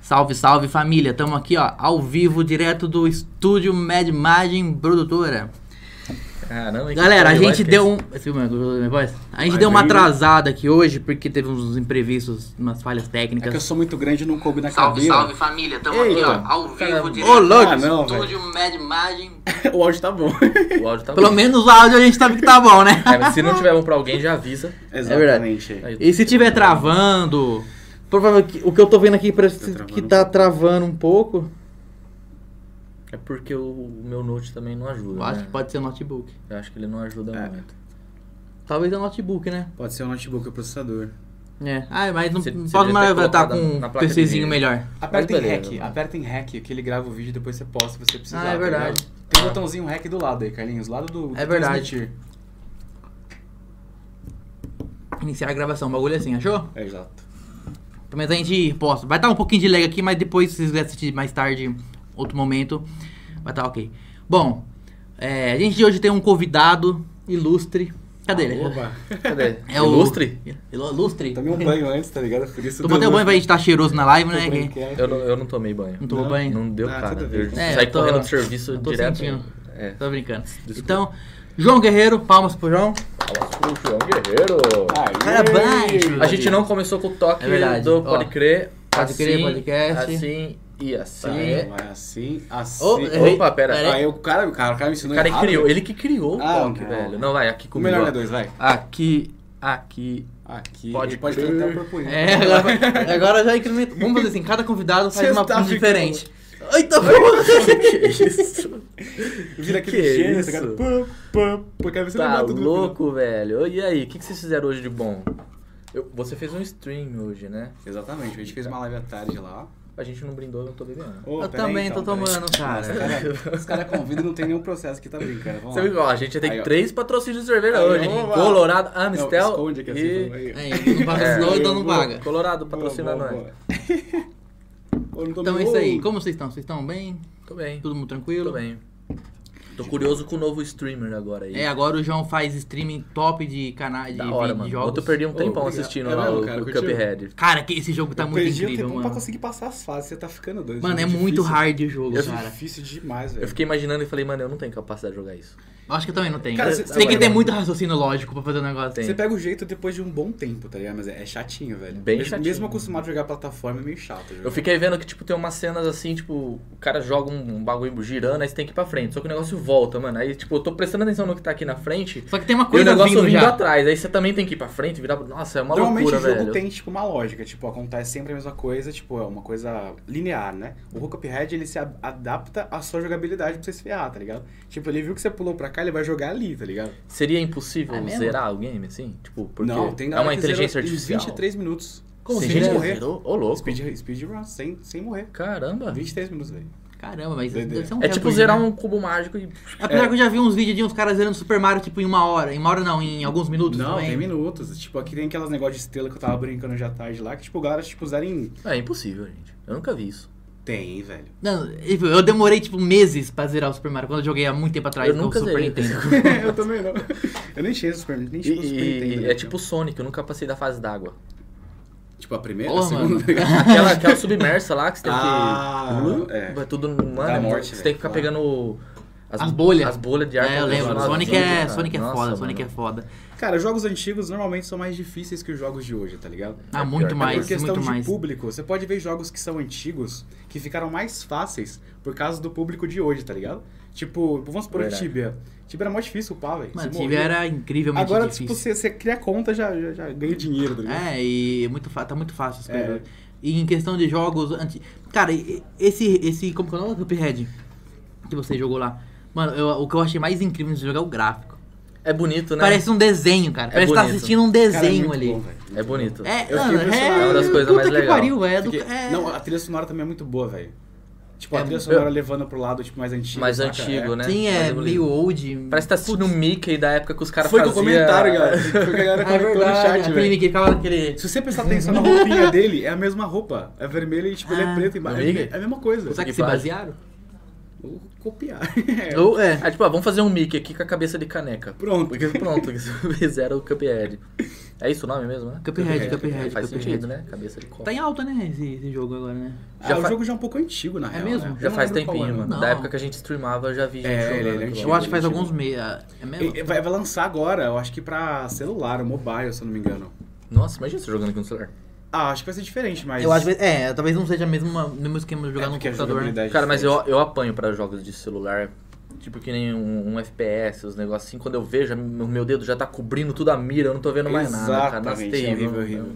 Salve, salve família, estamos aqui ó, ao vivo, direto do estúdio Mad Imagem Produtora. Caramba, Galera, a gente deu um. Esse filme é do- minha voz? A gente Vai deu uma bem, né? atrasada aqui hoje, porque teve uns imprevistos, umas falhas É que eu técnicas. sou muito grande e não coube na Salve, cadeira. salve família, estamos aqui Eita, ó, ao cara, vivo, ô, direto louco. Ah, do não, estúdio Mad Imagem. o áudio tá bom. O áudio tá um- Pelo bom. menos o áudio a gente sabe que tá bom, né? É, mas se não tiver bom pra alguém, já avisa. Exatamente. Aí, E se tiver travando, provavelmente o que eu tô vendo aqui parece Tá que travando tá um pouco. travando um pouco. É porque o o meu note também não ajuda. Eu acho né? que pode ser o notebook. Eu acho que ele não ajuda É. muito. Talvez é o notebook, né? Pode ser o notebook ou o processador. É. Ah, mas não, Você- não você pode devia ter mais tá colocado com na um placa de PCzinho vídeo. melhor. Aperta em beleza, rec, mano. aperta em rec, que ele grava o vídeo e depois você posta se você precisar. Ah, é tá verdade. ligado? Tem um botãozinho rec do lado aí, Carlinhos. Lado do. do É verdade. transmitir. Iniciar a gravação, o bagulho é assim, achou? É, exato. Pelo menos a gente posta. Vai estar um pouquinho de lag aqui, mas depois, se vocês quiserem assistir mais tarde, outro momento, vai estar ok. Bom, é, a gente de hoje tem um convidado ilustre. Cadê ele? Opa. Cadê? É o... Ilustre? Ilu- Ilustre? Tomei um banho antes, tá ligado? Por isso. Tomou até deu- o banho pra gente estar cheiroso na live, né? deu que- branqueado. Eu não, eu não tomei banho. Não tomou Não, banho? Não deu, Ah, cara. tudo Eu bem. É, saí eu tô- correndo do serviço eu tô direto. sentindo. É. Tô brincando. Desculpa. Então, João Guerreiro, palmas pro João. Fala pro João Guerreiro. Aê! Parabéns, João. A gente não começou com o toque É verdade, do ó. Pode Crer. Pode Crer assim, Podcast. Assim e assim. Tá, vai Assim, assim. Ô, errei. Opa, pera. Pera Aí o cara, o cara, o cara é me ensinou O cara que errado. criou. Ele que criou o Ah, toque, não. velho. Não, vai, aqui O comigo. melhor ó. é dois, vai. Aqui, aqui. Aqui. Pode ele pode crer. tentar proporir. É, agora, agora já incrementa. Vamos fazer assim, cada convidado faz Você uma tá coisa ficando- diferente. Eita, porra! que isso? Vira Que é aquele cheiro, isso? esse cara. Pum, pum, porque aí você não Tá dá tudo no final. louco, velho. E aí, o que, que vocês fizeram hoje de bom? Eu- você fez um stream hoje, né? Exatamente, a gente fez uma live à tarde lá. A gente não brindou, eu não tô bebendo. Ô, Eu pera também aí, tô então, pera aí. tomando, cara. Nossa, cara, Os caras convidam e não tem nenhum processo que tá brincando. Vamos Você viu, lá. ó, a gente tem Aí, ó. três patrocínios de cerveja Aí, hoje. vamos lá. Colorado, Amistel Não, esconde aqui assim, e... vamos aí. É, não patrocinou, É, então não boa, paga. Colorado, Boa, patrocina boa, nós. boa. Ô, não tô Então é me- isso aí. Ô, Como vocês estão? Vocês estão bem? Tô bem, Todo mundo tô tranquilo? bem. Tô curioso com o novo streamer agora aí. É, agora o João faz streaming top de canais de, da hora, vídeo, mano. jogos. Ontem eu perdi um Ô, tempão obrigado. assistindo É lá mesmo, o, cara, o curtiu? Cuphead. Cara, que esse jogo tá eu muito perdi o incrível, tempo pra mano. conseguir passar as fases, você tá ficando doido. Mano, é difícil. É muito hard o jogo, Eu- cara. Difícil demais, Eu velho. fiquei imaginando e falei, mano, eu não tenho capacidade de jogar isso. Eu acho que eu também não tenho. Cara, você você- tem que agora- ter muito raciocínio lógico pra fazer o negócio. tá Tem. Você pega o jeito depois de um bom tempo, tá ligado? Mas é, é chatinho, velho. Bem mesmo, chatinho. mesmo acostumado a jogar plataforma, é meio chato. jogar. Eu fiquei vendo que, tipo, tem umas cenas assim, tipo, o cara joga um, um bagulho girando, aí você tem que ir pra frente. Só que o negócio volta, mano. Aí, tipo, eu tô prestando atenção no que tá aqui na frente Só que tem uma e o coisa negócio vindo vindo, já. atrás. Aí você também tem que ir pra frente e virar. pro- Nossa, é uma Normalmente loucura, o jogo velho. tem, tipo, uma lógica, tipo, acontece sempre a mesma coisa, tipo, é uma coisa linear, né? O Cuphead, ele se a- adapta à sua jogabilidade pra você se ferrar, tá ligado? Tipo, ele viu que você pulou pra cá, ele vai jogar ali, tá ligado? Seria impossível É mesmo? zerar o game, assim? Tipo, porque não, tem é galera uma que inteligência zerou em artificial. é. 23 minutos. Como Tem assim, gente né? que morrer? zerou? Ô, louco. Speed, speedrun, sem, sem morrer. Caramba. 23 minutos, velho. Caramba, mas Doideira. deve ser um É tipo recorde, zerar né? um cubo mágico e. Apesar É. que eu já vi uns vídeos de uns caras zerando Super Mario, tipo, em uma hora. Em uma hora não, em alguns minutos Não, também. tem minutos. Tipo, aqui tem aquelas negócios de estrela que eu tava brincando já tarde lá, que, tipo, galera, tipo, zera em... É impossível, gente. Eu nunca vi isso. Tem, velho. Não, eu demorei, tipo, meses pra zerar o Super Mario, quando eu joguei há muito tempo atrás Eu no nunca Super zerei. Nintendo. eu também não. Eu nem tinha Super Nintendo, nem E, tinha Super e- Nintendo. é né? tipo Sonic, eu nunca passei da fase d'água. Tipo, a primeira, Porra, a segunda... mano. Aquela, aquela submersa lá que você tem Ah, que. é. Vai tudo. Mano, Da é morte, muito- você tem que ficar velho. pegando. As bolhas. As bolhas de ar. É, eu lembro. condicionado. Sonic é, Cara, Sonic é nossa, foda, mano. Sonic é foda. Cara, jogos antigos normalmente são mais difíceis que os jogos de hoje, tá ligado? Ah, É muito pior. Por mais, questão muito de mais. público, você pode ver jogos que são antigos que ficaram mais fáceis por causa do público de hoje, tá ligado? Tipo, vamos supor o Verdade. Tibia. Tibia era mó difícil upar, velho. Mano, Você Tibia morria. era incrivelmente Agora, tipo, difícil. você, você cria conta, já, já, já ganha dinheiro, tá ligado? É, e é muito, fa- tá muito fácil as É. coisas. E em questão de jogos anti... Cara, e- esse, esse, como que é o nome do Cuphead? Que você jogou lá. Mano, eu- o que eu achei mais incrível nesse jogo é o gráfico. É bonito, né? Parece um desenho, cara. É Parece que tá bonito. assistindo um Cara, é desenho muito ali. bom, velho. Muito É bom. bonito. É, Eu mano, fiquei é, impressionado. É uma das coisas puta mais que legal. pariu, é, do, Porque- é... Não, a trilha sonora também é muito boa, velho. Tipo, É, a trilha eu- sonora levando pro lado tipo, mais antigo. Mais saca? antigo, É. né? Sim, Mais é evoluído. meio old. Parece que tá assistindo o Mickey da época que os caras Foi com faziam. o comentário, galera. Foi que a galera Ah, é comentou no verdade, chat, aquele velho. Mickey ficava naquele... Se você prestar atenção na roupinha dele, é a mesma roupa. É vermelha e tipo, ele Ah, é preto embaixo. amiga. É a mesma coisa. Será que que se faz. basearam? Vou copiar. Ou é. Ah, tipo, ah, vamos fazer um Mickey aqui com a cabeça de caneca. Pronto. Porque pronto, fizeram o Cuphead. É isso o nome mesmo, né? Cuphead, Cuphead, Faz Cuphead. sentido, né? Cabeça de copo. Tá em alta, né? Esse, esse jogo agora, né? Ah, Já o fa- jogo já é um pouco antigo, na real. mesmo? né? Eu Já não faz lembro qual tempinho, ano. mano. Não. Da época que a gente streamava, eu já vi gente É, ele- jogando. ele é aquilo. antigo. Eu acho que faz Chegou. alguns meses. É mesmo? E- e Vai vai lançar agora, eu acho que pra celular, ou mobile, se eu não me engano. Nossa, imagina você jogando aqui no celular. Ah, acho que vai ser diferente, mas. Eu acho que. É, talvez não seja mesmo uma- mesmo esquema de jogar É no porque a computador, né? jogabilidade é Cara, mas eu, diferente. eu apanho pra jogos de celular, tipo que nem um, um FPS, os negócios assim. Quando eu vejo, o meu dedo já tá cobrindo tudo a mira, eu não tô vendo mais nada, cara. Nossa, Exatamente, terrível. é horrível, horrível.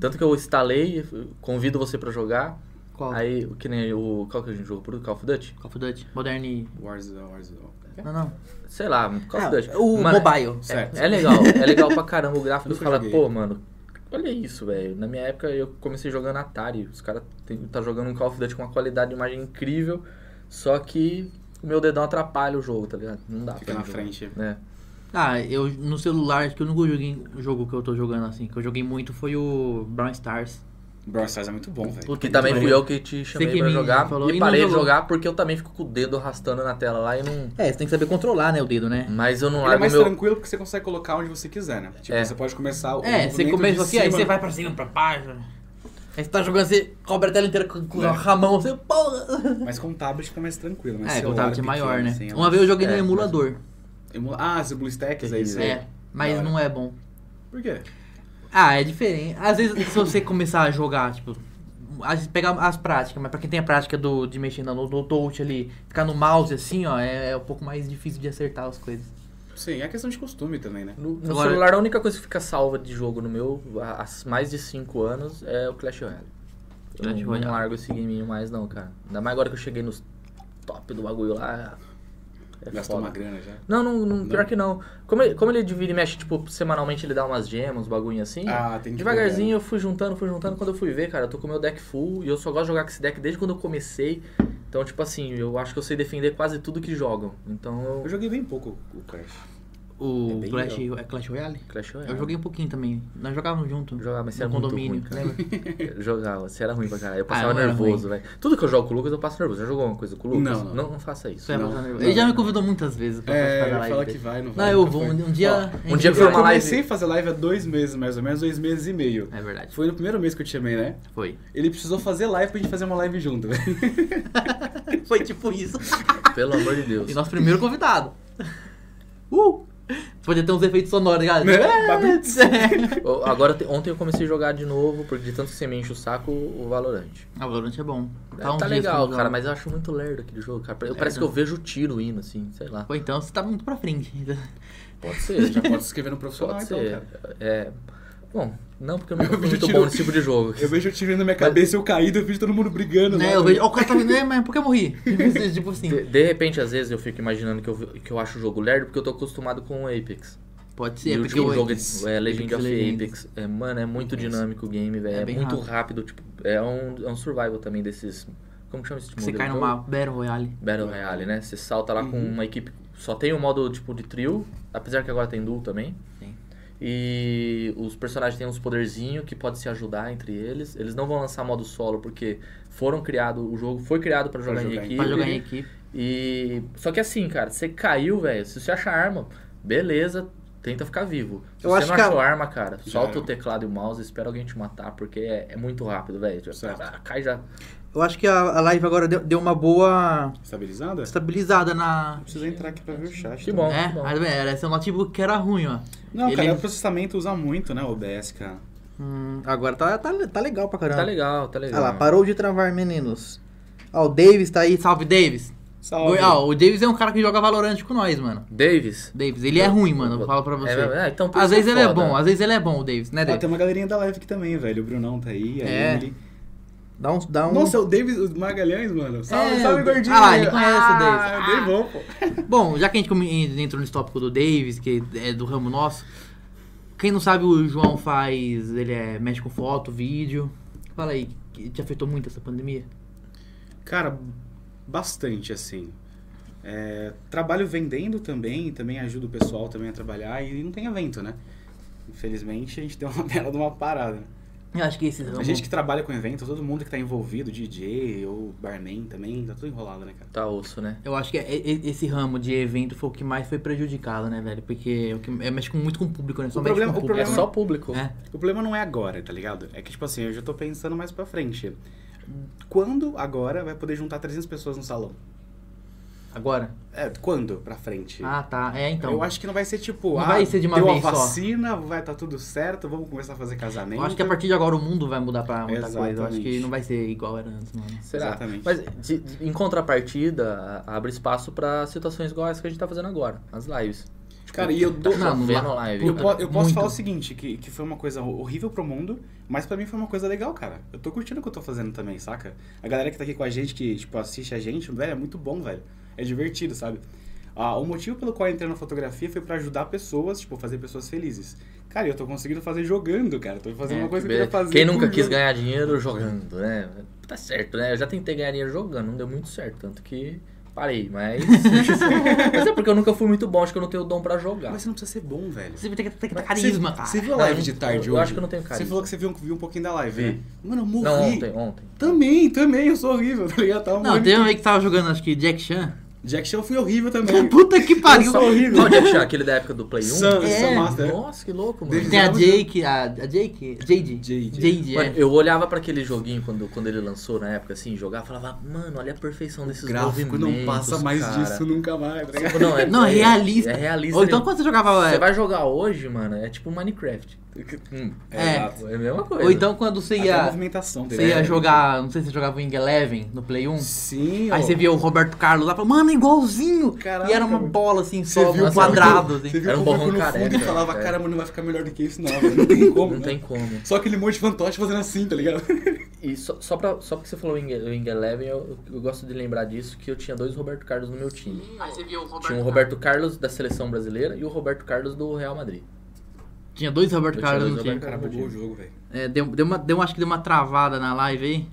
Tanto que eu instalei, convido você pra jogar. Qual? Aí, que nem o. Qual que a gente jogou? Pro Call of Duty? Call of Duty. Modern. e- Warzone, Warzone. Não, não. Sei lá, Call Ah, of Duty. o Mano, mobile. Certo. É legal, é legal pra caramba o gráfico. Nunca Fala, joguei. pô, mano, olha isso, velho. Na minha época eu comecei jogando Atari. Os caras tem- tá jogando um Call of Duty com uma qualidade de imagem incrível, só que o meu dedão atrapalha o jogo, tá ligado? Não dá Fica pra na jogar. frente. É. Ah, eu no celular, acho que o único joguinho- jogo que eu tô jogando assim, que eu joguei muito foi o Brown Stars. Brawl Stars é muito bom, velho. Puta, Que muito também fui maneiro. eu que te chamei que pra me jogar falou e e não parei de jogou. jogar porque eu também fico com o dedo arrastando na tela lá e não. É, você tem que saber controlar, né, o dedo, né? Mas eu não Ele é largo o mais meu. tranquilo porque você consegue colocar onde você quiser, né? Tipo, É. você pode começar o É, você movimento começa de aqui, aí cima, você né? vai pra cima, pra baixo. Aí você tá jogando, você cobre a tela inteira com, com É. o ramão, você... Porra! Mas com tablet fica mais tranquilo. Mas É, com celular tablet é pequeno, maior, né? assim, é Uma vez eu joguei É, no emulador. Emula- Ah, esse BlueStacks, é isso aí. É, mas Da hora. não é bom. Por quê? Ah, é diferente. Às vezes, se você começar a jogar, tipo... Às vezes pega as práticas, mas pra quem tem a prática do, de mexer no, no touch ali, ficar no mouse assim, ó, é, é um pouco mais difícil de acertar as coisas. Sim, é questão de costume também, né? No, no Agora- celular, a única coisa que fica salva de jogo no meu, há há mais de 5 anos, é o Clash Royale. Eu Clash não, Royale. não largo esse gaminho mais, não, cara. Ainda mais agora que eu cheguei nos top do bagulho lá. É Gastou foda. uma grana já. Não, não, não, pior Não? que não. Como ele, como ele divide e mexe, tipo, semanalmente ele dá umas gemas, uns bagulho assim. Ah, tem que Devagarzinho eu fui juntando, fui juntando. Quando eu fui ver, cara, eu tô com o meu deck full e eu só gosto de jogar com esse deck desde quando eu comecei. Então, tipo assim, eu acho que eu sei defender quase tudo que jogam. Então, eu... Eu joguei bem pouco o Crash. É O bem Clash, é Clash Royale? Clash Royale. Eu joguei um pouquinho também. Nós jogávamos junto. Jogava, mas você no era muito condomínio, ruim, cara. lembra? Eu Jogava, você era ruim pra caralho. Eu passava eu era nervoso, velho. Tudo que eu jogo com o Lucas, eu passo nervoso. Já jogou alguma coisa com o Lucas? Não, não. não, faça isso. Você é Não, mais nervoso. não. Ele já me convidou muitas vezes pra É, participar da live. fala dele. que vai, não vai. Não, eu nunca vou. foi. Um, um dia. Ó, a gente um dia vai foi falar. uma live- comecei a fazer live há dois meses, mais ou menos, dois meses e meio. É verdade. Foi no primeiro mês que eu te chamei, né? Foi. Ele precisou fazer live pra gente fazer uma live junto. Né? velho. Foi tipo isso. Pelo amor de Deus. e nosso primeiro convidado. Uh! Podia ter uns efeitos sonoros, galera. Né? Babitos. É. Eu- Agora, te- ontem eu comecei a jogar de novo, porque de tanto que você me enche o saco, o Valorant. Ah, o Valorant é bom. Tá, uns dias que eu legal, não cara, jogo. mas eu acho muito lerdo aquele jogo, cara. Eu- Parece que eu vejo o tiro indo, assim, sei lá. Ou então você tá muito pra frente. Pode ser, Já pode se inscrever no profissional, pode então, ser. cara. É. Bom, não, porque eu não fui vejo muito tiro- bom nesse tipo de jogo. Eu vejo o tiro na minha cabeça, eu caído, eu vejo todo mundo brigando. lá, né? Eu velho. vejo. Ó, o cara tá vindo, é, mas por que eu morri? tipo assim. De, de repente, às vezes, eu fico imaginando que eu, vi- que eu acho o jogo lerdo porque eu tô acostumado com o Apex. Pode e ser, o porque último jogo Apex- é, é Apex Legend of Legends. Apex. É, mano, é muito dinâmico o game, velho. É É, bem muito rápido. rápido. Tipo, é, um, é um survival também desses. Como que chama esse tipo de Você modelo cai de numa jogo? Battle Royale. Battle Royale, né? Você salta lá com Uhum. uma equipe. Só tem o modo tipo de trio, apesar que agora tem duo também. Tem. E os personagens têm uns poderzinhos que podem se ajudar entre eles. Eles não vão lançar modo solo porque foram criado, o jogo foi criado pra jogar, jogar em- em equipe. Pra jogar em equipe. E só que assim, cara, você caiu, velho. Se você achar arma, beleza, tenta ficar vivo. Se Eu você acho não que a- achou arma, cara, solta era. o teclado e o mouse, espera alguém te matar, porque é, é muito rápido, velho. Já- ah, Certo. Cai já. Eu acho que a, a live agora deu, deu uma boa Estabilizada? estabilizada na. Precisa entrar aqui pra ver o chat. Que tá? bom. é, bom. aí, bem, era esse notebook que era ruim, ó. Não, Ele- cara, o processamento usa muito, né, o OBS, cara. Hum, agora tá, tá, tá legal pra caramba. Tá legal, tá legal. Olha lá, parou de travar, meninos. Ó, o Davis tá aí. Salve, Davis. Salve. Oi, ó, o Davis é um cara que joga Valorant com nós, mano. Davis. Davis, ele é ruim, mano, eu falo pra você. É, é, então, por às isso vezes ele é foda. bom, às vezes ele é bom, o Davis, né, Ah, Davis? tem uma galerinha da live aqui também, velho. O Brunão tá aí, a É. Emily. Dá um. Dá um... Nossa, é o Davis o Magalhães, mano. Salve, É, salve, o- gordinho. Ah lá, ele conhece o Davis. Ah, bem bom, pô. Bom, já que a gente come- entrou nesse tópico do Davis, que é do ramo nosso, quem não sabe, o João faz. Ele é, mexe com foto, vídeo. Fala aí, que te afetou muito essa pandemia? Cara, bastante, assim. É, trabalho vendendo também, também ajuda o pessoal também a trabalhar e não tem evento, né? Infelizmente, a gente deu uma bela de uma parada. Eu acho que esses A ramos. gente que trabalha com evento, todo mundo que tá envolvido, DJ ou barman também, tá tudo enrolado, né, cara? Tá osso, né? Eu acho que é- é- esse ramo de evento foi o que mais foi prejudicado, né, velho? Porque é o que é, mexe com- muito com o público, né? Só O mexe problema- com o o público. É só problema- público. É. O problema não é agora, tá ligado? É que, tipo assim, eu já tô pensando mais pra frente. Quando agora vai poder juntar 300 pessoas no salão? Agora? É, quando pra frente? Ah, tá. É, então. eu acho que não vai ser tipo, Não ah, vai ser de uma deu vez a só. vacina, vai tá tudo certo, vamos começar a fazer casamento. Eu acho que a partir de agora o mundo vai mudar pra muita coisa. Eu acho que Exatamente. não vai ser igual era antes, mano. Será? Exatamente. Mas de- de- em contrapartida, a- abre espaço pra situações igual essa que a gente tá fazendo agora, as lives. Cara, e eu dou... Não, não vendo dá. live. Tá Eu, po- cara. eu posso Muito. falar o seguinte, que, que foi uma coisa horrível pro mundo, mas pra mim foi uma coisa legal, cara. Eu tô curtindo o que eu tô fazendo também, saca? A galera que tá aqui com a gente, que, tipo, assiste a gente, velho, é muito bom, velho. É divertido, sabe? Ah, o motivo pelo qual eu entrei na fotografia foi pra ajudar pessoas, tipo, fazer pessoas felizes. Cara, eu tô conseguindo fazer jogando, cara. Tô fazendo É, uma coisa que, be- eu queria fazer. Quem nunca por quis jogo. ganhar dinheiro jogando, né? Tá certo, né? Eu já tentei ganhar dinheiro jogando, não deu muito certo, tanto que parei, mas. mas é porque eu nunca fui muito bom, acho que eu não tenho dom pra jogar. Mas você não precisa ser bom, velho. Você tem que ter Mas carisma, você, cara. Você viu a Não, live eu de não- tarde eu hoje? acho que eu não tenho Você carisma. falou que você viu, um- viu um pouquinho da live, Vi. né? Mano, eu morri. Não, ontem, ontem. Também, também, eu sou horrível, tá ligado? Tava Não, morrendo tem um aí que tava jogando, acho que Jack Chan. Jack Chan foi horrível também. Puta que pariu. É, Eu sou horrível. Só de achar aquele da época do Play 1. Sam, É. Sam Master. Nossa, que louco, mano. Desde Tem a Jogava Jake, a, a Jake? Jade. Jade. Jade, Mano, é. eu olhava pra aquele joguinho quando, quando ele lançou na época, assim, jogava, falava, mano, olha a perfeição desses Gráfico não movimentos, passa mais cara." disso nunca mais, tá ligado? Não, é, né? Não, é- realista. É realista. Ou então mesmo. quando você jogava. Você é, vai jogar hoje, mano, é tipo Minecraft. Hum, É. exato. é a mesma coisa. Ou então quando você Até a ia. movimentação dele. Você ia né? jogar. Não sei se você jogava Wing Eleven no Play 1. Sim, Aí ó. você via o Roberto Carlos lá e falava, mano, é igualzinho! Caraca, e era uma mano. bola assim, Você só viu um o quadrado. Você Assim. viu Era um o público borrão no fundo careca, e falava, é. cara, mano, não vai ficar melhor do que isso não, velho. Não tem como, Não né? tem como. Só aquele monte de fantoche fazendo assim, tá ligado? E só, só, pra, só porque você falou Wing Wing Eleven, eu, eu gosto de lembrar disso, que eu tinha dois Roberto Carlos no meu time. Aí você via o Roberto Tinha o Roberto Carlos da seleção brasileira e o Roberto Carlos do Real Madrid. Tinha dois Roberto Eu tinha Carlos dois no time. Roberto Cara, bugou o jogo, velho. É, deu, deu uma, deu, acho que deu uma travada na live aí.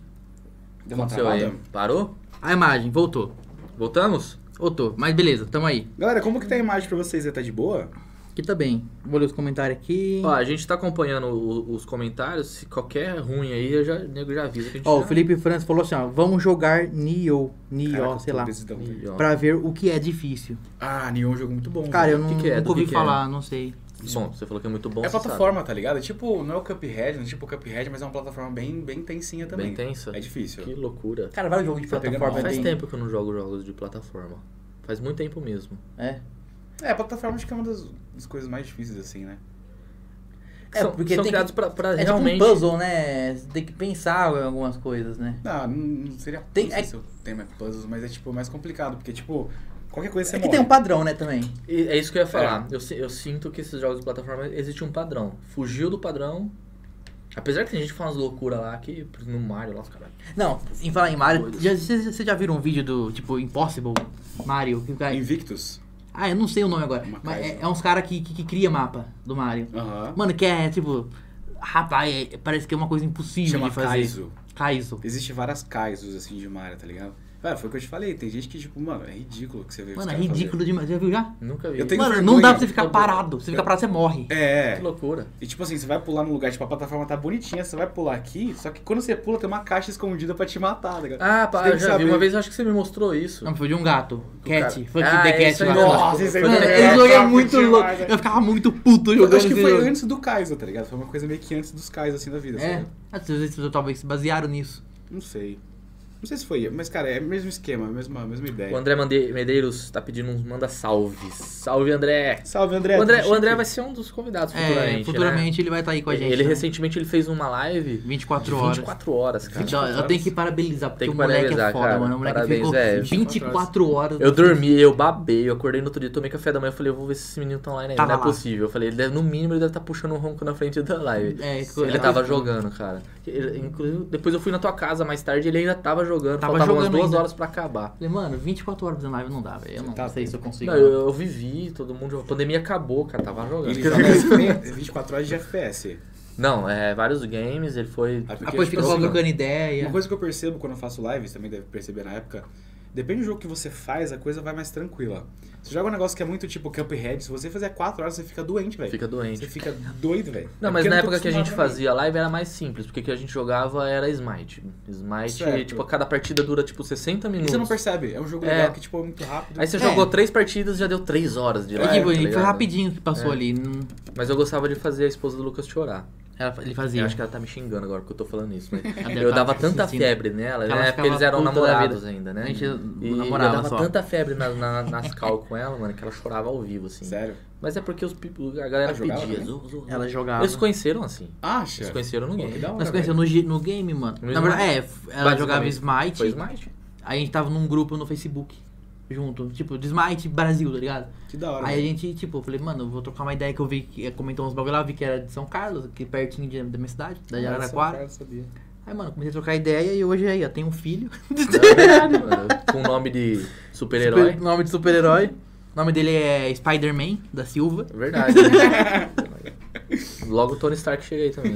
Deu uma Aconteceu aí. travada. Parou? A imagem, voltou. Voltamos? Voltou, mas beleza, tamo aí. Galera, como que tá a imagem pra vocês? aí? Tá de boa? Aqui tá bem. Vou ler os comentários aqui. Ó, a gente tá acompanhando o- os comentários. Se qualquer ruim aí, eu já, o nego já avisa que a gente Ó, o já- Felipe França falou assim, ó, vamos jogar Nioh, Nioh, Caraca, eu sei tô lá, desidão, velho. Ih, tá ó. pra ver o que é difícil. Ah, Neon é um jogo muito bom. Cara, eu velho. não, que que é? Do nunca que ouvi que é? falar, não sei. Bom, você falou que é muito bom. É você plataforma, tá ligado? É Tipo, não é o Cuphead, não é tipo o Cuphead, mas é uma plataforma bem, bem tensinha sabe. Bem também. tensa. É difícil. Que loucura. Cara, vários jogos de Tá pegando plataforma mal. Faz tem. tempo que eu não jogo jogos de plataforma. Faz muito tempo mesmo. É. É, a plataforma acho que é uma das, das coisas mais difíceis, assim, né? É, são porque são tem criados que- pra, pra É realmente. tipo um puzzle, né? Você tem que pensar em algumas coisas, né? Ah, Não, não seria Tem- não sei é- se o tema é puzzles, mas é tipo mais complicado, porque tipo, qualquer coisa você É que morre. tem um padrão, né, também. E é isso que eu ia falar. Eu, si- eu sinto que esses jogos de plataforma existe um padrão. Fugiu do padrão. Apesar que tem gente que fala umas loucuras lá que no Mario lá os caras. Não, em falar em Mario, já- vocês vocês já viram um vídeo do, tipo, Impossible Mario? Que o cara- Invictus? Ah, eu não sei o nome agora, Uma mas é, coisa. é uns caras que, que, que cria mapa do Mario. Aham. Mano, que é, tipo... Rapaz, é- parece que é uma coisa impossível Chama de fazer. Kaizo. Kaizo. Existe várias Kaizos, assim, de Mario, tá ligado? Velho, foi o que eu te falei. Tem gente que, tipo, mano, é ridículo que você vê os Mano, é caras ridículo demais. Já viu já? Nunca vi. Eu tenho- Mano, não vergonha. dá pra você ficar Eu- parado. Você fica parado, você morre. fazendo. É, Que é. loucura. E tipo assim, você vai pular num lugar, tipo, a plataforma tá bonitinha, você vai pular aqui, só que quando você pula tem uma caixa escondida pra te matar, tá ligado? Ah, Você pá, tem eu que já saber. vi. Uma vez eu acho que você me mostrou isso. Não, foi de um gato. cara- Cat. Foi Ah, the é isso cat aí. lá. Nossa, isso aí Mano, foi- esse jogo é Nossa, muito demais, louco. velho. Eu ficava muito puto Eu jogando acho que esse foi jogo. antes do Kaizo, tá ligado? Foi uma coisa meio que antes dos Kaizo, assim, da vida. É. sabe? Às vezes eles talvez se basearam nisso. Não sei. Não sei se foi, mas, cara, é o mesmo esquema, a mesma, a mesma ideia. O André Mande- Medeiros tá pedindo uns manda salves. Salve, André! Salve, André. o, André tudo o André chique? vai ser um dos convidados É, futuramente. futuramente ele vai estar aí com a né? gente. Ele né? recentemente ele fez uma live 24 de horas. 24 horas, cara. Então, eu tenho que parabenizar, porque Tem o que moleque é parabenizar, foda, cara. mano. O moleque Parabéns, ficou é. 24 horas. Eu dormi, eu babei, eu acordei no outro dia, tomei café da manhã, eu falei, eu vou ver se esse menino tá online ainda. Tava Não é lá. possível. Eu falei, ele deve- no mínimo ele deve estar puxando um ronco na frente da live. É, Ele tava jogando, cara. Ele- inclusive, depois eu fui na tua casa mais tarde ele ainda tava jogando. Tava Faltavam umas jogando duas ainda. horas pra acabar. Falei, Mano, 24 horas na live não dá, velho. Eu não Tá sei bom. se eu consigo. Não, eu, eu vivi, todo mundo. A pandemia acabou, cara. Tava jogando. Ele joga FPS, 24 horas de FPS. Não, é vários games, ele foi. Ah, porque, Depois tipo fica só assim, É. trocando Uma ideia. É coisa que eu percebo quando eu faço lives, também deve perceber na época, Depende do jogo que você faz, a coisa vai mais tranquila. Você joga um negócio que é muito tipo Cuphead, se você fizer 4 horas, você fica doente, velho. Fica doente. Você fica doido, velho. Não, É mas porque eu na tô época que a gente acostumado também. fazia live era mais simples, porque o que a gente jogava era Smite. Smite, Certo. tipo, a cada partida dura tipo 60 E minutos. você não percebe, é um jogo É. legal que tipo é muito rápido. Aí você É. jogou três partidas e já deu três horas de Eu live. digo, tá ele foi ligado? É. rapidinho que passou ali. não- Mas eu gostava de fazer a esposa do Lucas chorar. ela- ele Eu fazia. acho que ela tá me xingando agora porque eu tô falando isso. deve mas eu tá dava se tanta sentindo. febre nela, Ela né? Porque ficava eles eram puta da vida. namorados ainda, né? A gente E namorava eu dava só. tanta febre na, na, nas cal com ela, mano, que ela chorava ao vivo, assim. Sério? Mas é porque os, people- a galera Ela jogava pedia. também? zo- zo- zo. assim. Ela jogava. Eles se conheceram assim. Eles Acha? se conheceram no que game. da hora, Nós conhecemos no, gi- no game, mano. No Na verdade, é, f- ela jogava Basicamente, Smite, Foi Smite. aí a gente tava num grupo no Facebook junto, tipo, de Smite Brasil, tá ligado? velho. Que da hora. Aí a velho. gente, tipo, eu falei, mano, eu vou trocar uma ideia que eu vi que eh, comentou uns bagulho lá, eu vi que era de São Carlos, aqui pertinho de- da minha cidade, da de Nossa, é Araraquara. cara, sabia. Aí, mano, comecei a trocar ideia e hoje aí, ó, tem um filho. Não, é verdade, mano. Com o nome de super-herói. Super- nome de super-herói. O nome dele é Spider-Man, da Silva. É Verdade. né? Logo o Tony Stark chega aí também.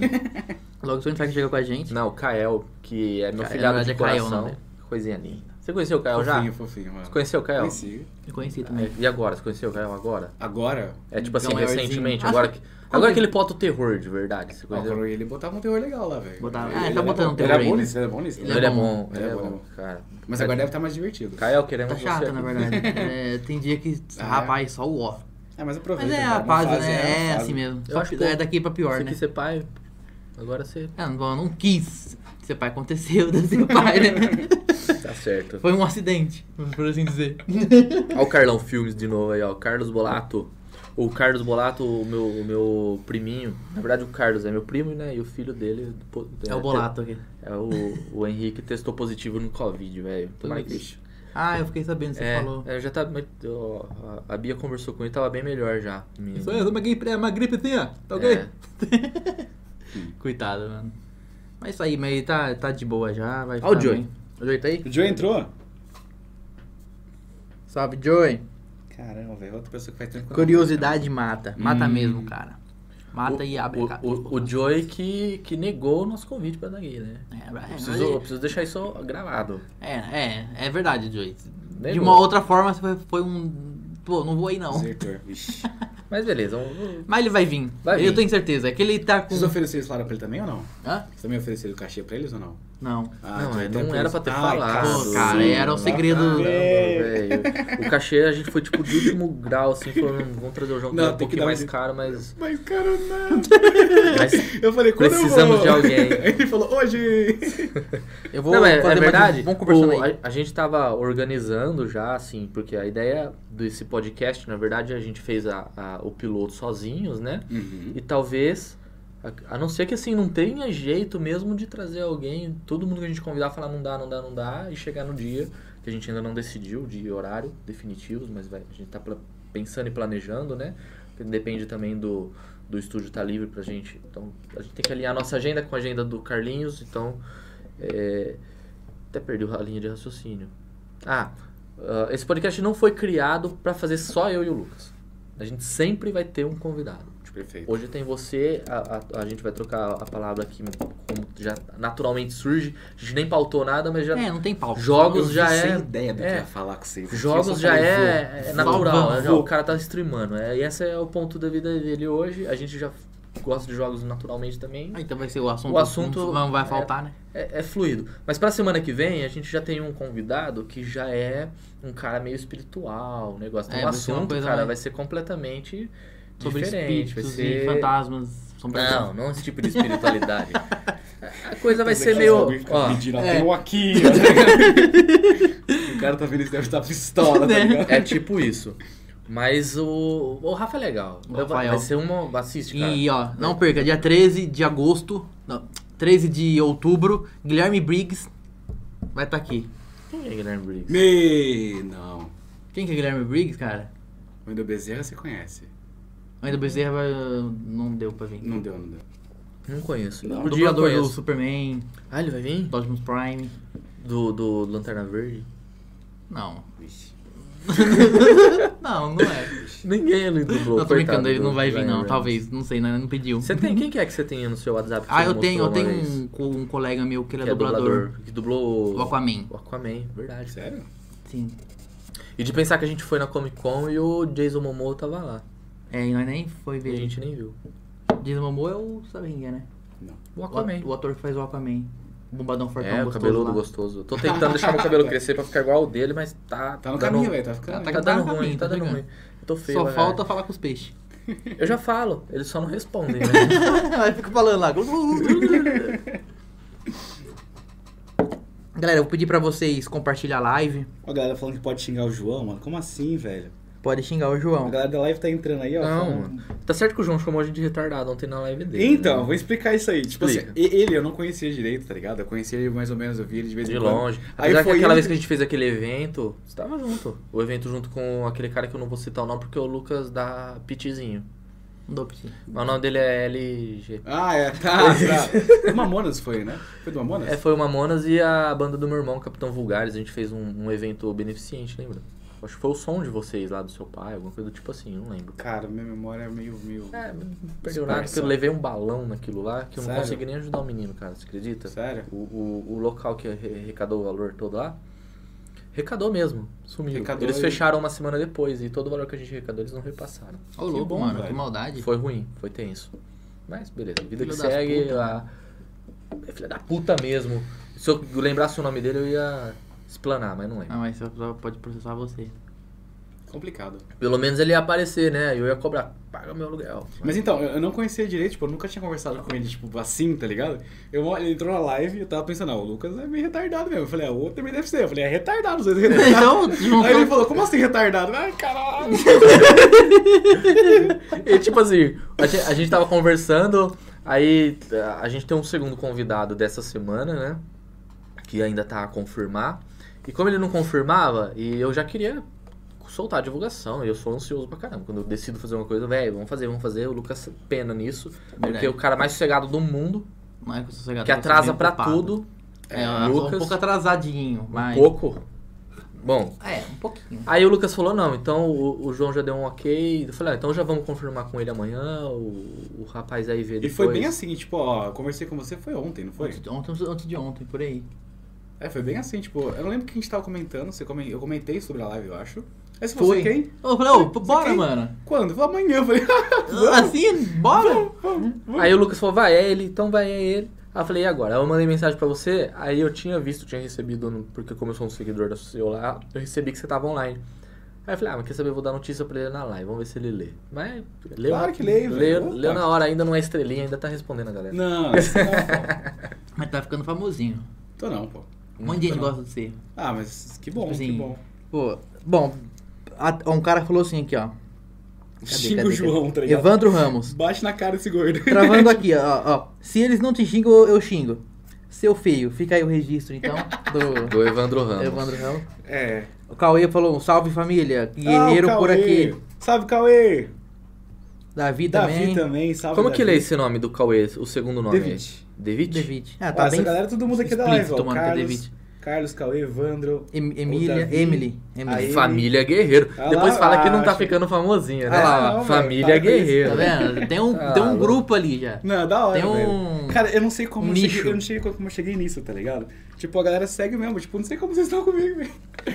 Logo o Tony Stark chegou com a gente. Não, o Kael, que é meu Kael, filhado na de verdade, é Kael o coração. nome Coisinha linda. Você conheceu o Kael já? Fofinho, Você fofinho, mano. conheceu o Kael? É, Conheci. Eu conheci também. E agora? Você conheceu o Kael agora? Agora, É tipo assim, Então, maiorzinho. recentemente, Ah, agora sim. que. Agora que ele bota o terror de verdade. Você ó, o conheceu? Coronel, ele botava um terror legal lá, velho. Botava. Ele Ah, ele tá era botando bom. terror Ele é bom ainda. nisso, ele é bom nisso. Ele Ele é bom, bom, ele é bom, cara. Mas agora deve estar mais divertido. Kael, queremos Tá você chata, aqui. na verdade. É, tem dia que, Ah, é? rapaz, só o ó. É, mas Mas aproveita. é cara, a uma paz, fase, né? É, uma fase. assim mesmo. Eu Só acho que- pouco. é daqui pra pior, Você né? quis ser pai, agora você. É, não, eu não quis ser pai, aconteceu de ser pai, né? Tá certo. Foi um acidente, por assim dizer. Olha o Carlão Filmes de novo aí, ó. Carlos Bolato. O Carlos Bolato, o meu, o meu priminho. Na verdade, o Carlos é meu primo, né? E o filho dele. pô, É o bolato aqui. É o, o Henrique testou positivo no Covid, velho. Tomara que. Putz. Ah, eu fiquei sabendo, você é, falou. é, já tá. mas, ó, a a Bia conversou com ele, tava bem melhor já. Menino. é uma gripe, uma gripezinha, tá É. Coitado, mano. Mas isso aí, mas tá, tá de boa já, vai Ó o ficar Joey. bem. O Joey tá aí? O Joe entrou? Salve, Joey. Caramba, velho. Outra pessoa que faz tempo. que eu não Curiosidade mata. Mata Hum. mesmo, cara. Mata e abre o, a cara. o, o Joey que, que negou o nosso convite pra dar gay, né? É, é, Eu preciso, eu preciso deixar isso gravado. é, é, é verdade, Joey. De Negou. uma outra forma, foi, foi um... Pô, não vou aí não. Desertor, vixi. Mas beleza, vamos- Mas ele vai vir. Vai eu vir. tenho certeza. É que ele tá com... Vocês ofereceram salário pra ele também ou não? Hã? Vocês também ofereceram cachê pra eles ou não? Ah, Não. Não, tinha é, até não por era isso. pra ter Ai, falado. Pô, Ah, cara, era o segredo- Caramba, Velho. velho. O cachê a gente foi tipo de último grau, assim, falando, vamos trazer o jogo Não, que é um tem que pouquinho dar um mais jeito. caro, mas. Mas, cara, não. mas- Eu falei, quando Precisamos eu vou? de alguém. Ele falou, hoje. Eu vou não, mas fazer mais é verdade. um- Vamos conversando o- aí. a, a gente tava organizando já, assim, porque a ideia desse podcast, na verdade, a gente fez a- a- o piloto sozinhos, né? Uhum. E talvez. A, a não ser que assim, não tenha jeito mesmo de trazer alguém, todo mundo que a gente convidar falar não dá, não dá, não dá, e chegar no dia, que a gente ainda não decidiu de horário definitivos, mas vai- a gente tá pla- pensando e planejando, né? Porque Depende também do, do estúdio estar livre pra gente. Então a gente tem que alinhar a nossa agenda com a agenda do Carlinhos, então. é, até perdi a linha de raciocínio. Ah, ah, esse podcast não foi criado pra fazer só eu e o Lucas. A gente sempre vai ter um convidado. Perfeito. Hoje tem você, a, a- a gente vai trocar a palavra aqui como já naturalmente surge. A gente nem pautou nada, mas já. É, não tem pau. Jogos Eu já vi é. Sem ideia do que é. eu ia falar com vocês. aqui, eu Jogos só já falei, é, é vou, natural, vou, né? Já vou. o cara tá streamando. É, e esse é o ponto da vida dele hoje. A gente já gosta de jogos naturalmente também. Ah, então vai ser o assunto. O assunto- Não vai é. faltar, né? É, é fluido. Mas pra semana que vem, a gente já tem um convidado que já é um cara meio espiritual, um negócio. Então É, o vai ser uma assunto, coisa cara, mais- vai ser completamente Sobre diferente. Vai espíritos e ser... fantasmas. Sobre Não, não esse tipo de espiritualidade. a coisa vai Mas ser aqui meio. sabe, fica Ó, pedindo, ó, é. tem um aqui. ó. o cara tá vendo isso, deve estar pistola, tá Né? ligado? é tipo isso. Mas o. O Rafa é legal. O Rafael. Vai ser uma. Assiste, cara. E ó, não perca, dia 13 de agosto, não, 13 de outubro, Guilherme Briggs vai estar aqui. Quem é Guilherme Briggs? Me... Não. Quem que é Guilherme Briggs, cara? O Wendel Bezerra você conhece. Ainda Bezerra eh, não deu pra vir. Não deu, não deu. Não conheço. O Um dia eu dublador do conheço. Superman, Ah, ele vai vir? do Optimus Prime. Do, do Lanterna Verde? Não. Vixe. Não, não é. Ninguém ele dublou. não, tô brincando, coitado ele do não vai vir, Ryan não. Reynolds. Talvez, não sei, não, não pediu. Você tem. Quem que é que você tem no seu WhatsApp? que Ah, você eu tenho, eu mostrou tenho uma vez? um, co- um colega meu que ele é, Que é dublador. dublador. Que dublou. O Aquaman. O Aquaman, verdade. Sério? Sim. E de pensar que a gente foi na Comic Con e o Jason Momoa tava lá. É, e nós nem foi E ver. a ele. gente nem viu. Jason Momoa é o... Sabe quem é, né? Não. O O, Aquaman. at- o ator que faz o Aquaman. O bombadão fortão É, o um gostoso cabeludo lá. gostoso. Eu Tô tentando deixar meu cabelo crescer pra ficar igual o dele, mas tá. Tá no dando- caminho, velho. Tá ficando. Tá, né? Tá, Tá no dando caminho, ruim, tá tá dando chegando. ruim. Eu tô feio, Só né? falta falar com os peixes. Eu já falo, eles só não respondem. né? Aí fica falando lá. Galera, eu vou pedir pra vocês compartilhar a live. Ó, a galera falando que pode xingar o João, mano. Como assim, velho? Pode xingar o A João. galera da live tá entrando aí, ó. Não, falando- mano. Tá certo que o João chamou a gente de retardado ontem na live dele. Então, né? vou explicar isso aí. Tipo assim, Explica. e- ele eu não conhecia direito, tá ligado? Eu conhecia ele mais ou menos, eu vi ele de vez em De quando. longe. Aí Apesar que foi aquela ele- vez que a gente fez aquele evento, você tava junto. O evento junto com aquele cara que eu não vou citar o nome porque é o Lucas da Pitizinho. Não dou pra você. Mas o nome dele é LG. Ah, é, tá, tá. O Mamonas foi, né? Foi do Mamonas? É, foi o Mamonas e a banda do meu irmão, Capitão Vulgares. A gente fez um, um evento beneficente, lembra? Acho que foi o som de vocês lá do seu pai, alguma coisa do tipo assim, não lembro. Cara, minha memória é meio. meio... É, não perdeu nada, porque eu Dispersa. levei um balão naquilo lá que eu não Sério? consegui nem ajudar o menino, cara, você acredita? Sério? O, o, o local que arre- arrecadou o valor todo lá, arrecadou mesmo, sumiu. Arrecadou eles e- fecharam uma semana depois e todo o valor que a gente arrecadou eles não repassaram. Ô, louco, bom, mano. velho. Que maldade. Foi ruim, foi tenso. Mas beleza, vida Filho que das segue, puta. a... é filha da puta mesmo. Se eu lembrasse o nome dele eu ia explanar, mas não lembro. Ah, mas só, só pode processar você. Complicado. Ah. Pelo menos ele ia aparecer, né? Eu ia cobrar, paga meu aluguel. Mas então, eu eu não conhecia direito, tipo, eu nunca tinha conversado com ele, tipo, assim, tá ligado? Eu, ele entrou na live e eu tava pensando, ah, o Lucas é meio retardado mesmo. Eu falei, ah, o outro também deve ser. Eu falei, é retardado, os dois é retardado. então, juntou- Aí ele falou, como assim retardado? Ai, caralho. E tipo assim, a gente, a gente tava conversando, aí a gente tem um segundo convidado dessa semana, né? Que ainda tá a confirmar. E como ele não confirmava, e eu já queria soltar a divulgação, eu sou ansioso pra caramba. Quando eu decido fazer uma coisa, velho, vamos fazer, vamos fazer. O Lucas pena nisso, porque é o cara mais sossegado do mundo, Não é que eu sou sossegado, que eu sou atrasa bem pra ocupado. tudo. É, eu sou um Lucas. Um pouco atrasadinho, mas... Pouco. Bom, É, um pouquinho. Aí o Lucas falou, não, então o, o João já deu um ok. Eu falei, ah, então já vamos confirmar com ele amanhã, o, o rapaz aí vê E depois. foi bem assim, tipo, ó, eu conversei com você foi ontem, não foi? Ontem, ontem, antes de ontem, por aí. É, foi bem assim, tipo, eu não lembro o que a gente tava comentando, você comen- eu comentei sobre a live, eu acho. Aí você falou, Foi. "Você quem? Eu falei, ô, bora, quem? mano. Quando? Eu falei, amanhã, eu falei, ah, Assim, bora. Aí o Lucas falou, vai, é ele, então vai, é ele. Aí eu falei, e agora? Aí eu mandei mensagem pra você, aí eu tinha visto, tinha recebido, no- porque como eu sou um seguidor do seu lá, eu recebi que você tava online. Aí eu falei, ah, mas quer saber, eu vou dar notícia pra ele na live, vamos ver se ele lê. Mas, leu, Claro que leio, Tá. velho. leu, Opa. leu na hora, ainda não é estrelinha, ainda tá respondendo a galera. não, isso não, Mas tá ficando famosinho. pô. Tô não, pô. Um monte de gente gosta de você. Ah, mas que bom, que Sim. bom. Pô, bom, a- um cara falou assim aqui, ó. Xinga o cadê, João, tá ligado? Evandro Ramos. Bate na cara desse gordo. Travando aqui, ó, ó. Se eles não te xingam, eu xingo. Seu feio, fica aí o registro, então, do Do Evandro Ramos. Evandro Ramos. É. O Cauê falou um salve família, guerreiro Ah, o por Cauê. aqui. Salve, Cauê. Davi Davi também. também, salve. Como que Davi. lê esse nome do Cauê, o segundo nome? Tá David. David? David. Ah, Ó, tá essa bem galera, é todo mundo aqui da live, explícito, ó. mano, que é Carlos, David. Carlos, Cauê, Evandro. Em- O Emília, Davi. Emily. Emily. Aí. Hum, Família Guerreiro. Ah lá, É, Depois fala que não tá acho. ficando famosinha, né? Ah lá, ó, Família velho, tá Guerreiro. Tá vendo? Tem um, Ah, tem um louco. grupo ali já. Não, da hora, Tem um- velho. Cara, eu não sei como um eu cheguei- nicho. eu não sei como eu cheguei nisso, tá ligado? Tipo, a galera segue mesmo. Tipo, não sei como vocês estão comigo, velho.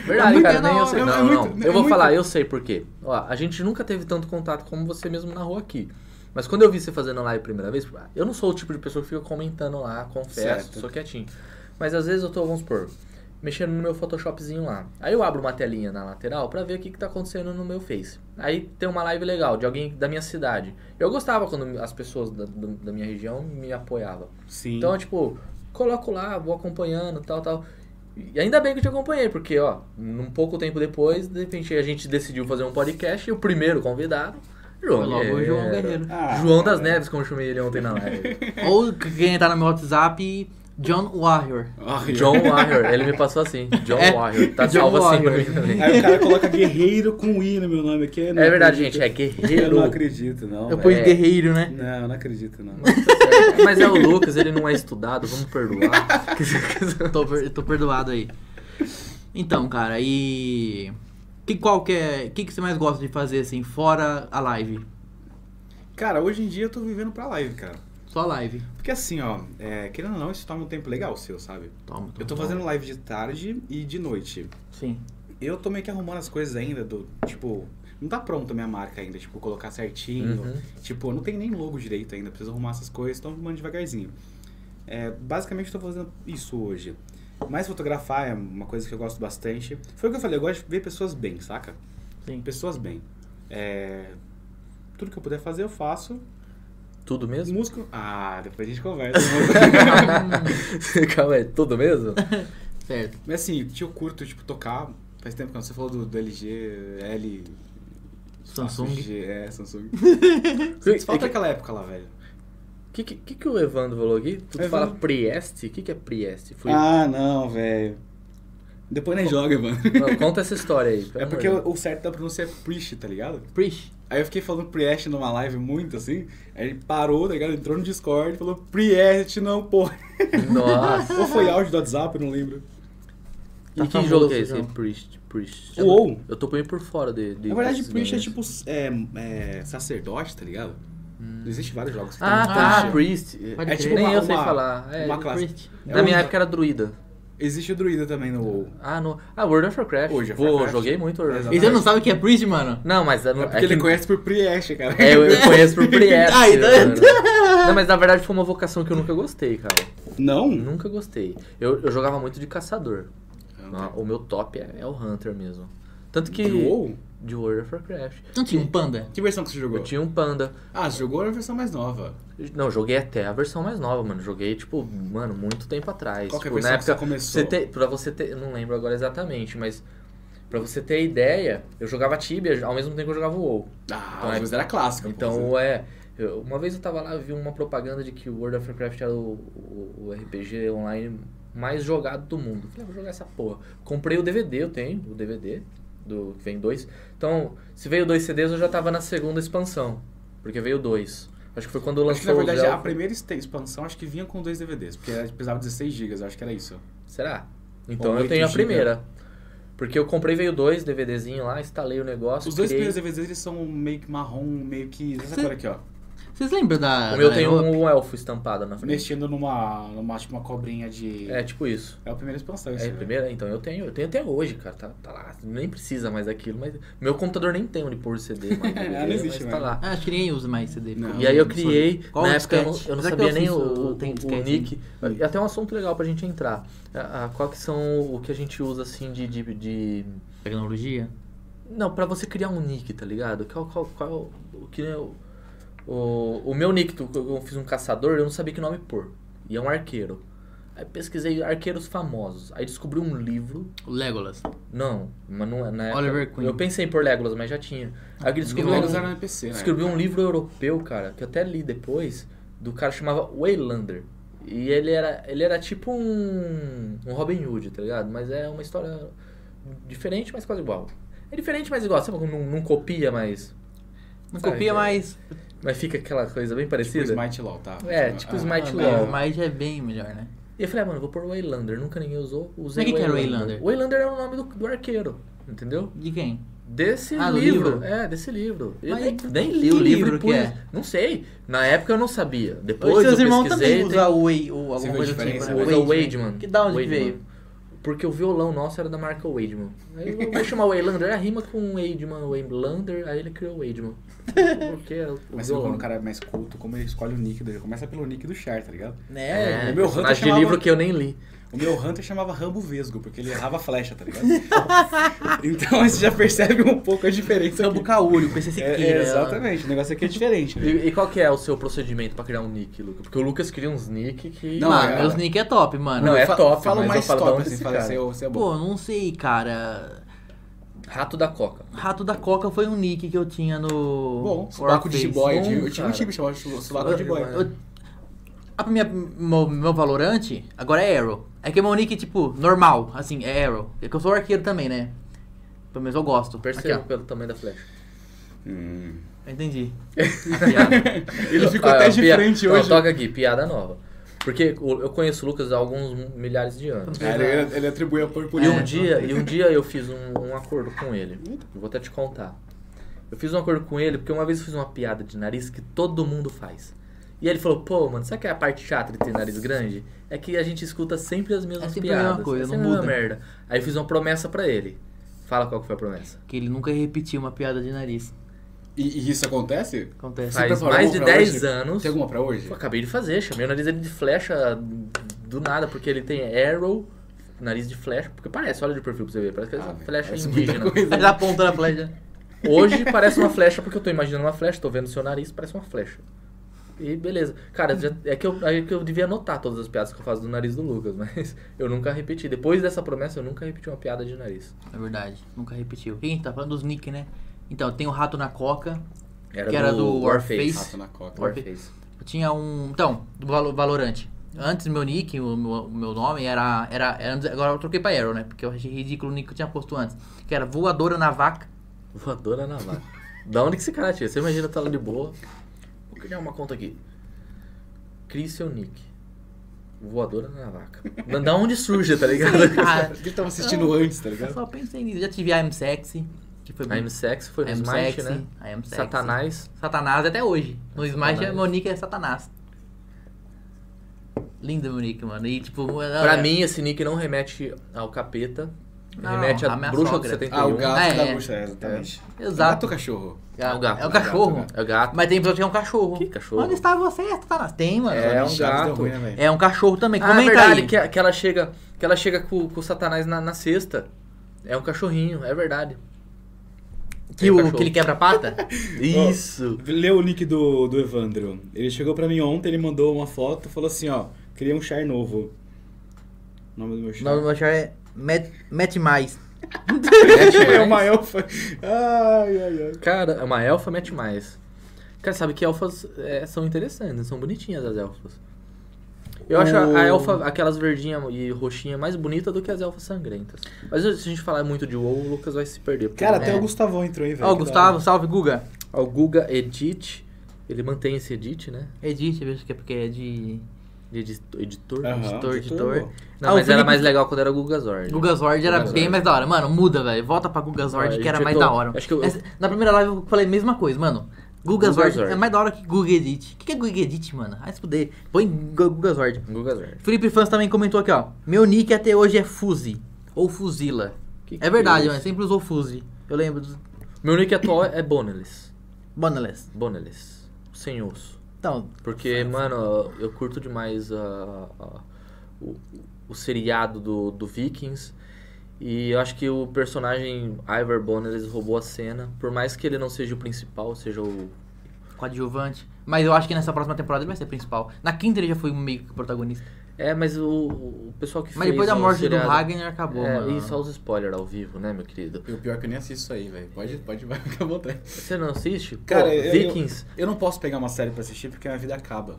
Verdade, muito cara, da nem eu hora, sei. é Não, muito- não. é Eu vou muito- falar, eu sei por quê. Ó, a gente nunca teve tanto contato como você mesmo narrou aqui. Mas quando eu vi você fazendo live a primeira vez, eu não sou o tipo de pessoa que fica comentando lá, confesso, Certo. sou quietinho. Mas às vezes eu tô, vamos supor, mexendo no meu Photoshopzinho lá. Aí eu abro uma telinha na lateral pra ver o que, que tá acontecendo no meu Face. Aí tem uma live legal de alguém da minha cidade. Eu gostava quando as pessoas da, do- da minha região me apoiavam. Sim. Então, tipo, coloco lá, vou acompanhando, tal, tal. E ainda bem que eu te acompanhei, porque, ó, um pouco tempo depois, de repente a gente decidiu fazer um podcast e o primeiro convidado, João Foi logo o Guerreiro. João Guerreiro. Ah, João das cara. Neves, como eu chamei ele ontem na live. Ou quem tá no meu WhatsApp, John Warrior. Olha. John Warrior, ele me passou assim, John É, Warrior. Tá John salvo assim pra Warrior. mim também. Aí o cara coloca guerreiro com I no meu nome aqui. eu não É verdade, gente, acredito. é Eu guerreiro. não acredito, não. Eu velho. pus É. guerreiro, né? Não, eu não acredito, não. Mas é o Lucas, ele não é estudado, vamos perdoar. tô, per- tô perdoado aí. Então, cara, e. Que qual que é. O que, que você mais gosta de fazer, assim, fora a live? Cara, hoje em dia eu tô vivendo pra live, cara. Só a live. Porque assim, ó, é, querendo ou não, isso toma um tempo legal seu, sabe? Toma, toma, Eu tô toma. fazendo live de tarde e de noite. Sim. eu tô meio que arrumando as coisas ainda do, tipo, não tá pronta a minha marca ainda, tipo, colocar certinho. Uhum. Tipo, eu não tenho nem logo direito ainda, preciso arrumar essas coisas, tô arrumando devagarzinho. É, basicamente tô fazendo isso hoje. Mas fotografar é uma coisa que eu gosto bastante. Foi o que eu falei, eu gosto de ver pessoas bem, saca? Sim. Pessoas bem. É, tudo que eu puder fazer, eu faço. Tudo mesmo? Música. Ah, depois a gente conversa. Calma aí, tudo mesmo? certo. Mas assim, que eu curto, tipo, tocar. Faz tempo que eu não- você falou do, do LG, L. Samsung. G, é, Samsung. Que- Falta que- aquela época lá, velho. que, que, que que o Evandro falou aqui? Tu Evandro. fala Prieste? O que, que é Prieste? Fui... Ah, não, velho. Depois nem joga, mano. Não, conta essa história aí. pelo É amor porque de o o certo da pronúncia é Prish, tá ligado? Preach. Aí eu fiquei falando Priest numa live muito assim. Aí ele parou, tá ligado? Entrou no Discord e falou Priest, não, porra. Deus. Nossa. Ou foi áudio do WhatsApp, eu não lembro. E Tá que famoso, jogo que é esse? João. Priest. Priest. Uou. Eu tô meio por fora de. de Na verdade, desses Priest é nomes. tipo é, é, sacerdote, tá ligado? Existem vários jogos que Hum. Ah, tem tá. Priest. Priest. Pode É crer. tipo Nem uma- eu sei uma- falar. É, uma classe. Preach. É Na minha um- época era druida. Existe o druida também no WoW. Ah, no... ah World of Warcraft. Hoje é Pô, Warcraft. joguei muito E World of Exatamente. Warcraft. você não sabe o que é Preach, mano? Não, mas... eu não- É porque que- ele conhece por Priest, cara. É, eu, eu conheço por Priest. Ah, então- mano. Não, mas na verdade foi uma vocação que eu nunca gostei, cara. Não? Nunca gostei. Eu, eu jogava muito de caçador. Ah, O meu top é, é o Hunter mesmo. Tanto que... Que... WoW? De World of Warcraft. Não tinha um panda? Que versão que você jogou? Eu tinha um panda. Ah, você jogou a versão mais nova. Não, joguei até a versão mais nova, mano. Joguei, tipo, mano, muito tempo atrás. Qual que é a Tipo, versão na que época, você começou? Você ter, pra você ter. eu Não lembro agora exatamente, mas. Pra você ter ideia, eu jogava Tibia ao mesmo tempo que eu jogava o WoW. Ah, Então os é- dois era clássico. Então, é. eu- uma vez eu tava lá, vi uma propaganda de que o World of Warcraft era o, o- o RPG online mais jogado do mundo. Falei, ah, vou jogar essa porra. Comprei o DVD, eu tenho o DVD, do, que vem dois. Então, se veio dois CDs, eu já tava na segunda expansão. Porque veio dois. Acho que foi quando Acho que, lançou na o verdade, a Zelda. primeira este- expansão acho que vinha com dois DVDs, porque era- pesava 16 GB, acho que era isso. Será? Então Ou eu tenho a 8 GB. primeira. Porque eu comprei, veio dois DVDzinho lá, instalei o negócio. Os dois criei... primeiros DVDs eles são meio que marrom, meio que. Essa Você- cor aqui, ó. Vocês lembram da. O meu Ah, da tem é Europa? um elfo estampado na frente. Mexendo numa, numa tipo, uma cobrinha de. É tipo isso. É a primeira expansão, isso. É, né? primeira, então eu tenho, eu tenho até hoje, cara. Tá, tá lá, nem precisa mais daquilo, mas meu computador nem tem onde pôr o CD, mais É, DVD, não existe mas tá mais. lá. Ah, acho que ninguém usa mais CD. Não. E aí eu Sony. criei, Qual na o época eu não, disquete? eu não Será que sabia eu nem fiz o, o- o, tem o disquete, né? nick. E até um assunto legal pra gente entrar. Ah, ah, qual que são o que a gente usa assim de- de- de Tecnologia? Não, pra você criar um nick, tá ligado? Qual, qual, qual, o que é o, o, o meu nick, tu- eu fiz um caçador, eu não sabia que nome pôr. E é um arqueiro. Aí pesquisei arqueiros famosos. Aí descobri um livro. O Legolas. Não, mas não é. na época- Oliver Queen. Eu pensei em pôr Legolas, mas já tinha. Aí eu descobri, Porque eles um, eram no PC, né? descobri um livro europeu, cara, que eu até li depois, do cara que chamava Waylander. E ele era, ele era tipo um, um Robin Hood, tá ligado? Mas é uma história diferente, mas quase igual. É diferente, mas igual. Sabe quando não, não copia, mas, Não Sabe, copia é. mais. mas fica aquela coisa bem Tipo parecida? Smite LOL, tá? É, tipo Ah, Smite Ah, LOL. mas- Mas já é bem melhor, né? E eu falei, ah, mano, vou pôr Waylander. Nunca ninguém usou. Usei Mas que que era Waylander? Waylander é o nome do, do arqueiro, entendeu? De quem? Desse Ah, do livro. livro? É, desse livro. Eu Mas nem, que- nem que li o livro livro que pus- é? Não sei. Na época eu não sabia. Depois Os seus eu irmãos pesquisei, também tem- usam o Way ou Você alguma viu coisa a assim. diferença, né? né? Usa o Wademan. Wademan. Que da onde que Wademan. veio? Porque o violão nosso era da marca Wademan. Aí eu vou chamar Waylander, aí rima com Wademan, Waylander, aí ele criou Wademan. Porque era o Mas quando violão. o cara é mais culto, como ele escolhe o nick dele? Começa pelo nick do Char, tá ligado? Né? é, o meu personagem Hunter de chamava- livro que eu nem li. O meu Hunter chamava Rambo Vesgo, porque ele errava a flecha, tá ligado? então você já percebe um pouco a diferença. Sambo aqui. Caolho, PC É, Siqueira. é, exatamente, o negócio aqui é diferente. né? E, e qual que é o seu procedimento pra criar um nick, Lucas? Porque o Lucas cria uns nick que... Não, Mano, cara. meus nick é top, mano. Não, é Fa- top, Fala o mas eu mais falo, top, dá um assim, desse fala, cara. você é, você é bom. Pô, não sei, cara. é- Rato da Coca. Rato da Coca foi um nick que eu tinha no. Bom, subaco de Warface. jiboia. Eu Bom, tinha- eu tinha um cara. time chamado su- subaco de boy. Eu- A minha, meu, meu valorante agora é Arrow. É que meu nick, tipo, normal, assim, é Arrow. É que eu sou arqueiro também, né? Pelo menos eu gosto. Percebo Aqui, pelo tamanho da flecha. Hum. ó. Entendi. A piada. Ele ficou Ah, até é, de pia- frente Não, hoje. Toca aqui, piada nova. Porque o- eu conheço o Lucas há alguns milhares de anos. É, ele, ele atribui a purpurina. É. E um dia, e um dia eu fiz um, um acordo com ele. Eu vou até te contar. Eu fiz um acordo com ele porque uma vez eu fiz uma piada de nariz que todo mundo faz. E ele falou, pô, mano, sabe que é a parte chata de ter nariz grande? É que a gente escuta sempre as mesmas É sempre a piadas. mesma coisa, é sempre não a mesma muda. merda. Aí eu fiz uma promessa pra ele. Fala qual que foi a promessa. Que ele nunca repetiu uma piada de nariz. E, e isso acontece? Acontece. Faz preparou mais uma de pra 10 hoje? anos. Tem alguma pra hoje? Eu acabei de fazer, chamei o nariz dele de flecha do nada, porque ele tem arrow, nariz de flecha, porque parece, olha de perfil pra você ver, parece que é Ah, uma velho, flecha parece muita indígena. coisa. Ele dá a ponta na flecha. Hoje parece uma flecha, porque eu tô imaginando uma flecha, tô vendo seu nariz, parece uma flecha. E beleza. Cara, já- é, que eu, é que eu devia anotar todas as piadas que eu faço do nariz do Lucas, mas eu nunca repeti. Depois dessa promessa, eu nunca repeti uma piada de nariz. É verdade, nunca repetiu. E a gente tá falando dos Nick, né? Então, tem o Rato na Coca. Era Que era do Rato na Warface. coca. Warface. Eu tinha um. Então, do Valo- Valorante. Antes meu nick, o meu, o meu nome era, era, era- Agora eu troquei pra Arrow, né? Porque eu achei ridículo o nick que eu tinha posto antes. Que era Voadora na Vaca. Voadora na vaca. da onde que esse cara tira? Você imagina tá lá de boa. Vou criar uma conta aqui. Crie seu nick. Voadora na vaca. Da- Da onde surge, tá ligado? Cara, Acho que ele tava assistindo antes, tá eu ligado? só pensei nisso. Já tive I'm Sexy, que foi I'm Sex foi um I'm Smite, sexy, né? I am sexy. Satanás. Satanás até hoje. No Smash, Satanás. meu nick é Satanás. Lindo meu nick, mano. E tipo. Pra mim, esse nick não remete ao capeta. Não, remete a à minha bruxa sogra. do 71. Ah, o gato É, da é. bucha, exatamente. Exato. Gato ou cachorro? É o gato. É o cachorro. gato. É o gato. Mas tem pessoa que é um cachorro. Que cachorro? Onde está você, Satanás? Tem, mano. É, um Chaves deu gato. ruim, né, velho? É um cachorro também. Ah, Comenta verdade, aí. Que, que ela chega, que ela chega com, com o Satanás na, na cesta. É um cachorrinho, é verdade. Que, o, um cachorro. que ele quebra a pata? Isso. Lê o nick do, do Evandro. Ele chegou pra mim ontem, ele mandou uma foto, falou assim, ó, criei um char novo. O nome do meu o char. nome do meu char é Met, Mete Mais. é uma elfa. Ai, ai, ai. Cara, é uma elfa mete mais. Cara, sabe que elfas é, são interessantes, são bonitinhas as elfas. Eu acho O- a, a elfa, aquelas verdinha e roxinha, mais bonita do que as elfas sangrentas. Mas se a gente falar muito de WoW, o Lucas vai se perder. porque Cara, não até é. o Gustavão entrou aí, velho. Ó, que da Gustavo, hora. salve, Guga. Ó, o Guga Edit, ele mantém esse Edit, né? Edite, eu acho que é porque é de De edit- editor. Aham, editor, editor. editor. Não, Ah, o mas era Felipe- mais legal quando era o Guga Zord. Guga Zord era Guga bem Zord. mais da hora. Mano, muda, velho. Volta pra Guga Ah, Zord, eu que era já mais tô- da hora. acho que eu- Essa- na primeira live eu falei a mesma coisa, mano. Guga, Guga Zord, Zord. é mais da hora que Guga Edit. O que que é Guga Edit, mano? Ai, se fuder. Põe Gu- Guga Zord. Guga Zord. Felipe Fans também comentou aqui, ó. Meu nick até hoje é Fuzi. Ou Fuzila. Que é verdade, que é mano. Sempre usou Fuzi. Eu lembro dos Meu nick atual é Boneless. Boneless. Boneless. Sem osso. Então, Porque, mano, eu curto demais a- a- o, o seriado do, do Vikings. E eu acho que o personagem Ivar Boneless roubou a cena. Por mais que ele não seja o principal, seja o. coadjuvante. Mas eu acho que nessa próxima temporada ele vai ser principal. Na quinta ele já foi meio que protagonista. É, mas o, o pessoal que Mas fez. depois da o morte do seriado- Ragnar acabou, É, mano. e só os spoilers ao vivo, né, meu querido? E o pior é que eu nem assisto isso aí, velho. Pode, pode, vai ficar à vontade. Você não assiste? Pô, Cara, eu- eu- Vikings. Eu não posso pegar uma série pra assistir porque minha vida acaba.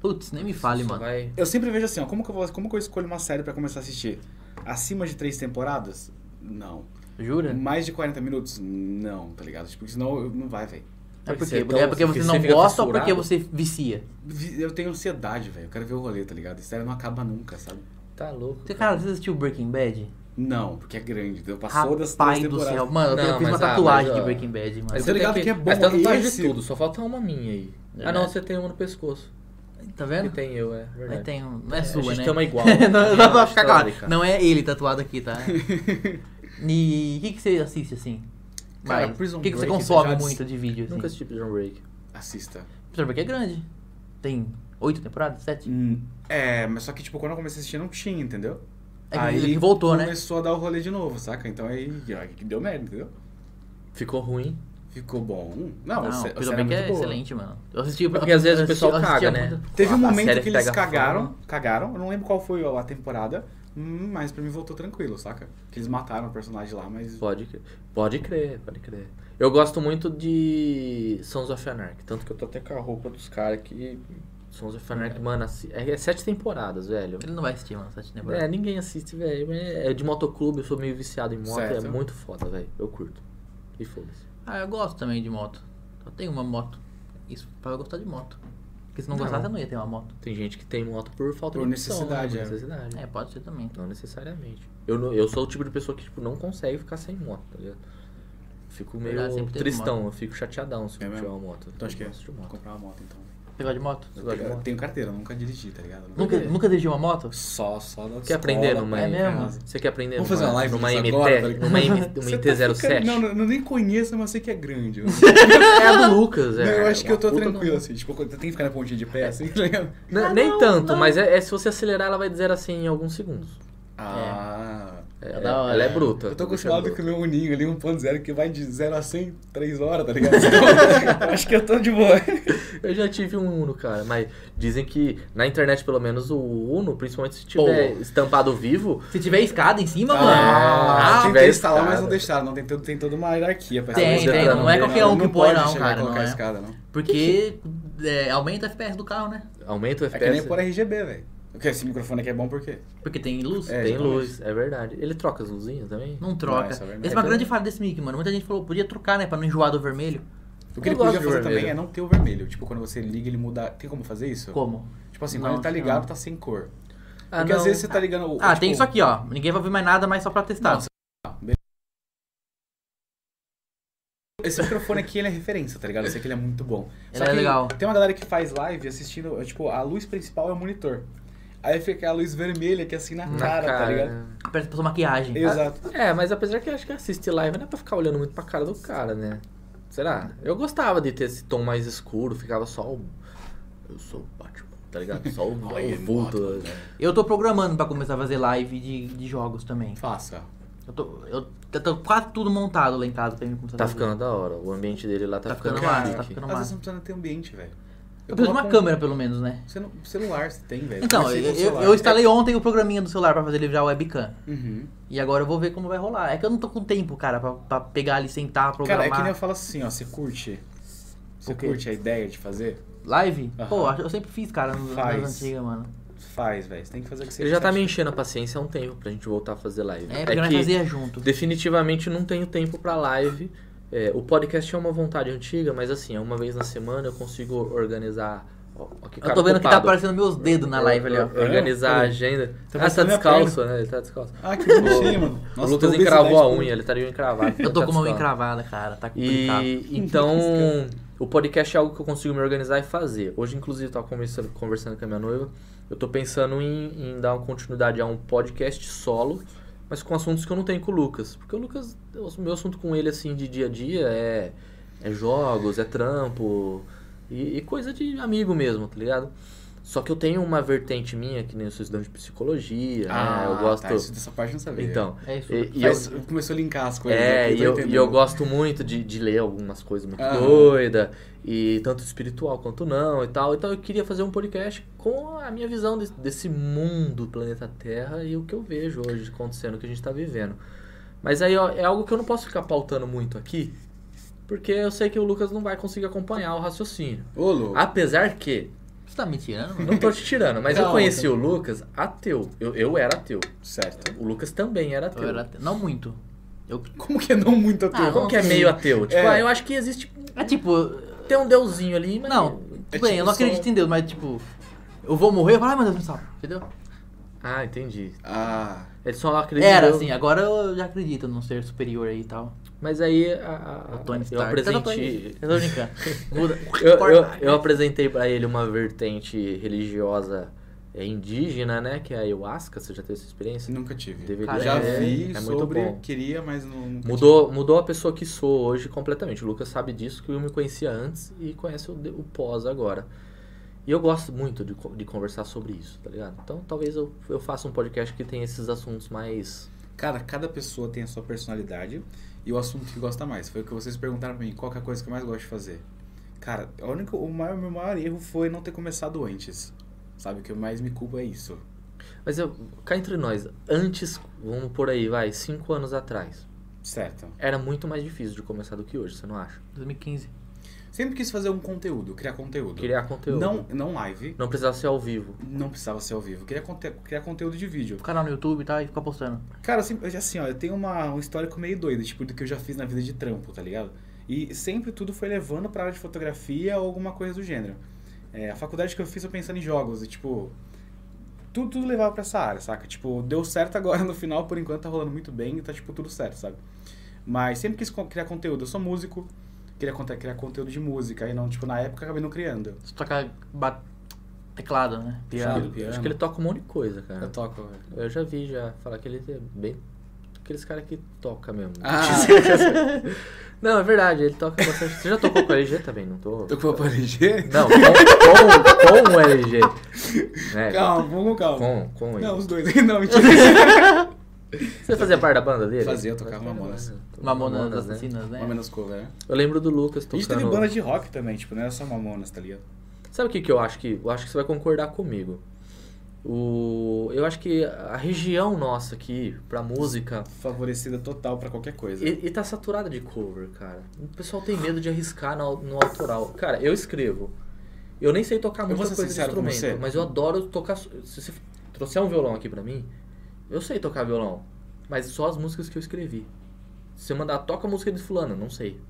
Putz, nem me fale, Você mano. vai- Eu sempre vejo assim, ó, como que eu, vou- como que eu escolho uma série pra começar a assistir? Acima de três temporadas? Não. Jura? Mais de 40 minutos? Não, tá ligado? Tipo, senão eu- não vai, velho. É Porque porque, você é tão- é porque você porque não você fica gosta ou fissurado? porque você vicia? Vi- Eu tenho ansiedade, velho. Eu quero ver o rolê, tá ligado? Série não acaba nunca, sabe? Tá louco. Você, cara, você assistiu Breaking Bad? Não, porque é grande. entendeu? Passou das três Rapaz do temporadas. céu. Mano, eu Não, tenho- eu fiz uma mas, ah, tatuagem mas, de ó, Breaking Bad, mano. mas Mas Tô você ligado tem que é bom Mas tem tatuagem esse. de tudo, só falta uma minha aí. Ah É. não, você tem uma no pescoço. Tá E vendo? tem eu, é Mas verdade. tem um... Não é a sua, gente né? tem uma igual. não, não, pra ficar claro. Histórica. Não é ele tatuado aqui, tá? E o que, que você assiste, assim? Cara, Mas, Prison o que, que você Break, eu consome já disse- muito de vídeo, assim? Nunca assisti Prison Break. Assista. Prison Break é grande. Tem oito temporadas? Sete? Hum, É, mas só que, tipo, quando eu comecei a assistir, não tinha, entendeu? É que ele voltou, né? começou a dar o rolê de novo, saca? Então aí, ó, que deu merda, entendeu? Ficou ruim. Ficou bom. Não, não, a sé- a Prison série Break muito é boa. excelente, mano. Eu assisti... Porque às vezes o eu pessoal assisti- eu assisti caga, a- né? Teve A- a um momento série que eles pega cagaram, né? fama. cagaram. Eu não lembro qual foi a temporada, hum, mas pra mim voltou tranquilo, saca? Que eles mataram o personagem lá, mas... Pode crer. Pode crer, pode crer. Eu gosto muito de Sons of Anarchy. Tanto que eu tô até com a roupa dos caras que... Sons of Anarchy, mano, assi- é, é sete temporadas, velho. Ele não vai assistir, mano, sete temporadas. É, ninguém assiste, velho. É é de motoclube, eu sou meio viciado em moto. Certo. É muito foda, velho. Eu curto. E foda-se. Ah, eu gosto também de moto. Só tenho uma moto. Isso pra eu gostar de moto. Porque se não, gostasse, eu não ia ter uma moto. Tem gente que tem moto por falta Por de opção, né? necessidade, é. Por necessidade. É, pode ser também. Não necessariamente. Eu, não- eu sou o tipo de pessoa que tipo, não consegue ficar sem moto, tá ligado? Fico meio Verdade, sempre teve tristão, eu fico chateadão se eu É não mesmo? tiver uma moto. Então acho que é. Eu gosto de Vou moto. comprar uma moto, então. Você gosta de moto? Você Eu, gosta de tenho- moto? tenho carteira, eu nunca dirigi, tá ligado? Nunca, quê? nunca dirigiu uma moto? Só, só da Quer escola, aprender numa... é mesmo? Você quer aprender Vamos numa, fazer uma live numa disso MT? agora, tá ligado? numa MT, Você uma tá ficando- MT-07? Não, não, eu nem conheço, mas sei que é grande. Eu, É a do Lucas, é. Não, eu acho que uma eu tô puta tranquilo, assim. Tipo, eu tenho que ficar na pontinha de pé, assim, tá ligado? Não, Ah, nem não, tanto, não. mas é, é se você acelerar, ela vai dizer assim em alguns segundos. Ah... É, É da hora. ela é bruta. Eu tô bicha é acostumado com bruta. o meu uninho ali, 1.0, que vai de 0 a 100 em 3 horas, tá ligado? Então, eu acho que eu tô de boa. Eu já tive um Uno, cara, mas dizem que na internet, pelo menos, o Uno, principalmente se tiver estampado vivo, Se tiver escada em cima, Ah, Ah, mano. se tentei tiver instalar, mas escada. não deixaram. Não, tem, todo- tem toda uma hierarquia pra Tem, instalar. tem, não é qualquer um que põe, pode não, chegar cara, e colocar não é. escada, não. Porque é, aumenta o FPS do carro, né? aumenta o É que nem FPS. por RGB, velho. Porque esse microfone aqui é bom por quê? Porque tem luz. É. Tem exatamente. luz, é verdade. Ele troca as luzinhas também? Não troca. Não, isso Essa é é verdade. uma grande falha desse mic, mano. Muita gente falou, podia trocar, né? Pra não enjoar do vermelho. O que Eu ele podia gosto do fazer vermelho. também é não ter o vermelho. Tipo, quando você liga, ele muda. Tem como fazer isso? Como? Tipo assim, Não, quando ele tá acho que ligado, não. tá sem cor. Ah, Porque às não. vezes você tá ligando. o- Ah, tipo, tem isso aqui, ó. Ninguém vai ver mais nada, mas só pra testar. Nossa. Esse microfone aqui, ele é referência, tá ligado? Esse aqui ele é muito bom. Ele é legal. Tem uma galera que faz live assistindo, tipo, a luz principal é o monitor. Aí fica a luz vermelha aqui assim na, Na cara, tá ligado? né? Parece passou maquiagem. Exato. É, mas apesar que eu acho que assistir live não é pra ficar olhando muito pra cara do cara, né? Será? Eu gostava de ter esse tom mais escuro, ficava só o. Eu sou o Batman, tá ligado? Só o, Olha, o vulto. Eu tô programando pra começar a fazer live de, de jogos também. Faça. Eu tô, eu, eu tô quase tudo montado lá em casa pra mim começar a Tá fazer. ficando da hora. O ambiente dele lá tá, Tá ficando, ficando chique. massa, tá ficando- Às vezes não precisa ter ambiente, velho. Eu preciso de uma coloco um- câmera, pelo menos, né? Você não, celular você tem, velho. Então, Comecei eu, com o eu, celular. eu instalei ontem o programinha do celular pra fazer livrar a webcam. Uhum. E agora eu vou ver como vai rolar. É que eu não tô com tempo, cara, pra, pra pegar ali, sentar, Cara, programar. é que nem eu falo assim, ó, você curte. Você O quê? curte a ideia de fazer? Live? Aham. Pô, eu sempre fiz, cara, nas, Faz. nas antigas, mano. Faz, velho. Você tem que fazer o que você Ele já tá acha. me enchendo a paciência há um tempo pra gente voltar a fazer live. É, porque nós fazia junto. definitivamente não tenho tempo pra live. É, o podcast é uma vontade antiga, mas assim, é uma vez na semana eu consigo organizar. Ó, ó, que Eu cara tô vendo que tá ocupado. aparecendo meus dedos na live ali, ó. É, Or- Organizar a agenda. Tá ah, tá mostrando minha descalço, né? Ele tá descalço. Ah, que bonitinho, mano. o Nossa, Lucas tô obesidade encravou a por- unha, ele tá estaria encravado. Eu tô com uma unha encravada. encravada, cara, tá complicado. E então, o podcast é algo que eu consigo me organizar e fazer. Hoje, inclusive, eu tava conversando, conversando com a minha noiva. Eu tô pensando em, em dar uma continuidade a um podcast solo, mas com assuntos que eu não tenho com o Lucas. Porque o Lucas, o meu assunto com ele, assim, de dia a dia é, é jogos, é trampo e, e coisa de amigo mesmo, tá ligado? Só que eu tenho uma vertente minha, que nem eu sou estudante de psicologia, né? Ah, Eu gosto. Tá, isso dessa parte eu não sabia. Então, É isso. e- e Faz- eu- começou a linkar as coisas. é, né? e tô eu, e entendendo. eu gosto muito de, de ler algumas coisas muito Aham. doidas, e tanto espiritual quanto não e tal. Então eu queria fazer um podcast com a minha visão de- desse mundo, planeta Terra, e o que eu vejo hoje acontecendo, o que a gente tá vivendo. Mas aí ó, é algo que eu não posso ficar pautando muito aqui, porque eu sei que o Lucas não vai conseguir acompanhar o raciocínio. Ô, Ah. louco. Apesar que, Você tá me tirando, mano? não tô te tirando, mas eu Não, conheci o Lucas ateu. Eu, eu era ateu. Certo. O Lucas também era ateu. Eu era- Não muito. Eu... Como que é não muito ateu? Ah, Como que é Sim. meio ateu? Tipo, É. ah, eu acho que existe É tipo, Tem um deusinho ali, mas. Não, tudo É bem, tipo eu não só- acredito em Deus, mas tipo, eu vou morrer, eu falo, ai meu Deus, me salva, entendeu? Ah, entendi. Ah, Ele só acredita. em Era Deus. assim, agora eu já acredito num ser superior aí e tal. Mas aí a- a- O Tony eu Stark. apresentei. Eu tô brincando. Muda. Eu, eu, Corta. eu apresentei pra ele uma vertente religiosa é, indígena, né? Que é a ayahuasca. Você já teve essa experiência? nunca tive. Deveria. Cara, já é- vi é muito sobre, bom. queria, mas não. nunca Mudou, mudou a pessoa que sou hoje completamente. O Lucas sabe disso, que eu me conhecia antes e conhece o, de- o pós agora. E eu gosto muito de, co- de conversar sobre isso, tá ligado? Então talvez eu, eu faça um podcast que tenha esses assuntos mais. tive. Cara, cada pessoa tem a sua personalidade e o assunto que gosta mais. Foi o que vocês perguntaram pra mim, qual que é a coisa que eu mais gosto de fazer. Cara, o, único, o maior, meu maior erro foi não ter começado antes. Sabe, o que eu mais me culpo é isso. Mas eu, cá entre nós, antes, vamos por aí, vai, cinco anos atrás, Certo. era muito mais difícil de começar do que hoje, você não acha? 2015. Sempre quis fazer um conteúdo, criar conteúdo. Criar conteúdo. Não, não live, Não precisava ser ao vivo. não precisava ser ao vivo. Queria conte criar conteúdo de vídeo. O canal no YouTube e tal, e ficar postando. Cara, assim, eu já- assim ó, eu tenho uma, um histórico meio doido, tipo, do que eu já fiz na vida de trampo, tá ligado? E sempre tudo foi levando pra área de fotografia ou alguma coisa do gênero. É, a faculdade que eu fiz eu pensando em jogos, e tipo. Tudo, tudo levava pra essa área, saca? Tipo, deu certo agora no final, por enquanto tá rolando muito bem e tá, tipo, tudo certo, sabe? Mas sempre quis co- criar conteúdo. Eu sou músico, queria conte- criar conteúdo de música. Aí não, tipo, na época eu acabei não criando. Você toca ba- teclado, né? Acho que, ele- piano. acho que ele toca um monte de coisa, Eu cara. toco, velho. Eu já vi já falar que ele é bem. Aqueles caras que toca mesmo. Ah. não, é verdade, ele toca bastante. Você já tocou com o LG também, não tô? com o LG? Não, com, com, com o LG. Né? Calma, vamos com calma. Com, com ele. Não, os dois. Não, mentira. Você fazia parte da banda dele? Fazia, eu tocava Mamonas. Mamonas Assassinas, né? Mamonas cover, né? Eu lembro do Lucas A tocando. gente teve banda de rock também, tipo, não era só Mamonas, tá ligado? Sabe o que, que eu acho que. Eu acho que você vai concordar comigo. O... Eu acho que a região nossa aqui, pra música, Favorecida total pra qualquer coisa. E, e tá saturada de cover, cara. O pessoal tem medo de arriscar no, no autoral. Cara, eu escrevo. Eu nem sei tocar Eu muita vou ser coisa de sincero com você. instrumento, mas eu adoro tocar. Se você trouxer um violão aqui pra mim, eu sei tocar violão. Mas só as músicas que eu escrevi. Se você mandar, toca a música de fulano, não sei.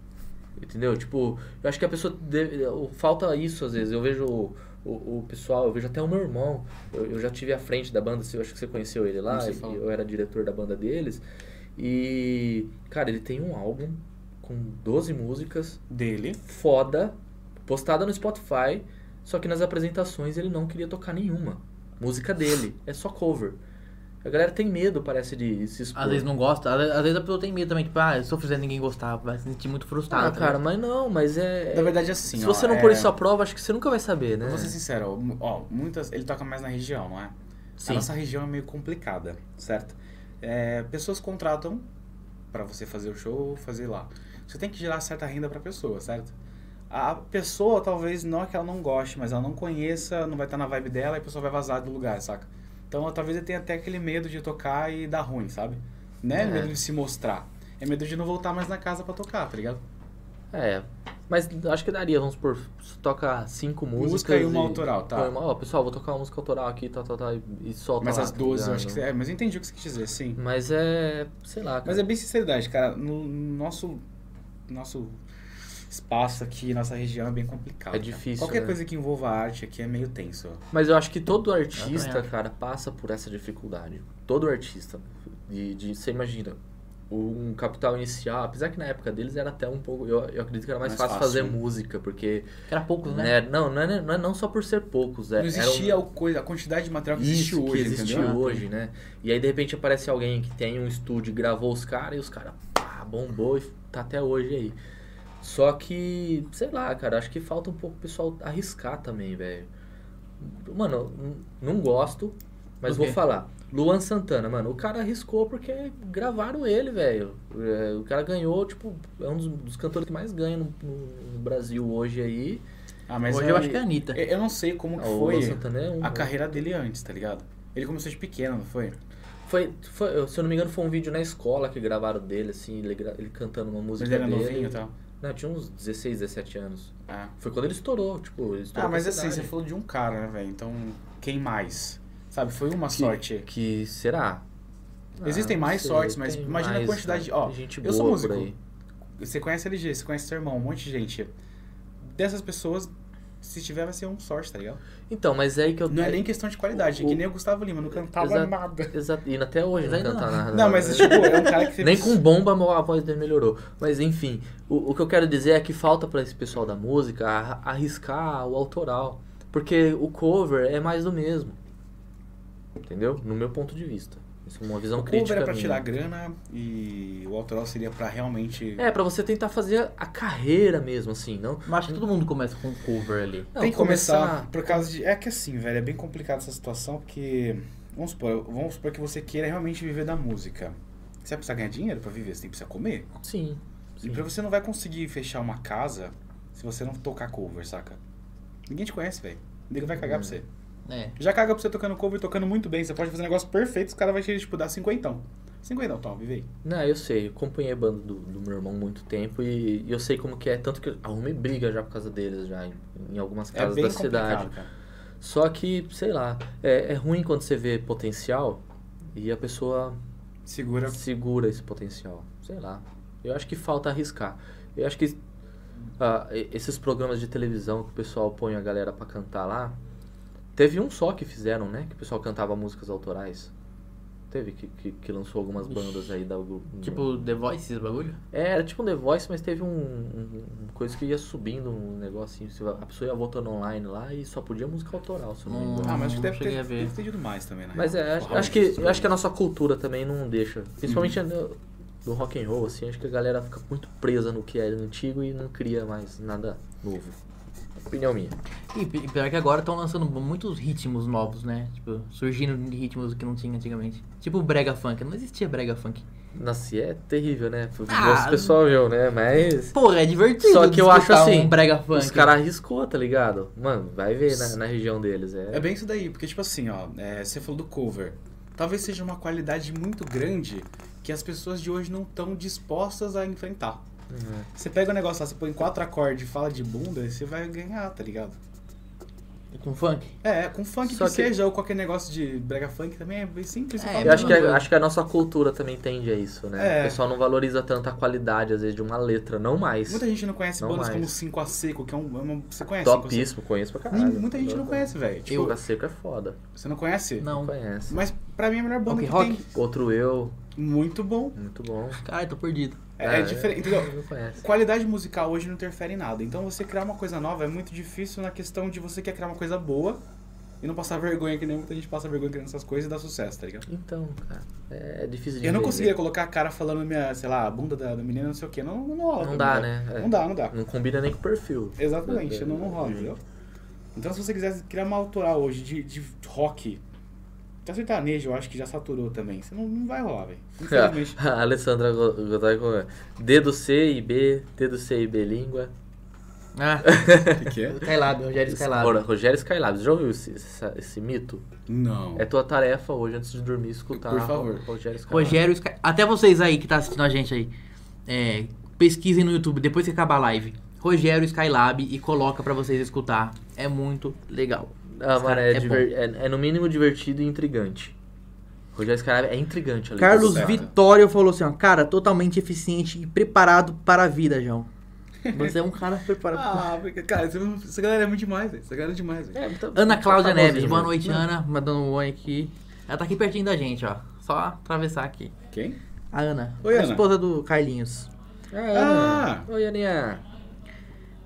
Entendeu? Tipo, eu acho que a pessoa. deve- o- falta isso às vezes. Eu vejo o, o- o pessoal, eu vejo até o meu irmão. Eu, eu já tive à frente da banda, eu acho que você conheceu ele lá. Não sei e- falar. eu era diretor da banda deles. E. Cara, ele tem um álbum com 12 músicas Dele. foda, postada no Spotify, só que nas apresentações ele não queria tocar nenhuma. Música dele, é só cover. A galera tem medo, parece, de se expor. Às vezes não gosta, às às vezes a pessoa tem medo também, tipo, ah, se eu fizer ninguém gostar, vai se sentir muito frustrado. Ah, tá cara, ligado? mas não, mas é. Na verdade, assim, se ó, você não é- pôr isso à prova, acho que você nunca vai saber, né? Eu Vou ser sincero, ó, mu- ó, muitas. Ele toca mais na região, não é? Sim. A nossa região é meio complicada, certo? É, pessoas contratam pra você fazer o show, fazer lá. Você tem que gerar certa renda pra pessoa, certo? A pessoa, talvez, não é que ela não goste, mas ela não conheça, não vai estar na vibe dela e a pessoa vai vazar do lugar, saca? Então, ela- talvez ele tenha até aquele medo de tocar e dar ruim, sabe? Não é, É. medo de se mostrar. É medo de não voltar mais na casa pra tocar, tá ligado? É. Mas acho que daria, vamos supor, você toca cinco músicas. Música e uma e- autoral, tá? Põe uma- Ó, pessoal, vou tocar uma música autoral aqui, tal, tal, tal, e, e solta Mas lá, as tá 12, eu ligado? acho que... É, mas eu entendi o que você quis dizer, sim. Mas é. sei lá, cara. Mas é bem sinceridade, cara. No nosso, nosso espaço aqui, nossa região é bem complicado. É cara. difícil, Qualquer né? coisa que envolva arte aqui é meio tenso. Mas eu acho que todo Eu artista, também cara, passa por essa dificuldade. Todo artista. De, de, você imagina, um capital inicial, apesar que na época deles era até um pouco. Eu, eu acredito que era mais, Mais fácil, fácil, fazer né? música, porque. Era poucos, né? né, não, não é, não é não só por ser poucos, é. era Não um- existia o coisa, a quantidade de material que existe isso hoje, que existe entendeu? Ah, hoje, né? E aí de repente aparece alguém que tem um estúdio, gravou os caras e os caras pá, bombou e tá até hoje aí. Só que, sei lá, cara, acho que falta um pouco o pessoal arriscar também, velho. Mano, n- não gosto, mas Por vou quê? falar. Luan Santana, mano, o cara arriscou porque gravaram ele, velho. É, o cara ganhou, tipo, é um dos, dos cantores que mais ganha no, no- no Brasil hoje aí. Ah, mas Hoje é- eu acho que é a Anitta. eu- Eu não sei como que Ah, o Luan foi Santana é um. a carreira dele antes, tá ligado? Ele começou de pequeno, não foi? Foi, foi- se eu não me engano, foi um vídeo na escola que gravaram dele, assim, ele, gra- ele cantando uma música Mas ele era dele. novinho tá? e tal. Não, tinha uns 16, 17 anos. Ah, Foi quando ele estourou, tipo, ele estourou Ah, mas com assim, essa você idade. falou de um cara, né, velho? Então, quem mais? Sabe, foi uma Que, sorte. que será? Ah, Existem não mais sortes, mas tem imagina a quantidade de- cara. ó, Tem gente eu sou boa músico. por aí. Você conhece a LG, você conhece seu irmão, um monte de gente. Dessas pessoas, se tiver, vai ser um sorte, tá ligado? Então, mas é aí que eu... Não é nem questão de qualidade, O- é que nem o Gustavo Lima, não cantava Exato. nada. Exato, e até hoje né, não Ainda canta não. nada. Não, mas tipo, é um cara que teve... Nem com bomba a voz dele melhorou. Mas enfim, o, o que eu quero dizer é que falta pra esse pessoal da música a- arriscar o autoral. Porque o cover é mais do mesmo. Entendeu? No meu ponto de vista. Isso é uma visão O cover crítica. era pra minha. tirar grana e o autoral seria pra realmente... É, pra você tentar fazer a carreira mesmo, assim, não? Mas acho que todo mundo começa com um cover ali. não, Tem que começar por causa de... É que assim, velho, é bem complicado essa situação, porque... Vamos supor, vamos supor que você queira realmente viver da música. Você vai precisar ganhar dinheiro pra viver, você tem que precisar comer. Sim. E sim. pra você não vai conseguir fechar uma casa se você não tocar cover, saca? Ninguém te conhece, velho. Ninguém vai cagar pra você. É. Já caga pra você tocando cover, tocando muito bem. Você pode fazer um negócio perfeito, os caras vão te, tipo, dar cinquentão. Cinquentão, toma, vive aí. Não, eu sei. Eu acompanhei a banda do, do meu irmão muito tempo e, e eu sei como que é. Tanto que eu arrumei briga já por causa deles, já em, em algumas É casas bem da cidade. complicado, cara. Só que, sei lá, é, é ruim quando você vê potencial e a pessoa Segura. Hum, segura esse potencial. Sei lá. Eu acho que falta arriscar. Eu acho que ah, e- esses programas de televisão que o pessoal põe a galera pra cantar lá. Teve um só que fizeram, né? Que o pessoal cantava músicas autorais. Teve que, que, que lançou algumas bandas aí da grupo. Tipo, The Voice, esse bagulho? É, era tipo um The Voice, mas teve um, um- uma coisa que ia subindo um negocinho. você- A pessoa ia votando online lá e só podia música autoral, se eu não me engano. Hum. Ah, mas acho que Não deve ter, cheguei a ver. deve ter tido mais também, né? Mas é, acho, Porra, acho que, isso, eu acho que a nossa cultura também não deixa. Principalmente no, no rock and roll, assim, acho que a galera fica muito presa no que é antigo e não cria mais nada novo. Opinião minha. E pi- pior que agora estão lançando muitos ritmos novos, né? Tipo, surgindo ritmos que não tinha antigamente. Tipo o brega funk, não existia brega funk. Nossa, e é terrível, né? Pro Ah, gosto pessoal meu, né? Mas. Porra, é divertido. Só que eu acho escutar assim, um brega funk. Os caras arriscou, tá ligado? Mano, vai ver na, na região deles. É, É bem isso daí, porque tipo assim, ó, é, você falou do cover. Talvez seja uma qualidade muito grande que as pessoas de hoje não estão dispostas a enfrentar. Uhum. Você pega o negócio lá, você põe quatro acordes e fala de bunda, e você vai ganhar, tá ligado? com funk. É, com funk Só que, que- seja, ou qualquer negócio de brega funk também é bem simples. você É, fala, Eu acho que, "Mano, Mano, a, acho que a nossa cultura também tende a isso, né? É. O pessoal não valoriza tanto a qualidade, às vezes, de uma letra, não mais. Muita gente não conhece Não bandas mais. como 5 a Seco, que é um. é uma- você conhece? Cinco a Seco? Topíssimo, conheço pra caralho. Muita gente não Adoro. conhece, velho. Tipo, Tipo, eu... Seco é foda. você não conhece? Não. Conhece. Mas pra mim é a melhor banda Ok, que rock. tem. Outro eu, Muito bom. muito bom. Caralho, tô perdido. É, Ah, é diferente, entendeu? Não conhece. Qualidade musical hoje não interfere em nada. Então você criar uma coisa nova é muito difícil na questão de você quer criar uma coisa boa e não passar vergonha, que nem muita gente passa vergonha criando essas coisas e dá sucesso, tá ligado? Então, cara, é difícil de Eu não entender. conseguia colocar a cara falando minha, sei lá, a bunda da, da menina, não sei o quê. Não, não, rola. Não pra dá, mim, né? velho. É. tá Não dá, não dá. Não combina nem com o perfil. Exatamente, É, não, não rola, é. entendeu? Então se você quiser criar uma autoral hoje de, de rock, até sertanejo eu acho que já saturou também. Você não, não vai rolar, velho. Infelizmente. A Alessandra Go- Godoy com D do C e B, D do C e B língua. Ah, O que é? Skylab, Rogério Ora, Skylab. Rogério Skylab, já ouviu esse, essa- esse mito? Não. É tua tarefa hoje, antes de dormir, escutar Por favor. Ro- Rogério Skylab. Rogério Skylab. Até vocês aí que tá assistindo a gente aí, é, pesquisem no YouTube depois que acabar a live. Rogério Skylab e coloca pra vocês escutar. É muito legal. Ah, mano, é, É diver- é- é no mínimo divertido e intrigante. Rogério Skylab é intrigante. Alessandra. Carlos certo. Vitório falou assim, ó, cara, totalmente eficiente e preparado para a vida, João. Você é um cara preparado. Ah, porque, cara, essa- essa galera é muito demais, velho. Essa galera é demais, velho. É, tá- Ana tá Cláudia famosinho, Neves, né? boa noite, Ana. Mandando um oi aqui. Ela tá aqui pertinho da gente, ó. Só atravessar aqui. Quem? A Ana, Oi, a Ana. esposa do Carlinhos. Ah, Ana. Ah. Oi, Aninha.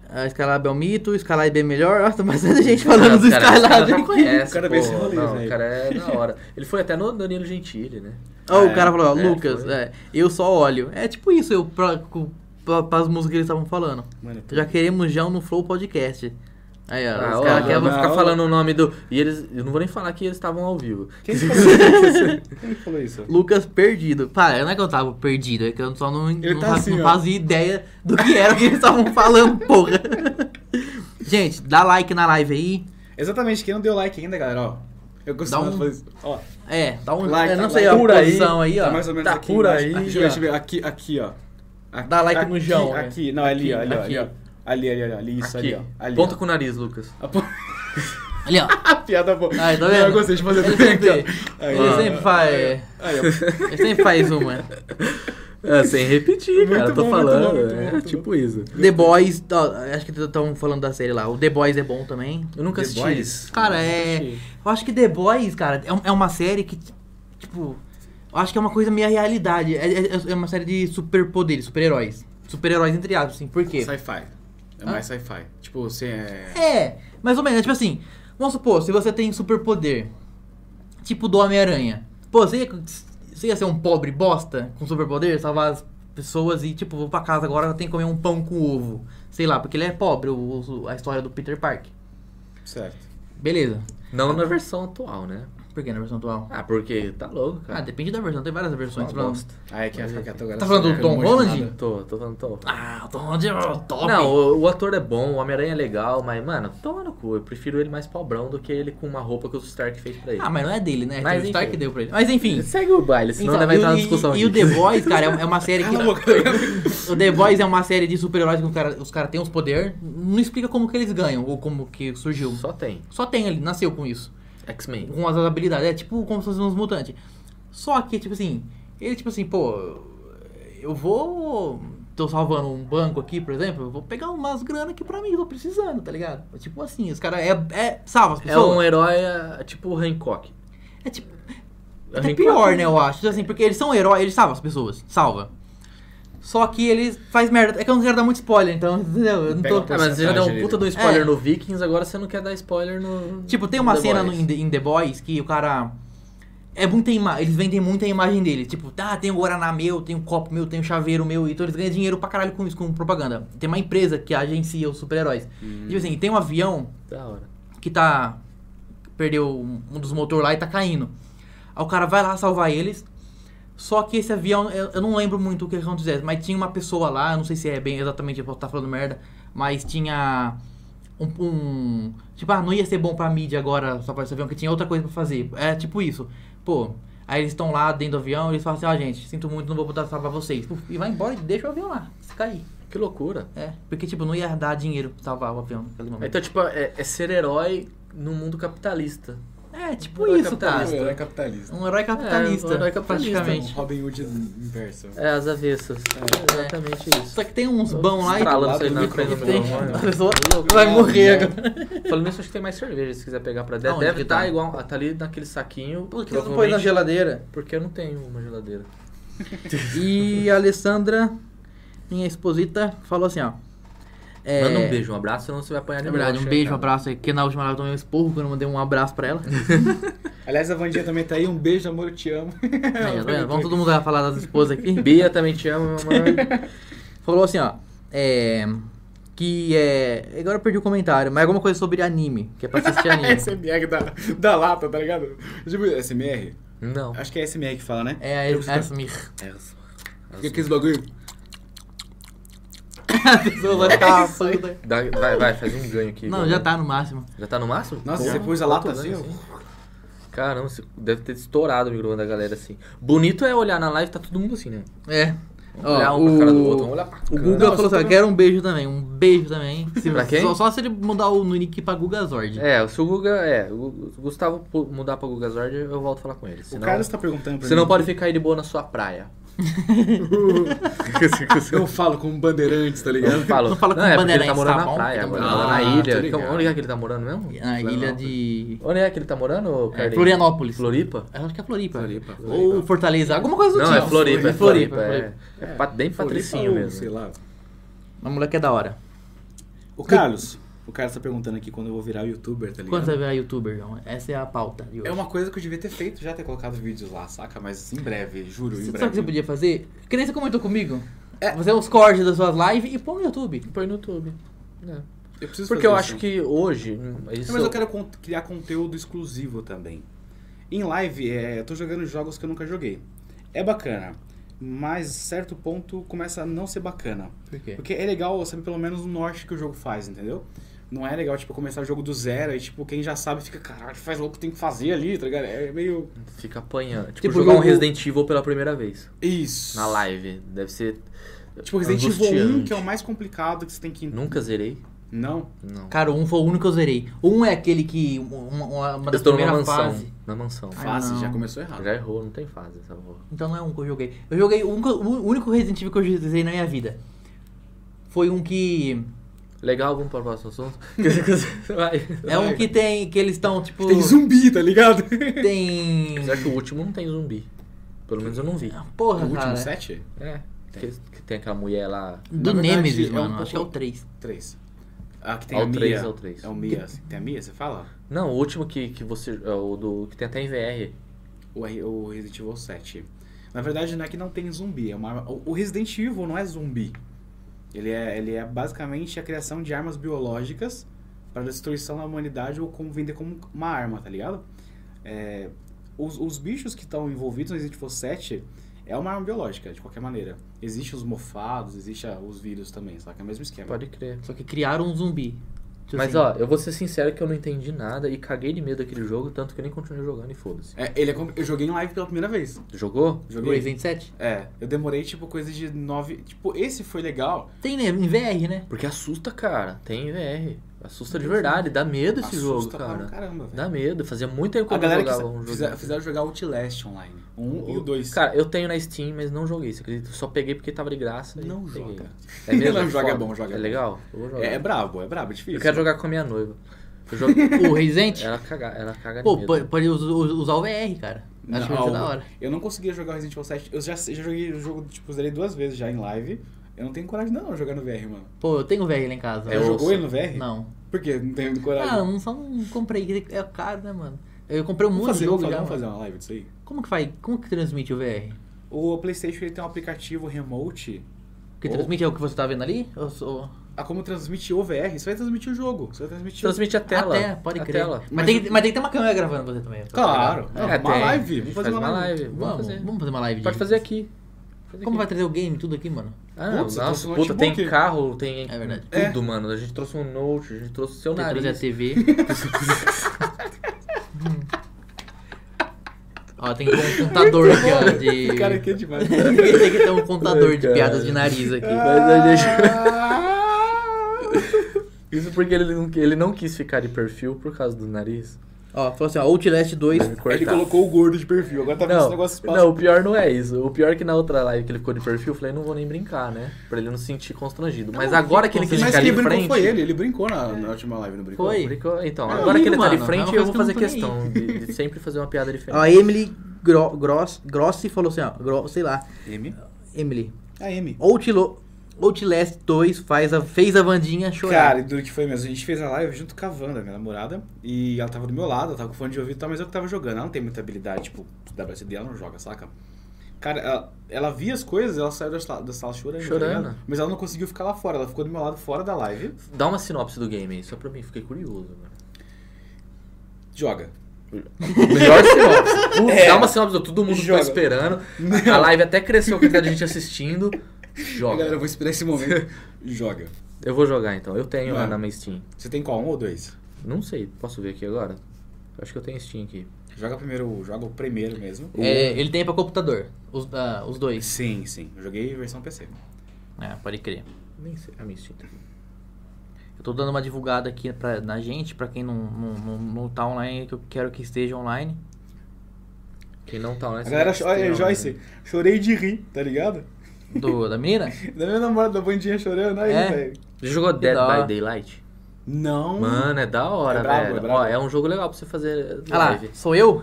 A Skylab é um mito, Skylab é melhor. Nossa, tem bastante gente falando do Os caras- os caras Skylab. já aqui. conhecem, O cara pô. vê esse rolê, Não, velho. O cara é da hora. Ele foi até no Danilo Gentili, né? Ó, o É, cara falou, ó, é, Lucas, foi. é, eu só olho. É tipo isso, eu pra, com- pra- pras músicas que eles estavam falando. Mano, Já queremos Jão no Flow Podcast. Aí, ó, Ah, os caras ó, querem eu vou não. ficar falando o nome do. E eles. Eu não vou nem falar que eles estavam ao vivo. Quem que falou isso? Quem que falou isso? Lucas perdido. Para, não é que eu tava perdido, é que eu só não, Ele não, tá fa- assim, não ó. fazia ideia do que era o que eles estavam falando, porra. Gente, dá like na live aí. Exatamente, quem não deu like ainda, galera, ó. Eu costumo Dá um- fazer isso. Ó, É, dá um Like, eu não tá sei like. a Por aí, posição aí, tá ó. mais ou menos tá aqui por embaixo. aí, Aqui, deixa eu ver, ó. deixa eu ver. Aqui, aqui, ó. Aqui, Dá like no aqui, João, né? Aqui, não, é ali, ó, ali, ó, Aqui, ali, ó. Ali, ali, ali, ali, isso, Aqui, ali, ó. Ali, Ponta ó. com o nariz, Lucas. A po- Ali, ó. A piada boa. Aí, tá Não, vendo? Eu gostei de fazer Ele também aqui, sempre, ó. Aí, ele ó. sempre faz. Aí, ó. Ele sempre faz uma. É, sem repetir, Muito cara. eu tô bom, muito falando. bom, muito é bom, muito tipo isso. The Boys, ó, acho que estão falando da série lá. O The Boys é bom também. Eu nunca The assisti Boys? isso. Cara, Nunca é. assisti. Eu acho que The Boys, cara, é, um- é uma série que, tipo. Eu acho que é uma coisa meio realidade. É, é- é uma série de superpoderes, super-heróis. Super-heróis, entre aspas, assim. Por quê? Sci-fi. É Hã? mais sci-fi. Tipo, você é. É, mais ou menos. É tipo assim, vamos supor, se você tem superpoder, tipo do Homem-Aranha. Pô, você ia, você ia ser um pobre bosta com superpoder, salvar as pessoas e, tipo, vou pra casa agora, eu tenho que comer um pão com ovo. Sei lá, porque ele é pobre, o- o- a história do Peter Park. Certo. Beleza. Não na versão atual, né? Por que na versão atual? Ah, porque tá louco, Ah, cara. depende da versão, tem várias versões. Uma pra- bosta. Aí, quem vai ficar quieto agora? Tá falando do Eu Tom não manjo Holland? nada. Tô, tô falando, tô. Ah, o Tom Holland é o top. Não, o, o ator é bom, o Homem-Aranha é legal, mas, mano, toma no cu. Eu prefiro ele mais pobrão do que ele com uma roupa que o Stark fez pra ele. Ah, mas não é dele, né? Mas Mas o Stark enfim. deu pra ele. Mas enfim. Segue o baile, senão Então, vai e entrar o- na e- discussão E, aqui. o The Boys, cara, é é uma série que. Cala a boca. O The Boys é uma série de super-heróis que o cara- os caras têm os poderes. Não explica como que eles ganham ou como que surgiu. Só tem. Só tem ali, nasceu com isso. X-Men. Com as habilidades. É tipo como se fossem uns mutantes. Só que, tipo assim, ele, tipo assim, pô, eu vou. Tô salvando um banco aqui, por exemplo, eu vou pegar umas grana aqui pra mim, que eu tô precisando, tá ligado? É Tipo assim, os caras. É, é, salva as É um pessoas. herói é, tipo o Hancock. um É tipo. Até gente pior, quase- né, eu acho. Tipo Assim, porque eles são heróis, eles salvam as pessoas. Salva. Só que eles faz merda. É que eu não quero dar muito spoiler, então, entendeu? Eu não tô... Pega uma Ah, mas você já deu um Porcentagem puta de um spoiler no Vikings, agora você não quer dar spoiler no. É. Tipo, tem uma no The cena no, Boys. em, The, em The Boys que o cara. É muita ima- Eles vendem muita imagem dele. Tipo, tá, tem o Guaraná meu, tem o copo meu, tem o chaveiro meu. Então eles ganham dinheiro pra caralho com isso, com propaganda. Tem uma empresa que agencia os super-heróis. Hum. Tipo assim, tem um avião Da hora. que tá. Perdeu um um dos motores lá e tá caindo. Aí o cara vai lá salvar eles. Só que esse avião, eu, eu não lembro muito o que aconteceu, mas tinha uma pessoa lá, eu não sei se é bem exatamente, eu posso estar falando merda, mas tinha um, um- Tipo, ah, não ia ser bom pra mídia agora só pra esse avião, que tinha outra coisa pra fazer. É tipo isso. Pô, aí eles estão lá dentro do avião, eles falam assim: ó, gente, sinto muito, não vou poder salvar vocês. Puf, E vai embora e deixa o avião lá, se cair. Que loucura. É, porque, tipo, não ia dar dinheiro pra salvar o avião naquele momento. Então, tipo, é, é ser herói no mundo capitalista. É, tipo Um herói isso, cara. capitalista. Ele é capitalista. Um herói capitalista, É, um herói capitalista. praticamente. Robin Hood inverso. É, as avessas. É, exatamente isso. Só que tem uns bons lá e Estralando lado isso aí do na micro- frente do que meu tem... irmão. a pessoa vai morrer agora. Falando nisso, acho que tem mais cerveja se quiser pegar pra dentro. É. Aonde Deve que estar tá? igual. ah, Tá ali naquele saquinho. Por que você não põe provavelmente, na geladeira? Porque eu não tenho uma geladeira. E a Alessandra, minha esposita, falou assim, ó. é, Manda um beijo, um abraço, senão você vai apanhar de É verdade, broche, um beijo, um cara. abraço aí, porque na última live eu tomei um esporro quando eu mandei um abraço pra ela. Aliás, a Vandinha também tá aí. Um beijo, amor, eu te amo. Aí, tá vendo? Vamos todo mundo lá falar das esposas aqui. Bia também te ama, meu amor. Falou assim, ó. É. Que é. Agora eu perdi o comentário, mas é alguma coisa sobre anime, que é pra assistir anime. SMR da, da lata, tá ligado? Tipo, SMR? Não. Acho que é SMR que fala, né? É a Esmir. É, é Fica aqueles bagulho. A pessoa vai tá, ficar puta. Dá- vai, vai, faz um ganho aqui. É Não, Bruno. já tá no máximo. Já tá no máximo? Nossa, Porra, você pôs a lata quanto assim, ganho, Caramba, isso deve ter estourado o micro da galera assim. Bonito é olhar na live, tá todo mundo assim, né? É. Ó, olhar um o... pra cara do outro, um olhar pra O cara. Guga Não, falou você assim, ó, tá- quero um beijo também, um beijo também. Se- Pra quem? Só, só se ele mudar o nick pra Guga Zord. É, se o Guga. É, o Gu- o Gustavo pu- mudar pra Guga Zord, eu volto falar com ele. O Senão, Carlos tá perguntando pra você mim. não pode ficar aí de boa na sua praia. Eu falo com bandeirantes, tá Eu ligado? falo. Não fala com é porque ele Bandeirantes, tá morando tá na bom? praia Tá agora, morando- na Ah, tô ilha. ligado. Onde é que ele tá morando mesmo? Na ilha de... Onde é que ele tá morando, É, Carlinhos? Florianópolis. Floripa? Eu Acho que é Floripa. Floripa, Ou Floripa. Fortaleza, alguma coisa do Não, tipo. é Floripa, é Floripa. é É, é pa- bem patricinho Ou, mesmo. Sei lá. Uma moleque é da hora. Tá O Carlos. O Carlos tá perguntando aqui quando eu vou virar youtuber, tá Quando ligado? você virar youtuber, João? Essa é a pauta de hoje. É uma coisa que eu devia ter feito, já ter colocado vídeos lá, saca? Mas em breve, juro, em Sabe o que né? breve. você podia fazer? Que nem você comentou comigo. É. Fazer uns cortes das suas lives e pôr no YouTube. Põe no YouTube. É. Eu preciso Porque eu fazer acho que isso. hoje. hum, É, Isso Mas eu quero con- criar conteúdo exclusivo também. Em live, é, eu tô jogando jogos que eu nunca joguei. É bacana, mas certo ponto começa a não ser bacana. Por quê? Porque é legal saber pelo menos o norte que o jogo faz, entendeu? Não é legal, tipo, começar o jogo do zero e, tipo, quem já sabe fica, caralho, faz logo o que tem que fazer ali, tá ligado? É meio. Fica apanhando. Tipo, Tipo, jogar um jogo- Resident Evil pela primeira vez. Isso. Na live. Deve ser. Tipo, Resident Evil 1, angustiante. que é o mais complicado que você tem que. Nunca zerei. Não. Não. Cara, um foi o único que eu zerei. Um é aquele que. Uma, uma, uma Eu das estou numa primeiras mansão. fases. Na mansão. Ah, Fase, não. já começou errado. Já errou, não tem fase essa porra. Então não é um que eu joguei. Eu joguei um, que eu- o único Resident Evil que eu joguei na minha vida. Foi um que. Legal, vamos para o próximo assunto. Vai. É um que tem. Que eles estão, tipo. Tem zumbi, tá ligado? Tem. Apesar que o último não tem zumbi. Pelo menos eu não vi. O Porra, último cara. set? É. Que, que tem aquela mulher lá. Do Na verdade, Nemesis, é um mano. pouco- Acho que é o 3. Três. Ah, que tem É o a Mia. três, é o três. É o Mia. Tem a Mia, você fala? Não, o último que, que você. é o do, que tem até em VR. O, R- o Resident Evil 7. Na verdade, não é que não tem zumbi. É uma, o o Resident Evil não é zumbi. Ele é, ele é basicamente a criação de armas biológicas para destruição da humanidade ou como vender como uma arma, tá ligado? É, os, os bichos que estão envolvidos no Resident Evil 7 é uma arma biológica, de qualquer maneira. Existem os mofados, existem os vírus também, saca? É o mesmo esquema. Pode crer. Só que criaram um zumbi. Tipo Mas assim, ó, eu vou ser sincero que eu não entendi nada e caguei de medo daquele jogo, tanto que eu nem continuei jogando e foda-se. É, ele é como- eu joguei em live pela primeira vez. Jogou? O Joguei. Resident 7? É, eu demorei tipo coisa de nove. Tipo, esse foi legal. Tem né, em VR, né? Porque assusta, cara. Tem em VR. Assusta de verdade. Dá medo esse Assusta jogo, pra um cara. caramba, velho. Dá medo. Fazia muito tempo que A eu não galera jogava um que fizer- jogo. fizeram jogar Outlast online. Um e o dois. Cara, eu tenho na Steam, mas não joguei, você acredita? Eu Só peguei porque tava de graça. e Não peguei. joga. É mesmo? Não joga, é foda. bom, joga, é É bom. legal? Eu vou jogar. é, é brabo, é brabo, é difícil. eu quero jogar com a minha noiva. Eu jogo... O Resident? É, ela caga, ela caga de Pô, medo. pode, pode us- us- usar o VR, cara. Acho que vai ser da hora. Eu não conseguia jogar o Resident Evil 7. Eu já, já joguei o jogo, tipo, zerei duas vezes já em live. Eu não tenho coragem não, de jogar no VR, mano. Pô, eu tenho velho lá em casa. Você eu jogou ouço. ele É no VR? Não. Por quê? Não tenho Ah, eu coragem. não, só não comprei. É caro, né, mano? Eu comprei um vamos monte fazer, de jogo vamos fazer, já. vamos fazer mano. uma live disso aí. Como que faz? Como que transmite o VR? O PlayStation ele tem um aplicativo remote. Que Ou- transmite é o que você tá vendo ali? Eu sou... Ah, como transmitir o VR? Você vai transmitir o jogo. Você vai transmitir o... Tipo, Transmite a tela. Até, pode a crer. Tela. Mas, Mas tem, que- eu- mas tem que ter uma câmera gravando você também. Claro. Não, É, uma tem. live. A gente Vamos fazer faz uma live. Vamos fazer. vamos fazer uma live. Pode de- fazer aqui. Fazer Como vai aqui. trazer o game, tudo aqui, mano? Ah, Putz, eu trouxe nossa, um puta, tem notebook. carro, tem É verdade. assim. tudo, mano. A gente trouxe um note, a gente trouxe o seu Tem que nariz. trazer a TV. Hum. Ó, tem que ter um contador aqui, ó. De... Esse cara aqui é demais. tem que tem que ter um contador de Ai, cara. piadas de nariz aqui. Mas a gente- Ah! Isso porque ele não, ele não quis ficar de perfil por causa do nariz. Ó, falou assim, ó, Outlast 2. Ele Ele colocou o gordo de perfil. Agora tá vendo esse Não, negócio espaço. não, o pior não é isso. O pior é que na outra live que ele ficou de perfil, eu falei, não vou nem brincar, né? Pra ele não se sentir Tá constrangido. Mas agora que ele quis Mas ficar quem de brincou frente. foi ele. Ah, Ele brincou na, na última live, não brincou? Foi. Brincou? Então, Não, agora que ele tá de mano, é frente, uma coisa eu vou que eu fazer não tô nem questão de, de sempre fazer uma piada diferente. Ó, a Emily Gro Gross, Grossi falou assim, ó. Gro sei lá. M? Emily. A M. Outlo Outlast 2 faz a, fez a Vandinha chorar. Cara, e duro que foi mesmo. A gente fez a live junto com a Wanda, minha namorada, e ela tava do meu lado, ela tava com fone de ouvido e tal, mas eu que tava jogando. Ela não tem muita habilidade, tipo, da WSD, ela não joga, saca? Cara, ela, ela via as coisas, ela saiu da sala, da sala chorando. tá Chorando. ligado? mas ela não conseguiu ficar lá fora, ela ficou do meu lado fora da live. Dá uma sinopse do game aí, só pra mim, fiquei curioso. mano. Joga. Melhor sinopse. Putz, É. Dá uma sinopse, todo mundo Joga. tá esperando. A live até cresceu a quantidade de gente assistindo. Galera, eu Joga. vou esperar esse momento. Joga. Eu vou jogar então. Eu tenho lá Mano. na minha Steam. Você tem qual? Um ou dois? Não sei, posso ver aqui agora? Acho que eu tenho Steam aqui. Joga primeiro, joga o primeiro mesmo. É, ele tem pra computador, os, ah, os dois. Sim, sim. Eu joguei versão PC. É, pode crer. Nem sei. A minha Steam tá aqui. Eu tô dando uma divulgada aqui pra, na gente, pra quem não, não, não, não tá online, que eu quero que esteja online. Quem não tá online. A galera, é, você não olha, tem Joyce, online. chorei de rir, tá ligado? Do, da menina? Da minha namorada da bandinha chorando aí, É? velho. Já jogou Dead da hora. by Daylight? Não. Mano, é da hora, É brabo, velho. é brabo. Ó, é um jogo legal pra você fazer Ah lá, live. sou eu?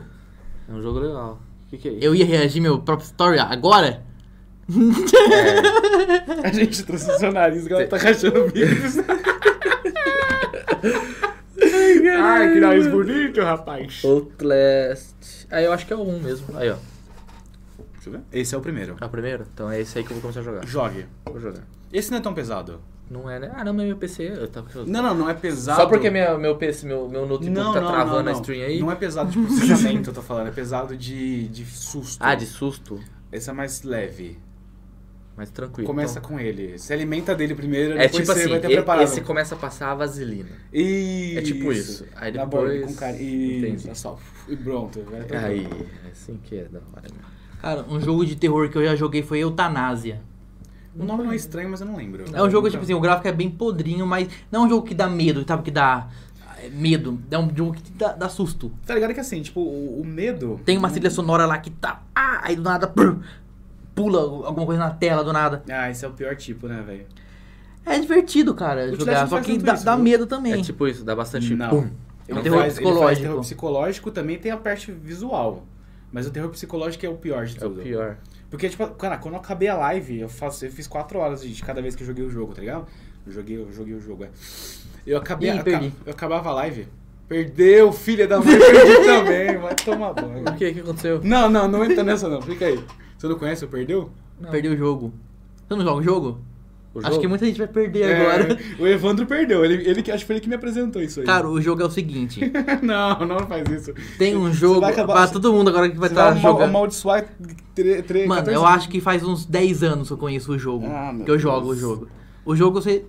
É um jogo legal. O que, que é isso? Eu ia reagir meu próprio story agora? A gente trouxe o seu nariz, agora tá rachando o bico. Ai, que é, né? nariz bonito, rapaz. Outlast. Aí eu acho que é o 1 mesmo. Aí, ó. Deixa eu ver. Esse é o primeiro. É o primeiro? Então é esse aí que eu vou começar a jogar. Jogue. Vou jogar. Esse não é tão pesado. Não é, né? Ah, não, mas meu PC. Eu tava... Não, não, não é pesado. Só porque minha, meu PC, meu, meu notebook Não, tá não, travando não, não. a stream aí. Não é pesado de processamento, eu tô falando. É pesado de, de susto. Ah, de susto. Esse é mais leve. Mas tranquilo. Começa Então, com ele. Se alimenta dele primeiro, É depois tipo você assim, vai ter e- preparado. esse começa a passar a vaselina. Isso. É tipo isso. Aí Na borda, depois. com cara. E... Entendi. Só. E pronto. vai pra- Aí, é assim que é da hora. Cara, um jogo de terror que eu já joguei foi Eutanásia. O nome não é estranho, mas eu não lembro. É um jogo, tipo assim, o gráfico é bem podrinho, mas não é um jogo que dá medo, sabe? Que dá é, medo. É um jogo que te dá, dá susto. Tá ligado que assim, tipo, o, o medo. Tem uma trilha sonora lá que tá. Ah, aí do nada. prr, Pula alguma coisa na tela do nada. Ah, esse é o pior tipo, né, velho? É divertido, cara, O jogar. Outlast Só não que faz dá, tanto dá isso, medo também. É tipo isso, dá bastante. Não. Pum. É um terror psicológico. terror psicológico também tem a parte visual. Mas o terror psicológico é o pior de É o tudo. pior. Porque, tipo, cara, quando eu acabei a live, eu, faço, eu fiz 4 horas de cada vez que eu joguei o jogo, tá ligado? Eu joguei, eu joguei o jogo, é. Eu acabei. Ih, aca- perdi. Eu acabava a live. Perdeu, filha da mãe, perdi também. Vai tomar banho. O que? O que aconteceu? Não, não, não entra nessa não. Fica aí. Você não conhece o Perdeu? Não. Perdeu o jogo. Você não joga o jogo? O Acho jogo? que muita gente vai perder É, agora. o Evandro perdeu. Ele, ele, que- acho que foi ele que me apresentou isso aí. Cara, o jogo é o seguinte: não, não faz isso. tem um Você jogo vai acabar- pra todo mundo agora que vai Você estar vai tá jogando. amaldiçoar tre, tre, Mano, 14 eu acho que faz uns 10 anos que eu conheço o jogo. Ah, meu que eu jogo Deus. o jogo. O jogo você,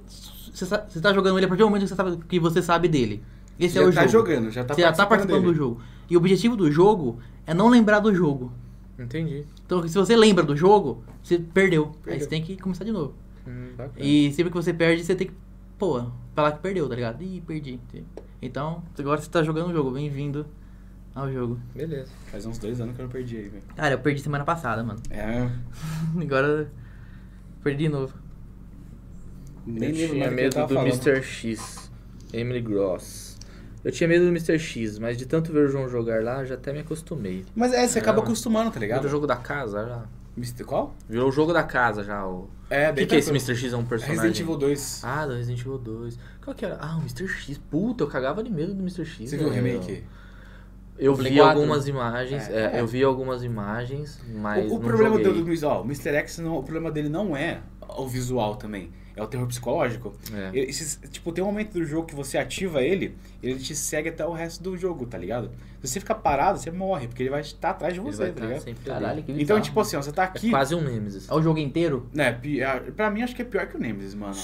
você. sa- Você tá jogando ele a partir do momento que você sabe, que você sabe dele. Esse já é o tá jogo. jogando, já tá você já tá participando do dele. jogo. E o objetivo do jogo é não lembrar do jogo. Entendi. Então, se você lembra do jogo, você perdeu. Aí Perdeu. você tem que começar de novo. Hum, bacana. E sempre que você perde, você tem que, pô, falar que perdeu, tá ligado? Ih, perdi. Então, agora você tá jogando o jogo. Bem-vindo ao jogo. Beleza. Faz uns dois anos que eu não perdi aí, velho. Cara, eu perdi semana passada, mano. É, Agora, perdi de novo. nem eu lembro tinha mais o que eu medo tava do falando. Mr. X. Emily Gross. Eu tinha medo do Mr. X, mas de tanto ver o João jogar lá, já até me acostumei. Mas é, você É, acaba mano. acostumando, tá Virou o ligado? jogo da casa já. Mr. Qual? Virou o jogo da casa já. O É, o que, que é esse Mr. X? É um personagem? Resident Evil 2. Ah, do Resident Evil 2. Qual que era? Ah, o Mr. X. Puta, eu cagava de medo do Mr. X. Você viu o velho. remake? Eu O Play vi 4. algumas imagens. É. é, eu vi algumas imagens, mas. O, o não problema joguei. do, do ó, o Mr. X, não, o problema dele não é o visual também, é o terror psicológico. É. Ele- esses- tipo, tem um momento do jogo que você ativa ele, ele te segue até o resto do jogo, tá ligado? Se você ficar parado, você morre, porque ele vai estar atrás de Ele você, vai tá tá ligado? sempre ali. Caralho, que bizarro. Então, tipo assim, ó, você tá aqui. É quase um Nemesis. É o jogo inteiro? Né, pi- é, pra mim acho que é pior que o Nemesis, mano.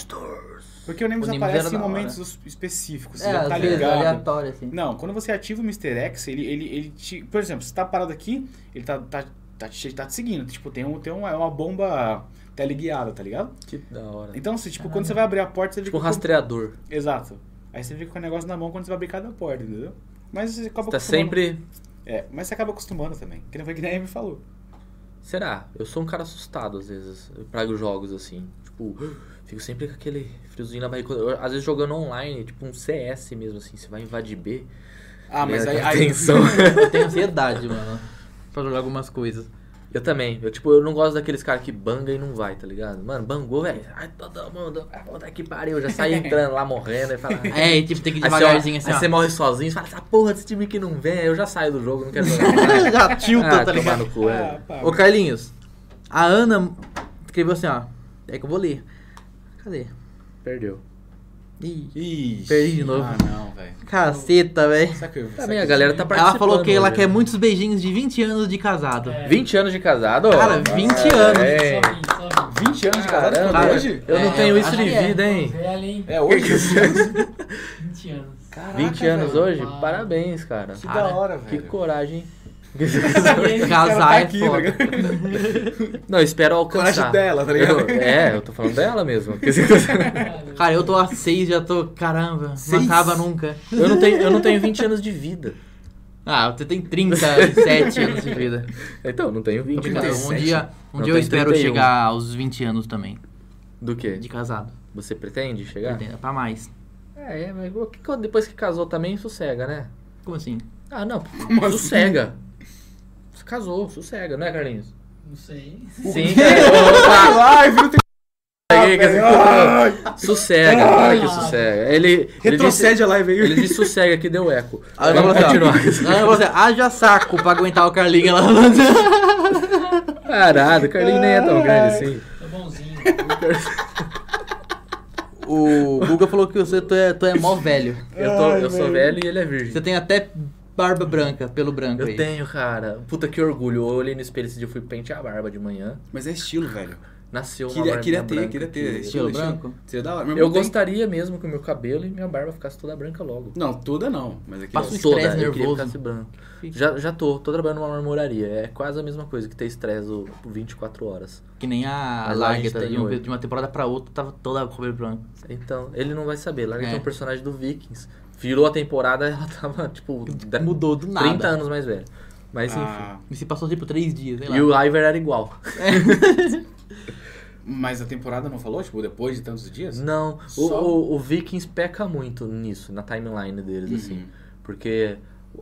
Porque o Nemesis O Nemesis era aparece em da hora. momentos es- específicos, você é, já tá às vezes, ligado. aleatório, assim. Não, quando você ativa o Mr. X, ele, ele, ele te. Por exemplo, você tá parado aqui, ele tá, tá, tá, te, tá te seguindo. Tipo, tem, um, tem um, é uma bomba teleguiada, tá ligado? Que da hora. Então, se, tipo, quando você vai abrir a porta, você Tipo um fica. rastreador. Com... Exato. Aí você fica com o negócio na mão quando você vai abrir cada porta, entendeu? Mas você acaba Você tá acostumando. sempre. É, mas você acaba acostumando também. Que não foi que nem a Amy falou. Será? Eu sou um cara assustado às vezes pra jogos assim. Tipo, fico sempre com aquele friozinho na barriga. Eu, às vezes jogando online, tipo um CS mesmo assim. Você vai invadir B. Ah, mas né, aí. aquela aí... Tensão. Eu tenho ansiedade, mano, pra jogar algumas coisas. Eu também. Eu, tipo, eu não gosto daqueles caras que banga e não vai, tá ligado? Mano, bangou, velho. Ai, todo mundo. Ah, puta que pariu. Já sai entrando lá morrendo e fala. É, e, tipo, tem que ir Aí você, devagarzinho, aí assim, você ó. morre sozinho, você fala, essa porra desse time que não vem, eu já saio do jogo, não quero jogar. Já tilta, ah, tá tomar ligado? no cu, Ah, é. pá, Ô, Carlinhos, a Ana escreveu assim, ó. É que eu vou ler. Cadê? Perdeu. Ih, Ixi, Perdi de novo. Ah, não, velho. caceta, velho. Sabe que eu- sabe Também que a eu- galera tá participando. Ela falou que ela hoje, É, quer né? muitos beijinhos de 20 anos de casado. 20 anos de casado? Cara, 20 anos. é. 20 anos de casado Caramba, foi cara. hoje? Eu não É, tenho eu isso acho de que é. vida, hein? Velho, hein? É hoje? 20 anos. Caraca, 20 anos velho. hoje? Mano. Parabéns, cara. Que Cara, da hora, Que velho. coragem. hein? Casar Ela tá é aqui, foda. tá ligado? Não, eu espero Coragem alcançar. dela, tá ligado? Eu- é, eu tô falando dela mesmo. Cara, eu tô a 6, já tô. Caramba, Seis? não acaba nunca. Eu não, tenho, eu não tenho 20 anos de vida. Ah, você tem 37 anos de vida. Então, eu não tenho Tô 20 brincando, anos. Um dia, um Não, dia eu tem espero 31. chegar aos 20 anos também. Do quê? De casado. Você pretende chegar? Pretendo- Pra mais. É, é, mas o que que- depois que casou também, sossega, né? Como assim? Ah, não. sossega. Você casou, sossega, né, Carlinhos? Não sei. Sim. Ai, Tá viu? Tem... sossega, para que Ah. sossega. Ele, ele disse, Retrocede a live aí. ele disse sossega que deu eco. Ah, Vamos continuar. assim, haja saco pra aguentar o Carlinho lá. Caralho, o Carlinhos nem é tão grande assim. Tô Tá bonzinho. O Guga falou que você tu é, tu é mó velho. Eu, tô, Ai, eu sou velho. velho e ele é Você tá virgem. tem até barba branca, pelo branco Eu aí. tenho, cara. Puta que orgulho. Eu olhei no espelho esse dia, eu fui pentear a barba de manhã. Mas é estilo, velho. Nasceu uma Queria, barbinha queria ter, branca queria ter. aqui. Estilo branco? Seria da hora. Mas Eu não tem- gostaria mesmo que o meu cabelo e minha barba ficasse toda branca logo. Não, toda não. Mas aqui é assim. Passa um ó, Toda, estresse eu queria nervoso. ficasse branco. Fica. Já, já tô, tô trabalhando numa marmoraria. É quase a mesma coisa que ter estresse o- por 24 horas. Que nem a Mas lá a Larga, gente tá tá de de uma, olho. de uma temporada pra outra, tava toda com o cabelo branco. Então, ele não vai saber. Larga É. é. um personagem do Vikings. Virou a temporada, ela tava, tipo, da- Mudou do nada. 30 anos mais velha. Mas enfim. ah, E se passou tipo três dias, sei lá. E o Iver era igual. mas a temporada não falou? Tipo, depois de tantos Assim. dias? Não, o, Só- o- o Vikings peca muito nisso, na timeline deles, Uhum. assim. Porque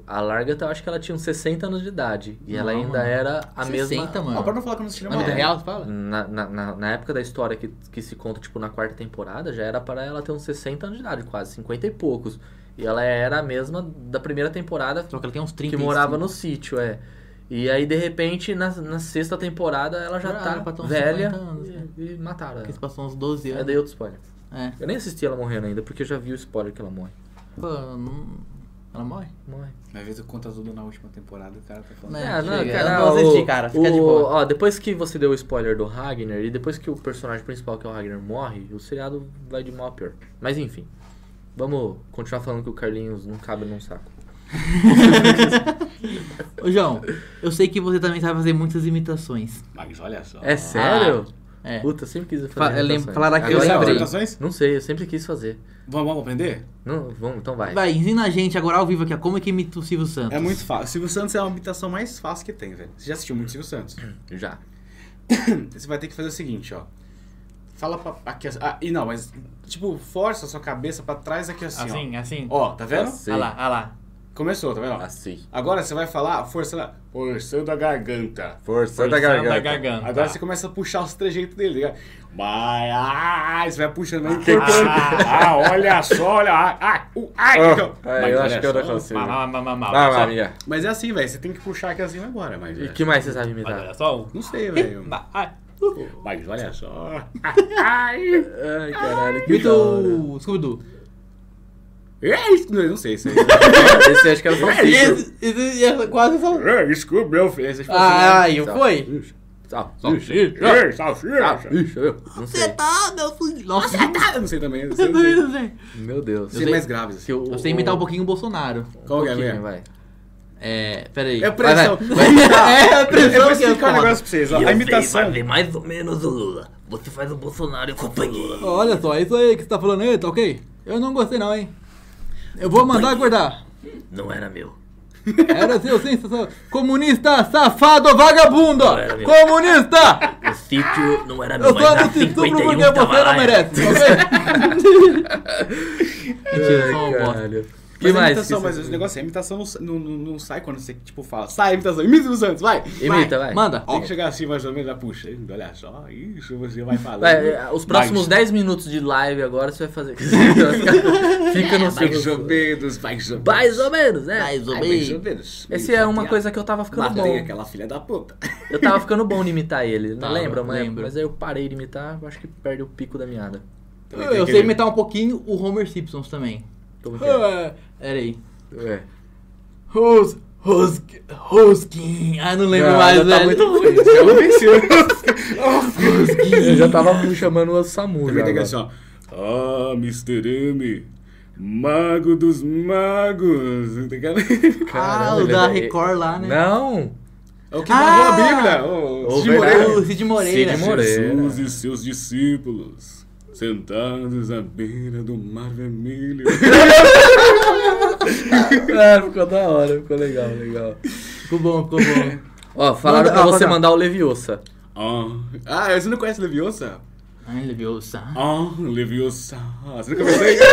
a Larga, eu acho que ela tinha uns 60 anos de idade. E ela Não, ainda mano. era a 60, mesma. mano. Ah, pra não falar que eu não assisti Na vida nada. real, você fala? Na, na, na- na época da história que, que se conta, tipo, na quarta temporada, já era para ela ter uns 60 anos de idade, quase, 50 e poucos. E ela era a mesma da primeira temporada Só que ela tem uns 30 que morava no sítio, é. E aí, de repente, na, na sexta temporada, ela já Ah, era pra ter tá uns velha 50 anos, né? e, e mataram Que ela. É, se passou uns 12 Eu anos. dei outro spoiler. É. Eu nem assisti ela morrendo ainda, porque eu já vi o spoiler que ela morre. Pô, não... ela morre? Morre. Às vezes eu conto tudo na última temporada o cara tá falando. Né? É, Ah, chega. cara, Eu não vou assistir, o- cara. Fica de o- boa. Ó, depois que você deu o spoiler do Ragnar e depois que o personagem principal, que é o Ragnar, morre, o seriado vai de mal a pior. Mas enfim. Vamos continuar falando que o Carlinhos não cabe num saco. Ô, João, eu sei que você também sabe fazer muitas imitações. Mas olha só. É sério? É. Puta, eu sempre quis Fa- fazer. eu lembro- imitações. falaram que eu Agora é a Sabe lembrei. hora. orientações? Não sei, eu sempre quis fazer. Vamos, vamos aprender? Não, vamos, então vai. Vai, ensina a gente agora ao vivo aqui, ó, como é que imita o Silvio Santos. É muito fácil. Silvio Santos é a imitação mais fácil que tem, velho. Você já assistiu muito Silvio Santos? Já. Você vai ter que fazer o seguinte, ó. Fala pra, aqui assim. Ah, e não, mas tipo, força a sua cabeça pra trás aqui assim, Assim, assim. ó. Ó, tá vendo? Assim. Olha lá, olha lá. Começou, tá vendo? ó? Assim. Agora você vai falar forçando, forçando a garganta. Forçando a Forçando garganta. a garganta. Agora você começa a puxar os trejeitos dele, tá ligado? Vai, ai, você vai puxando, vai que- incorporando. Ah, olha só, olha. ah, ah, uh, ai, Ah, então. é, Mas eu olha acho que eu só. não consigo. Mamá, mamá, mamá. Ah, Só- Maria. Mas é assim, velho, você tem que puxar aqui assim agora, mas. E é, que mais você sabe Mas imitar? olha só o... Não sei, velho. Bah, ah. Mas olha só. Ai, caralho, que Imita da hora. o Scooby-Doo. É isso, não não sei, isso aí. né? Esse eu acho que era o salsicha. Esse- esse- esse- Quase só... É, Descobriu, fez. é Ah, aí foi. Ah, Salsicha. É, Salsicha. Salsicha. eu Não sei. tá, meu filho. Nossa, é Ah, eu não sei também. Eu sei, eu eu sei. também não sei. Meu Deus. Um Sei mais graves. assim. Eu sei imitar um pouquinho o Bolsonaro. Qual que é pouquinho, mesmo? vai. É, peraí. É pressão. Vai, vai. É, é Eu vou pressão que é explicar um foda. negócio pra vocês, ó. A imitação. mais ou menos o Lula. Você faz o Bolsonaro e companhia. Olha só, isso aí que você tá falando aí, tá ok? Eu não gostei não, hein? Eu vou mandar acordar. Não era meu. Era seu sensação. Comunista, safado, vagabundo! Era meu. Comunista! O sítio não era Eu só não te supro um porque você tá é. não merece, ok? Mentira, só uma bosta. Caralho. Mas Que a mais? imitação, que mas você- o negócio é, a imitação não, sa- não, não, não sai quando você, tipo, fala, sai imitação, imita o Santos, vai! Imita, vai. Manda. Ó, que chegar assim mais ou menos, já puxando, olha só, isso você vai falando. Vai, é, os próximos 10 minutos de live agora você vai fazer. Fica no seu. Mais ou menos, mais ou menos. Mais ou menos, é. Mais ou Ai, menos. mais ou menos. Essa Isso, é uma até coisa que eu tava ficando Matei bom. aquela filha da puta. Eu tava ficando bom de imitar ele, não Tava, lembra, mas, lembro. mas aí eu parei de imitar, eu acho que perde o pico da meada. Eu, eu sei imitar um pouquinho o Homer Simpsons também. Como que é? Ah, Peraí. É. Hos, hos, hoskin. Ah, não lembro Não, mais, já tá velho. muito ruim. Eu não venci. Eu já tava chamando o Samu. Também já tem que agora. assim, ó. Ah, Mr. M, mago dos magos. tá Não tem aquela- ah, Caramba, o ele da é- Record lá, né? Não! É o que Ah! magoou a Bíblia. O, Ô, Cid verdade. Moreira. O Cid Moreira. Cid Moreira. Jesus e seus discípulos, sentados à beira do mar vermelho. É, ficou da hora, ficou legal, legal. Ficou bom, ficou bom. Ó, falaram Manda- pra ah, você manda. mandar o Leviosa. ah, ah, você não conhece Leviosa? Ai, Leviosa. Ah, Leviosa. Você nunca pensou isso?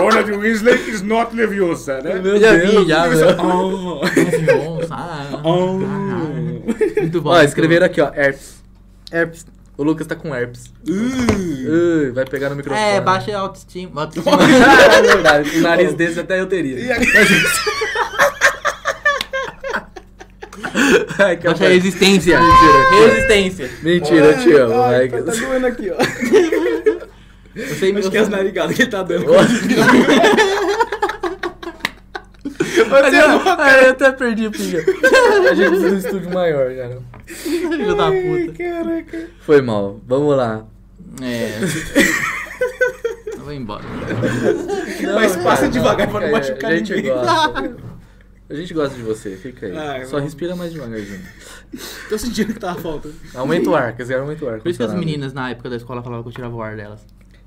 Ronald Weasley is not Leviosa, né? Eu já vi, já, velho. Ah, Leviosa. ah. Muito bom. Ó, escreveram aqui, ó, herpes. Herpes. O Lucas tá com herpes. Uh. Ai, vai pegar no microfone. Hum. É, baixa a autoestima. autoestima. Ah, é verdade. O nariz desse até eu E teria. aqui- Ai, que baixa a horror. resistência. Mentira. Resistência. Mentira, eu te amo. Ai, Vai. tá, tá doendo aqui, ó. Eu sei Acho eu que é as sei- narigadas que ele tá dando. Mas eu, ah, eu até perdi a pilha. A gente precisa de um estúdio maior, cara. Filho da Ai, puta. caraca. Foi mal. Vamos lá. É. Eu vou embora. Não, Mas passa devagar pra fica não aí, machucar a gente ninguém. Gosta. A gente gosta de você, fica aí. Ai, Só vamos. respira mais devagarzinho. Tô sentindo que tava faltando. Aumenta o ar, quer dizer, aumenta o ar. Por isso que as condicionado. meninas na época da escola falavam que eu tirava o ar delas.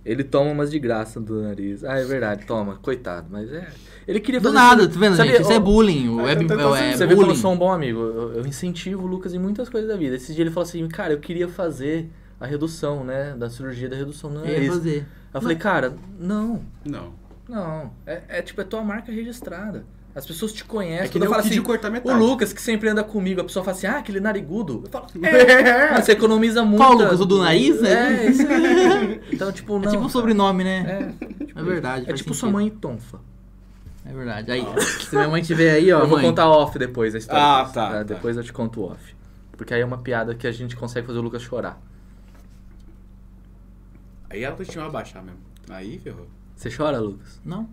Ele toma umas de graça do nariz. Ah, é verdade, toma. Coitado, mas é. Ele queria Do fazer. nada, tá vendo, Sabe, gente? Isso ó, é bullying. O Ah, web, então tá é, sendo- Você vê como eu bullying. sou um bom amigo. Eu, eu incentivo o Lucas em muitas coisas da vida. Esse dia ele falou assim, cara, eu queria fazer a redução, né? Da cirurgia da redução do Eu ia nariz. É, fazer. Eu falei, cara, não, Não. não. É, é tipo, é tua marca registrada. As pessoas te É conhecem. que Quando nem eu o falo Kid assim, cortar metade. o Lucas que sempre anda comigo, a pessoa fala assim, ah, aquele narigudo. Eu falo, É. "Mas você economiza muito. Qual o Lucas? O do nariz, né? É, isso aí. Então, tipo, não. É tipo um cara. sobrenome, né? É, É verdade. é faz tipo sua sentido. mãe tonfa. É verdade. Aí, se minha mãe tiver aí, ó. eu vou mãe, contar off depois a história. Ah, disso, né? tá, tá. Depois eu te conto off. Porque aí é uma piada que a gente consegue fazer o Lucas chorar. Aí ela autoestima abaixar mesmo. Aí ferrou. Você chora, Lucas? Não,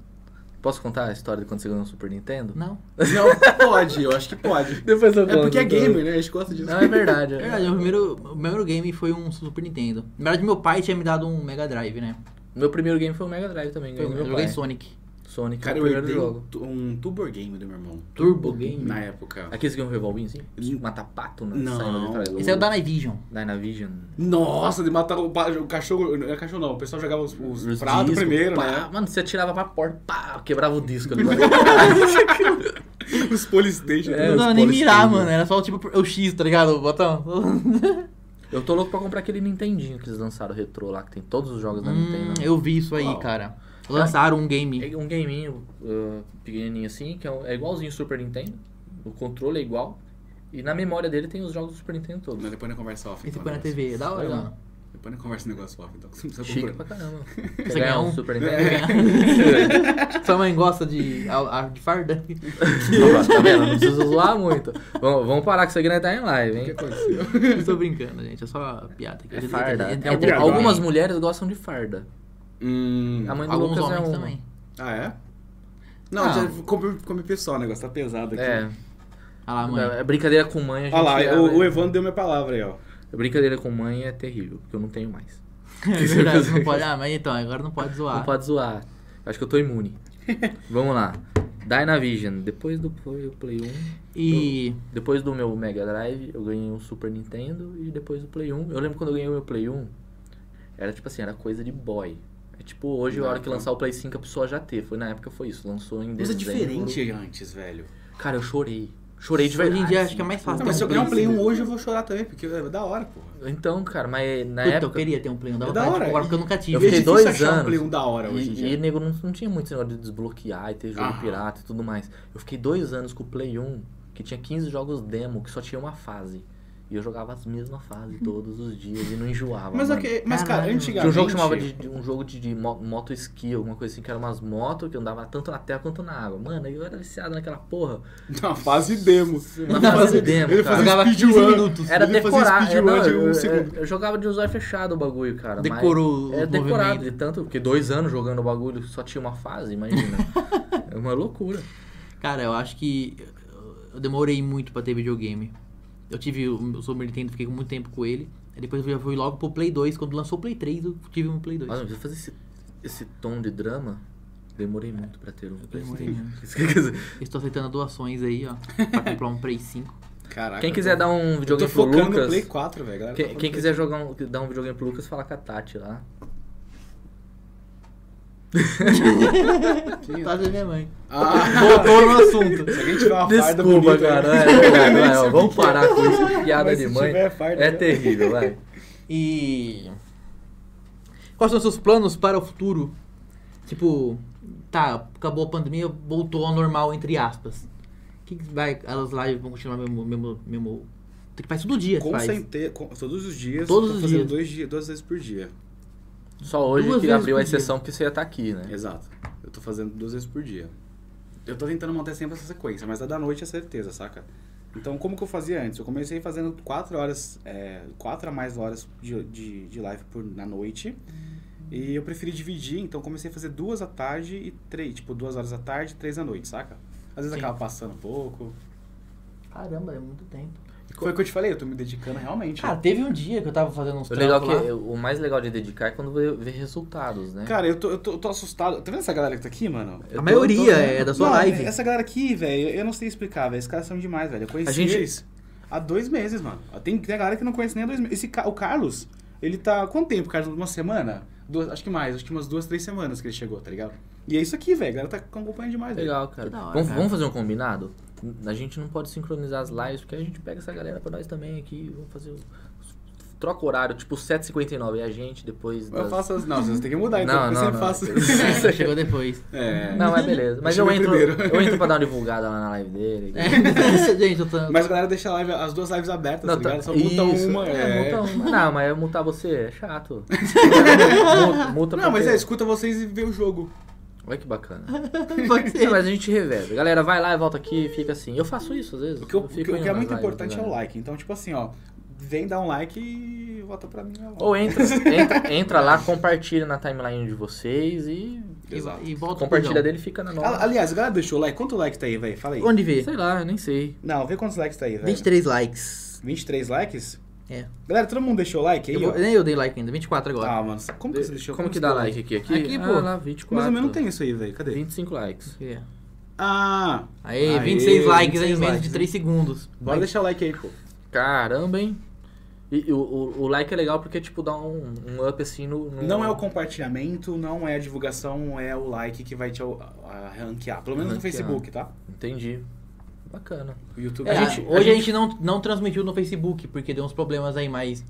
Posso contar a história de quando você ganhou um Super Nintendo? não. Não, pode, eu acho que pode. Depois eu É porque é gamer, né? A gente gosta disso. Não, é verdade. É verdade, meu primeiro, meu primeiro game foi um Super Nintendo. Na verdade, meu pai tinha me dado um Mega Drive, né? Meu primeiro game foi o Mega Drive também. Foi, Ganhei eu do É, meu joguei pai. Sonic. Sonic Cara, foi eu o primeiro herdei jogo. um, tu- um Turbo Game do meu irmão. Turbo Game. Na época. Aqui você ganhou um revolvinho assim? Hum. Mata pato, né? Não. Saindo de trás. Esse é o Dynavision. Dynavision. Nossa, de matar o, pa- o cachorro. Não era cachorro, não. O pessoal jogava os, os, Os pratos discos, primeiro, pá. né? Mano, você atirava pra porta, pá, quebrava o disco ali. Os né? Polystation. É, não os dava nem É, Polystation. mirar, mano. Era só tipo o X, tá ligado? O botão. Eu tô louco pra comprar aquele Nintendinho que eles lançaram, retrô lá, que tem todos os jogos da Hum, Nintendo. eu vi isso aí, Qual? cara. Lançaram um game. É um gameinho uh, pequenininho assim, que é, um- é igualzinho o Super Nintendo. O controle é igual. E na memória dele tem os jogos do Super Nintendo todos. Mas depois não conversa off. Esse então, põe na negócio. TV, é da hora. Legal. mano. Depois não conversa o negócio off, então. Você não precisa Chique comprar. pra caramba. Quer Você ganhar ganhar um um? Super Vai Nintendo? ganhar. Sua mãe gosta de, a- a- de farda. Opa, tá vendo? Não precisa zoar muito. Vamos, vamos parar com isso aqui na Time Live, hein? Eu tô brincando, gente. É só piada. aqui. É farda. É, é, é, É, um- piada. algumas mulheres gostam de farda. Hum. A mãe do alguns Lucas é homens uma. também. Ah, é? Não, Ah. já come, come pessoal, o negócio tá pesado aqui. É, Olha Ah lá, mãe. é brincadeira com mãe. A gente Olha lá, é- o, o Evandro deu minha palavra aí, ó. Brincadeira com mãe é terrível, porque eu não tenho mais. É verdade, não pode. Ah, mas então, agora não pode zoar. Ah. Não pode zoar. Acho que eu tô imune. Vamos lá. Dynavision. Depois do Play Play 1. E. Depois do meu Mega Drive, eu ganhei um Super Nintendo. E depois do Play 1. Eu lembro quando eu ganhei o meu Play 1. Era tipo assim, era coisa de boy. É tipo, hoje, a hora que lançar o Play 5, a pessoa já ter. Foi na época, foi isso. Lançou em Coisa dezembro. diferente antes, velho. Cara, eu chorei. Chorei de Hoje em verdade. dia, acho que é mais fácil Não, Tem mas um se eu ganhar um Play né? 1 Play, hoje, eu vou chorar também, porque é da hora, porra. Então, cara, mas na Puta, eu época... queria ter um Play 1 da É da vontade de hora. comprar, porque eu nunca tive. Eu fiquei é difícil dois achar um anos. Play 1 da hora hoje em E, dia. e nego não, não tinha muito esse negócio de desbloquear e ter jogo Ah. pirata e tudo mais. Eu fiquei dois anos com o Play 1, que tinha 15 jogos demo, que só tinha uma fase. E eu jogava as mesmas fases todos os dias e não enjoava. Mas, mano. ok, mas cara, Caralho. antigamente... Tinha um jogo que chamava de, de- um jogo de, de mo- moto ski, alguma coisa assim, que eram umas motos que andava tanto na terra quanto na água. Mano, eu era viciado naquela porra. Na fase demo. Na Ele fase fazia- demo, Ele cara. Jogava fazia 15 speedrun. minutos. Era Ele fazia decorar. É, speedrun não, de um eu, eu- segundo. eu jogava de usar fechado o bagulho, cara. mas- Decorou os É decorado, movimentos. de tanto, porque dois anos jogando o bagulho só tinha uma fase, imagina. é uma loucura. Cara, eu acho que eu demorei muito pra ter videogame. Eu tive o o Super Nintendo, fiquei muito tempo com ele. Aí depois eu já fui logo pro Play 2. Quando lançou o Play 3, eu tive um Play 2. Mas não precisa fazer esse, esse tom de drama. Demorei muito pra ter um demorei PlayStation. muito. Isso quer dizer, Estou aceitando doações aí, ó. Pra comprar um Play 5. Caraca. Quem quiser dar um eu tô videogame pro focando no Play né? Lucas. 4, velho. galera. Quem, quem quiser jogar um- dar um videogame pro Lucas, fala com a Tati lá. Quem- Tá da minha mãe. Ah, Voltou no assunto. se alguém tiver uma farda Desculpa, bonita... cara. é, é, é, ó, vamos parar com isso. que Piada Mas de se mãe. tiver farda, É né? terrível, vai. E. Quais são os seus planos para o futuro? Tipo, tá, acabou a pandemia, voltou ao normal, entre aspas. O que, que vai. Elas lá vão continuar mesmo. mesmo, mesmo tem que faz todo é. dia, que Com faz. certeza, com- todos os dias. Todos tô os fazendo dias. Dois dias. Duas vezes por dia. Só hoje Duas que vezes abriu por a dia. exceção porque você ia estar aqui, né? Exato. Eu tô fazendo duas vezes por dia. Eu tô tentando manter sempre essa sequência, mas a da noite é certeza, saca? Então, como que eu fazia antes? Eu comecei fazendo quatro horas, é, quatro a mais horas de, de, de live por, na noite. E eu preferi dividir, então comecei a fazer duas à tarde e três. Tipo, duas horas à tarde e três à noite, saca? Às vezes Sim. acaba passando um pouco. Caramba, é muito tempo. Foi o que eu te falei, eu tô me dedicando realmente. Cara, teve um dia que eu tava fazendo uns O, legal é trampos que, lá. o mais legal de dedicar é quando vê, vê resultados, né? Cara, eu tô, eu, tô, eu tô assustado. Tá vendo essa galera que tá aqui, mano? Eu A tô- maioria tô- é da sua Não, live. Essa galera aqui, velho, eu não sei explicar, velho. Esses caras são demais, velho. Eu conheci A gente- eles há dois meses, mano. Tem, tem a galera que não conhece nem há dois meses. Esse, ca- o Carlos, ele tá. Quanto tempo, Carlos? Uma semana? Duas, acho que mais, acho que umas duas, três semanas que ele chegou, tá ligado? E é isso aqui, velho. A galera tá acompanhando demais, velho. Legal, cara. Que da hora, vamos, cara. vamos fazer um combinado? A gente não pode sincronizar as lives, porque a gente pega essa galera pra nós também aqui. Vamos fazer. o- Troca o horário, tipo 7h59 é a gente, depois. Eu Das... faço as. Não, vocês têm que mudar, então. Não, porque não, eu sempre não. faço. É, chegou depois. é. Não, mas beleza. Mas Eu eu cheguei entro, primeiro. eu entro pra dar uma divulgada lá na live dele. É, gente, eu tô. Mas a galera deixa a live, as duas lives abertas, Não, tá tá- ligado? Só multa isso. uma. É, É, multa uma. Não, mas eu multar você é chato. multa, multa Não, mas porque- é, escuta vocês e vê o jogo. Olha que bacana. Pode Não, ser. mas a gente reveza. Galera, vai lá e volta aqui, fica assim. Eu faço isso às vezes. O que, eu- Eu o fico que- o indo que é nas lives, muito né? importante é o galera. like. Então, tipo assim, ó, vem dar um like e vota pra mim. ó. Ou entra, entra, entra lá, compartilha na timeline de vocês e Exato. E, e volta pro compartilha João. dele e fica na A- nossa. Aliás, a galera deixou o like. Quanto like tá aí, velho? Fala aí. Onde vê? Sei lá, eu nem sei. Não, vê quantos likes tá aí, velho. 23 likes. 23 likes? É. Galera, todo mundo deixou o like aí? Eu vou- ó? nem eu dei like ainda, 24 agora. Ah, mano, como que você deixou? Como que você dá deu like aqui? Aqui, Aqui, ah, pô. lá, 24. Mas o meu não tem isso aí, velho. Cadê? 25 likes. É. Ah, Aê, Aê, 26 likes em 26 menos né? likes, de 3 segundos. bora deixar o like aí, pô. Caramba, hein? E, e o, o, o like é legal porque, tipo, dá um, um up assim no, no- Não é o compartilhamento, não é a divulgação, é o like que vai te a- a- ranquear. Pelo menos no Ranquear. Facebook, tá? Entendi. Bacana. O YouTube. É, Ah, hoje a gente, não, não transmitiu no Facebook, porque deu uns problemas aí, mas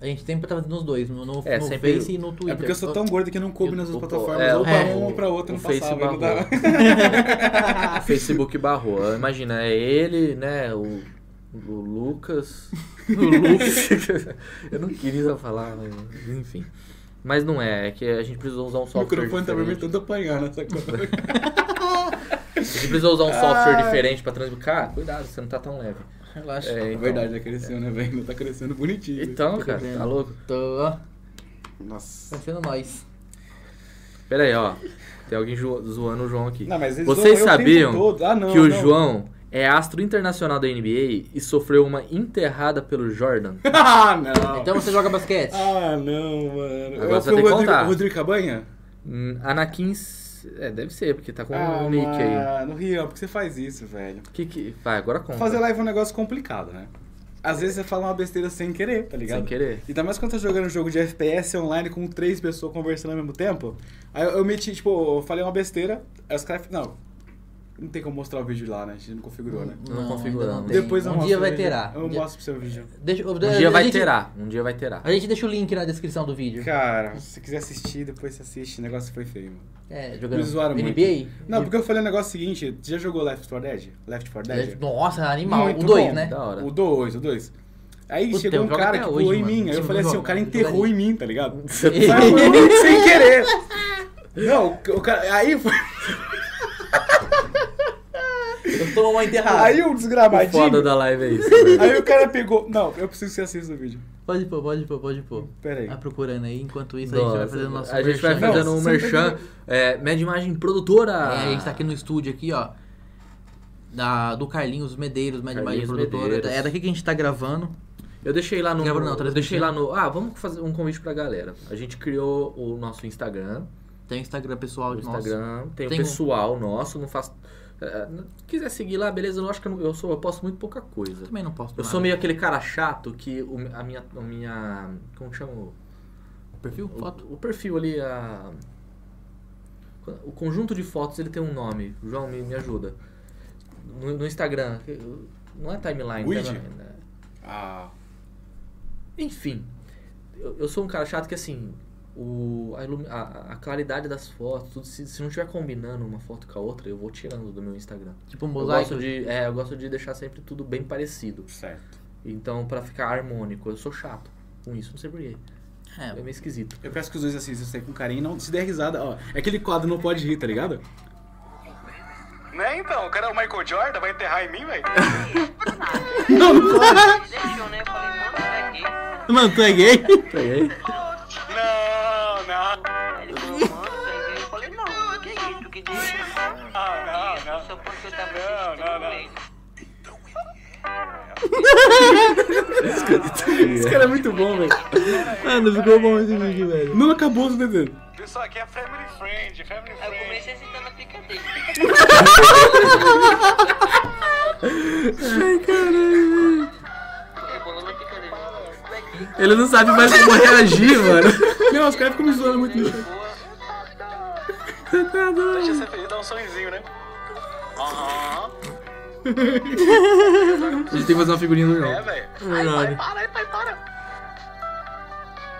A gente sempre tá fazendo os dois, no, no, É, no sempre- Face e no Twitter. É porque eu sou tão gordo que não coube Eu- nas duas o- plataformas. é, ou pra é, uma ou pra outra, o não Face passava. barrou. Não dava. O Facebook barrou. Imagina, é ele, né? O, o Lucas. O Lucas. Eu não queria falar, mas enfim. Mas não é, é que a gente precisou usar um O software. microfone tá me diferente. tentando apanhar nessa coisa. A gente precisou usar um software diferente pra transmitir. Cara, cuidado, você não tá tão leve. Relaxa. É, então. verdade, tá crescendo, né, velho? Tá crescendo bonitinho. Então, cara, vendo. tá louco? Tô Nossa. tá sendo nós. Pera aí, ó. Tem alguém jo- zoando o João aqui. Não, mas eles Vocês zoam eu o tempo sabiam todo. Ah, não, que o não. João é astro internacional da NBA e sofreu uma enterrada pelo Jordan? ah, não. Então você joga basquete? Ah, não, mano. Agora É, você foi tem que o Rodrigo, contar. Rodrigo Cabanha? Hum, Anakins. É, deve ser, porque tá com ah, um nick aí. mano, Rian, por que você faz isso, velho? Que que. Vai, agora conta. Fazer live é um negócio complicado, né? Às vezes você fala uma besteira sem querer, tá ligado? Sem querer. Ainda mais quando tá jogando um jogo de FPS online com três pessoas conversando ao mesmo tempo. Aí eu, eu meti, tipo, eu falei uma besteira, aí os caras. Não, não tem como mostrar o vídeo lá, né? A gente não configurou, né? Não configuramos. ainda não tem. Depois é eu um mostro dia o vai vídeo. terá. Eu Um dia- mostro pro seu vídeo. Deixa, eu- Um dia a vai gente- terá. Um dia vai terá. A gente deixa o link na descrição do vídeo. Cara, se quiser assistir, depois você assiste. O negócio foi feio, mano. É, jogando Me zoaram muito. NBA? Não, porque eu falei o negócio seguinte: já jogou Left 4 Dead? Left 4 Dead? É, Nossa, animal. Muito o 2, bom. né? Da hora. O 2, o 2. Aí Puta, chegou eu um jogo cara até que hoje, pulou em mano. mim. Aí eu Sim, falei eu assim, jogo, o cara eu jogo enterrou ali. em mim, tá ligado? Você E- Mas foi muito sem querer. Não, o cara. Aí foi. Eu tô uma enterrada. Aí O o foda desgramadinho. da live é isso. velho. Aí o cara pegou. Não, eu preciso que você assista o vídeo. Pode pôr, pode pôr, pode pôr. Pera aí. Vai procurando aí. Enquanto isso, a gente vai Nossa, fazendo nosso a gente vai merchan. fazendo Não, um você merchan. tem É, Mad Imagem Produtora. É, a gente tá aqui no estúdio aqui, ó. Da, do Carlinhos Medeiros, Mad Imagem Carlinhos Produtora. Medeiros. É daqui que a gente tá gravando. Eu deixei lá no. Gabriel, não, tá eu deixei transmitindo. lá no. Ah, vamos fazer um convite pra galera. A gente criou o nosso Instagram. Tem o Instagram pessoal o de nosso. Instagram. Tem, Tem o um- pessoal nosso. Não faço. é, não- quiser seguir lá, beleza. Eu acho que eu, não- eu sou, eu posso muito pouca coisa. Eu também não posso. Eu sou meio aquele cara chato que o- a, minha, a minha. Como que chama? o- Perfil? Foto? O, o perfil ali, a. O conjunto de fotos ele tem um nome. João, me, me ajuda. No, no Instagram. eu- Não é timeline. Widget? timeline, né? Ah. Enfim, eu, eu sou um cara chato que assim, o, a, ilumi- a- a claridade das fotos, tudo, se, se não estiver combinando uma foto com a outra, eu vou tirando do meu Instagram. Tipo um Eu mosaico. gosto, de, é, eu gosto de deixar sempre tudo bem parecido. Certo. Então, pra ficar harmônico, eu sou chato com isso, não sei porquê. É É, meio esquisito. Eu peço que os dois assistam isso aí com carinho. Não se der risada, ó. É aquele quadro não pode rir, tá ligado? Né, então? O cara é o Michael Jordan, vai enterrar em mim, velho? Deixou, né? Eu falei, mano, é gay. Mano, tu é gay? Peguei. Não, não, Aí Ele falou, mano, é gay. Eu falei, não, que isso, que é isso? não, não, Só porque eu tava não, não, assistindo não. mesmo. Esse cara é muito bom, velho. Mano, ficou bom esse vídeo, velho. Não acabou, você tá entendendo? Pessoal, aqui é family friend, family Aí eu friend. comecei a sentar na pica dele. Ai, caralho. Rebolou na pica dele. Tu é gay, Ele não sabe mais como reagir, mano. Não, os caras ficam me zoando muito nisso. boa. Deixa você feliz, dá um sorrisinho, né? Aham. A gente tem que fazer uma figurinha do É, João. velho. Verdade. Para aí, pai, para.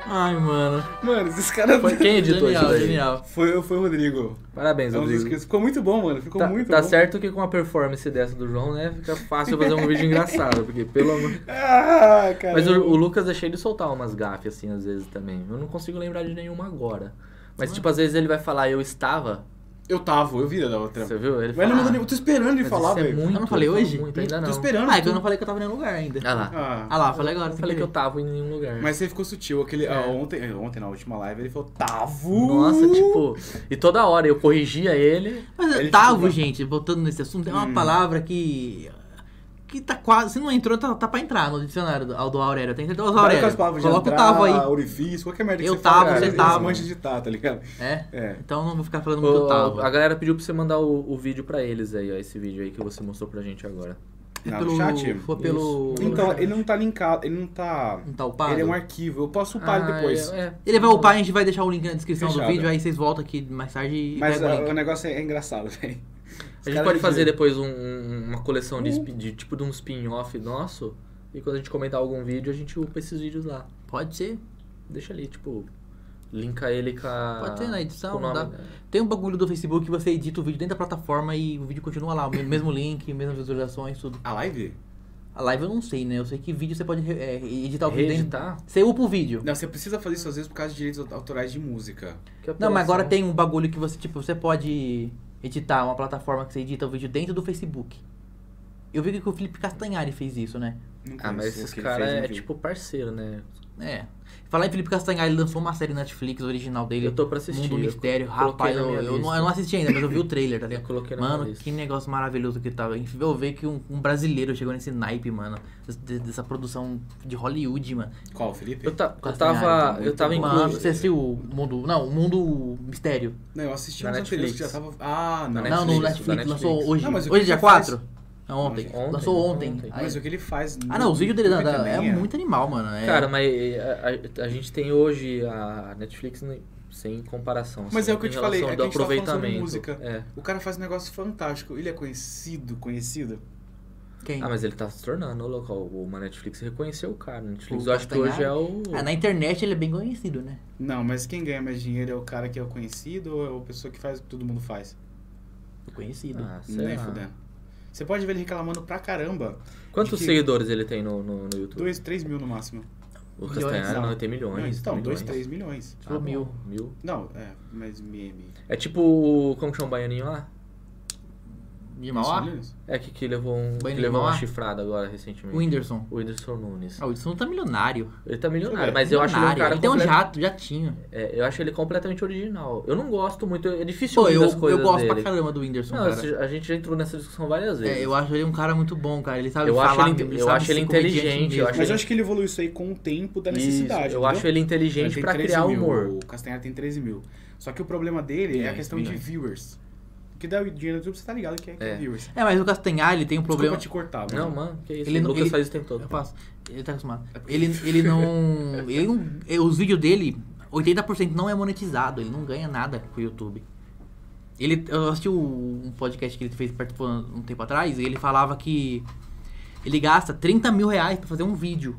Ai, mano. Mano, esses caras. Foi quem editou isso Genial, daí? genial. Foi, foi o Rodrigo. Parabéns, É um dos Rodrigo. que- Ficou muito bom, mano. Ficou Tá, muito tá bom. certo que com uma performance dessa do João, né, fica fácil fazer um vídeo engraçado, porque pelo amor... Ah, cara. Mas o, o Lucas deixei ele soltar umas gafes assim às vezes também. Eu não consigo lembrar de nenhuma agora. Mas tipo, às vezes ele vai falar eu estava. Eu tava, eu vi da outra. Você viu? Ele Mas não fala, mandou nem. Eu tô esperando ele "Mas falar, isso é velho. muito, Eu não falei fala hoje? Muito, ainda Tô não. esperando. Ah, é que tu- eu não falei que eu tava em nenhum lugar ainda. Ah lá. Ah. Ah lá, falei agora. Eu sem falei que eu querer. tava em nenhum lugar. Mas você ficou sutil. Aquele, ah, ontem, eh, ontem, na última live, ele falou, Tavo! É. Nossa, tipo, e toda hora eu corrigia ele. Mas Ele Hum. Tavo, ficou- gente, voltando nesse assunto, é uma palavra que. que tá quase. Se não entrou, tá, tá pra entrar no dicionário do, do Aurélio. Tem que ter o Várias Aurélio. palavras de Coloca o entrar, Tavo aí. orifício, qualquer merda que Eu você fala, tava, cara, você eles tava. mancham de tá, tá ligado? É? É. Então não vou ficar falando muito O- do Tavo. a galera pediu pra você mandar o, o vídeo pra eles aí, ó. Esse vídeo aí que você mostrou pra gente agora. Não, pelo no chat. Foi pelo. Então, ele não tá linkado, ele não tá... Não tá upado? Ele é um arquivo, eu posso upar ele Ah, depois. é- é. Ele vai upar, a gente vai deixar o link na descrição Fechado. do vídeo, aí vocês voltam aqui mais tarde e Mas pegam ah, o o link. negócio é, é engraçado, velho. A gente pode fazer depois um- um- uma coleção de, spi- de tipo de um spin-off nosso. E quando a gente comentar algum vídeo, a gente upa esses vídeos lá. Pode ser. Deixa ali, tipo, linka ele com a... Pode ser na edição, Ah, com o nome, não dá. né? Tem um bagulho do Facebook que você edita o vídeo dentro da plataforma e o vídeo continua lá. O mesmo- mesmo link, mesmas visualizações, tudo. A live? A live eu não sei, né? Eu sei que vídeo você pode re- é, editar o vídeo dentro. Reeditar? Você upa o vídeo. Não, você precisa fazer isso às vezes por causa de direitos autorais de música. Que é Não, mas agora apelação. tem um bagulho que você, tipo, você pode editar uma plataforma que você edita o vídeo dentro do Facebook. Eu vi que o Felipe Castanhari fez isso, né? Não Ah, mas conheço esses o que ele caras fez, é enfim. tipo parceiro, né? É. Falar em Felipe Castanhari, ele lançou uma série na Netflix original dele. Eu tô pra assistir. Mundo eu Mistério. coloquei Rapaz, na eu, minha eu não, lista. eu não assisti ainda, mas eu vi o trailer, tá Eu ligado? coloquei na minha Mano, lista. que negócio maravilhoso que tava. Enfim, Eu ver que um, um brasileiro chegou nesse naipe, mano. des- de- Dessa produção de Hollywood, mano. Qual, Felipe? tipo- Eu, ta- eu Castanhari, tava, Ah, tá muito eu tava bom. Mano, incluso. Você assistiu o Mundo. Não, o Mundo Mistério. Não, eu assisti Na um Netflix que já Netflix. tava. Ah, não. Na não, no Netflix, da Netflix, lançou Netflix. hoje. Não, mas o que hoje, é que dia faz- 4? Não, ontem. Ontem, Lançou ontem. ontem. Aí- Mas o que ele faz. Ah, no não, os vídeos dele da- YouTube da- é, também muito animal, mano. É, Cara, mas a, a- a gente tem hoje a Netflix ne- sem comparação. Mas assim, é o que eu em te falei, relação é que do a gente tava falando sobre aproveitamento. música. É. O cara faz um negócio fantástico. Ele é conhecido, conhecido. quem? Ah, mas ele tá se tornando, louco. ó, Uma Netflix reconheceu o cara. Netflix, O eu acho que hoje é o. Ah, na internet ele é bem conhecido, né? Não, mas quem ganha mais dinheiro é o cara que é o conhecido ou é a pessoa que faz o que todo mundo faz? Conhecido. Ah, sei Nem lá. fudendo. Você pode ver ele reclamando pra caramba. Quantos Que- seguidores ele tem no, no, no YouTube? 2, 3 mil no máximo. O Milhões, Castanhari não. não, ele tem milhões. então, milhões. 2, 3 milhões. Ah, bom, Tá Mil. Mil. Não, é, mas meme. É tipo o. Como que chama o baianinho lá? De Mauá? É que, que levou um. Que Baianinho levou uma Mauá? chifrada agora O recentemente. Whindersson. O Whindersson Nunes. Ah, o Whindersson tá milionário. Ele tá Deixa eu ver. milionário, mas eu acho ele um milionário. cara. Ele tem um complet- jato, jatinho. É, eu acho ele completamente original. Eu não gosto muito, é difícil Pô, ouvir eu, das coisas eu gosto dele. pra caramba do Whindersson, Não, cara. esse- a gente já entrou nessa discussão várias vezes. É, eu acho ele um cara muito bom, cara. Ele sabe Eu acho falar, ele- mesmo, eu sabe acho ele ser comediante inteligente, mesmo. eu acho Mas eu ele- acho que ele evoluiu isso aí com o tempo é da Isso, necessidade. eu entendeu? acho ele inteligente tem pra 13 criar mil, humor. O Castanhar tem 13 mil. Só que o problema dele é a Milhões, questão milhões. de viewers. Que dá o dinheiro do YouTube, você tá ligado que é, que é É. viewers. É, mas o Castanhar, ele tem um problema... Desculpa te cortar, mano. Não, mano, que isso. Ele Ele não- Lucas ele- faz o tempo todo. Eu faço. Ele tá acostumado. É Ele, ele não. Ele não. é, Os vídeos dele, 80% não é monetizado. Ele não ganha nada com o YouTube. Ele, eu assisti o- um podcast que ele fez participando um tempo atrás e ele falava que ele gasta 30 mil reais pra fazer um vídeo.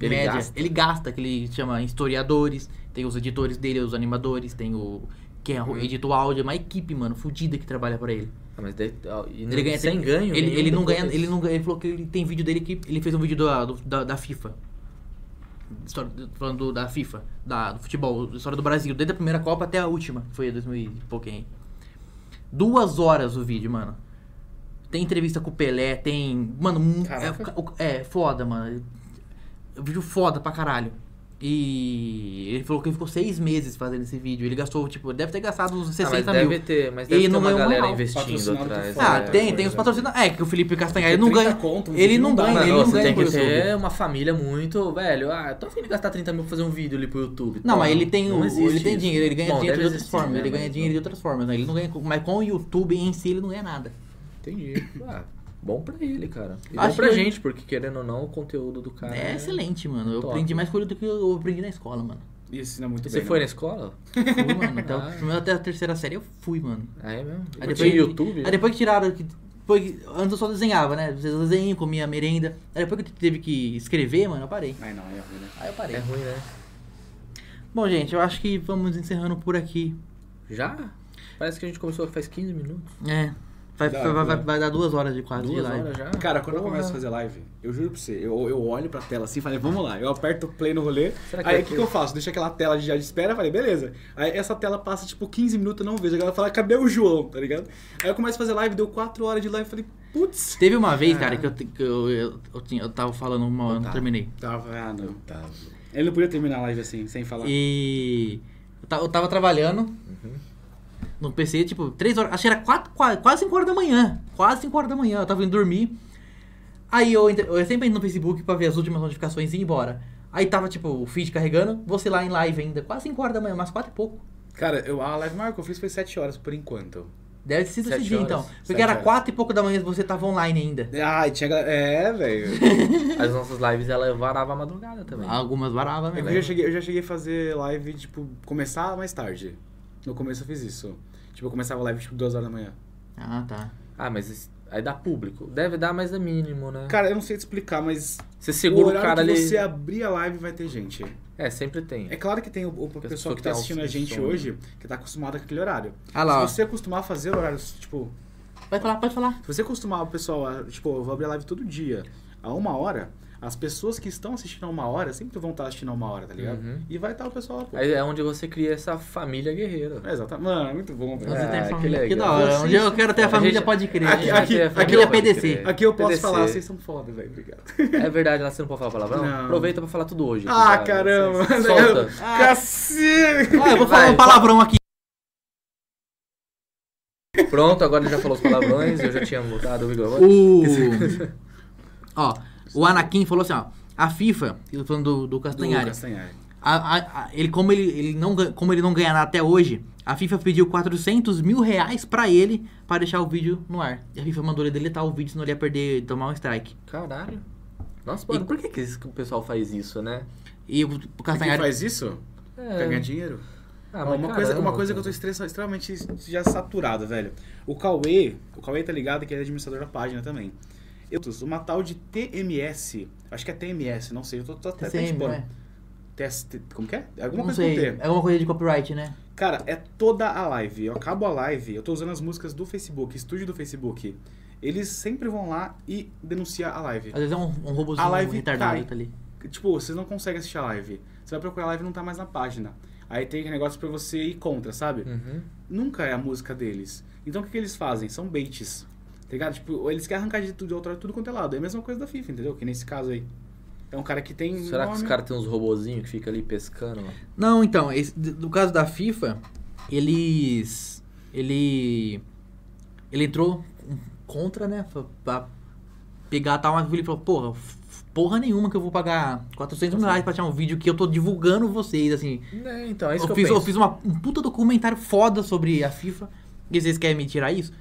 em Ele média. gasta? Ele gasta, que ele chama historiadores, tem os editores dele, os animadores, tem o. Quem Uhum. é, edita o áudio, é uma equipe, mano, fudida que trabalha pra ele. Ah, mas daí, ó, e Ele ganha sem tem- ganho. Ele, nenhum ele não depois. ganha, ele não ganha- ele falou que ele tem vídeo dele que ele fez um vídeo da do- da, da FIFA. História, falando do- da FIFA, da, do futebol, da história do Brasil, desde a primeira Copa até a última, que foi em 2000 e pouquinho. Duas horas o vídeo, mano. Tem entrevista com o Pelé, tem. Mano, um- Caraca. é, o- é, foda, mano. É um Vídeo foda pra caralho. E ele falou que ele ficou seis meses fazendo esse vídeo. Ele gastou, tipo, deve ter gastado uns Ah, mas 60 mil. deve ter, mas deve Ele ter não uma ganhou um galera real. investindo Patrocinado por atrás. Ah, fora, né? tem, coisa. tem os patrocinadores. É, que o Felipe Castanhar Porque ele não 30 ganha. conto, um ele vídeo não não dá, ganha, Mano, ele não, né? não você ganha tem com que o YouTube. ter uma família muito, velho. Ah, eu tô afim de gastar 30 mil pra fazer um vídeo ali pro YouTube. Não, Pô, mas ele tem, não o, existe ele tem isso. dinheiro, ele ganha Bom, dinheiro de deve outras existir, formas. né, ele ganha mas dinheiro de não- outras formas, né? Ele não ganha. com- Mas com o YouTube em si ele não ganha nada. Entendi. Ah, bom pra ele, cara. E Acho bom pra que- gente, porque querendo ou não, o conteúdo do cara. é excelente, mano. Eu top. aprendi mais coisa do que eu aprendi na escola, mano. Isso não é muito Você bem, foi na né? escola? Fui, mano. Até, o- Ah. primeiro até a terceira série eu fui, mano. Ah, é mesmo? Aí Eu depois- tinha YouTube? Aí depois que tiraram. Que, depois que- antes eu só desenhava, né? Às vezes Eu desenho, comia merenda. Aí depois que teve que escrever, mano, eu parei. Ai, não, é ruim, né? Aí eu parei. É ruim, né? Bom, gente, eu acho que vamos encerrando por aqui. Já? Parece que a gente começou faz 15 minutos. É. Vai, Dá, vai- vai- dá. vai dar duas horas de quase de Duas live. horas já? Cara, quando eu Porra. começo a fazer live, eu juro pra você, eu, eu olho pra tela assim e falei, vamos lá. Eu aperto o play no rolê. Será que é vai aí o que, ter? que eu faço? Deixo aquela tela de já de espera, falei, beleza. Aí essa tela passa tipo 15 minutos, eu não vejo. A galera fala, cadê o João? Tá ligado? Aí eu começo a fazer live, deu 4 horas de live, falei, putz. Teve uma vez, É. cara, que eu, te- que eu, eu, eu tinha- eu tava falando uma eu não Tá. terminei. Tava, ah, não. Tava. Ele não podia terminar a live assim, sem falar. E eu ta- eu tava trabalhando Uhum. no PC, tipo, três horas, acho que era quatro, qua- quase 5 horas da manhã. Quase 5 horas da manhã, eu tava indo dormir. Aí eu, entre- eu sempre entro no Facebook pra ver as últimas notificações e ir embora. Aí tava, tipo, o feed carregando, você lá em live ainda, quase 5 horas da manhã, umas quatro e pouco. Cara, eu, a live maior que eu fiz foi 7 horas por enquanto. Deve ter sido esse Sete dia, horas. então. Porque Sete era horas. quatro e pouco da manhã e você tava online ainda. Ai, tinha. gal- É, velho. As nossas lives, ela varava a madrugada também. Algumas varava, né? Eu já, cheguei, eu já cheguei a fazer live, tipo, começar mais tarde. No começo eu fiz isso. Tipo, eu começava a live, tipo, 2 horas da manhã. Ah, tá. Ah, mas esse- aí dá público. Deve dar, mas é mínimo, né? Cara, eu não sei te explicar, mas Você segura o, horário cara que ali. você abrir a live vai ter gente. É, sempre tem. É claro que tem o, o pessoal pessoa que que tá tem né? assistindo a gente sono. hoje, que tá acostumado com aquele horário. Ah lá, ó. Se você acostumar a fazer horários, tipo, Vai falar, pode falar. se você acostumar o pessoal a, tipo, eu vou abrir a live todo dia, a uma hora, as pessoas que estão assistindo a uma hora sempre vão estar assistindo a uma hora, tá ligado? Uhum. E vai estar o pessoal lá, pô. Aí é onde você cria essa família guerreira. É, exatamente. Mano, é muito bom, velho. Você Ah, tem que família. Que, da legal. hora. Um dia eu quero ter a A família, gente- pode crer. Aqui- A gente vai aqui- ter a aqui família, é pode PDC. crer. Aqui eu posso PDC. falar, vocês são foda, velho. Obrigado. É verdade, lá você não pode falar palavrão? Não. Aproveita pra falar tudo hoje. Ah, cara. caramba. Solta. Ah. Cacete! Ah, eu vou falar Vai. um palavrão aqui. Pronto, agora ele já falou os palavrões, eu já tinha mudado o Igor. O. ó, o Anakin falou assim, ó. A FIFA, eu tô falando do, do Do Castanhari. Castanhari. A- a- a- ele, como, ele, ele não, gan- como ele não ganha nada até hoje, a FIFA pediu 400 mil reais pra ele pra deixar o vídeo no ar. E a FIFA mandou ele deletar o vídeo, senão ele ia perder, tomar um strike. Caralho. Nossa, mano, por que, que esse- que o pessoal faz isso, né? E o, o Mas Quem Castanhari. faz isso? Quer ganhar dinheiro? Ah, Ó, mas uma, coisa, uma caramba, coisa que eu tô cara. estressa- extremamente já saturado, velho. O Cauê, o Cauê tá ligado que ele é administrador da página também. Eu, uma tal de TMS, acho que é TMS, não sei, eu tô, tô até TCM, tipo, não né? é? test, como que é? Alguma não coisa sei. com T. É alguma coisa de copyright, né? Cara, é toda a live. Eu acabo a live, eu tô usando as músicas do Facebook, estúdio do Facebook. Eles sempre vão lá e denunciar a live. Às vezes é um, um A robôzinho live retardado cai. que tá ali. Tipo, vocês não conseguem assistir a live. Você vai procurar a live e não tá mais na página. Aí tem negócio pra você ir contra, sabe? Uhum. nunca é a música deles. Então o que, que eles fazem? São baits. Tá ligado? Tipo, eles querem arrancar de tudo, de outra, tudo quanto é lado. É a mesma coisa da FIFA, entendeu? Que nesse caso aí. É um cara que tem. Será que nome- os caras têm uns robozinhos que ficam ali pescando? mano? Não, então, esse, d- no caso da FIFA, eles. Ele. Ele entrou contra, né? fa- Pra pegar tal, mas ele falou, porra, f- porra nenhuma que eu vou pagar 400 mil reais pra tirar um vídeo que eu tô divulgando vocês, assim. É, então, é isso eu, que eu fiz, penso. eu fiz uma, um puta documentário foda sobre a FIFA. E vocês querem me tirar isso?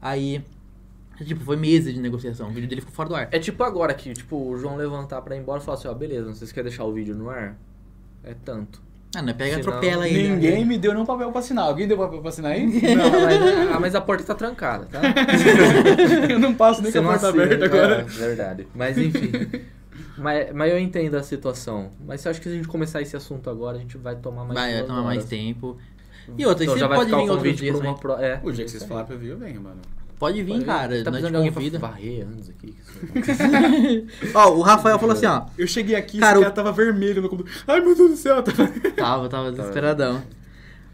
Aí. Tipo, foi meses de negociação. O vídeo dele ficou fora do ar. É tipo agora que, tipo, o João levantar pra ir embora e falar assim, ó, beleza, vocês querem deixar o vídeo no ar? É tanto. Ah, não, pega e Senão- tá atropela ele. né? Ninguém me deu nenhum papel pra assinar. Alguém deu papel pra assinar aí? Ah, mas, ah, mas a porta tá trancada, tá? eu não né? passo nem com a porta tá assina, aberta é, agora. verdade. Mas enfim. mas, mas eu entendo a situação. Mas eu acho que se a gente começar esse assunto agora, a gente vai tomar mais Vai, vai duas tomar mais horas. tempo. E outra, Então você já vai pode ficar vir o outro convite né? dia. pra uma pro... é. O dia que vocês falaram pra eu vir, eu venho, mano. Pode vir, Pode cara. Tá nós precisando te de alguém pra convida. varrer antes aqui. que isso aí. Ó, o Rafael falou assim, ó. Eu cheguei aqui e Cara, esse o- cara tava vermelho no computador. Ai, meu Deus do céu. tá Tava... Tava, tava desesperadão.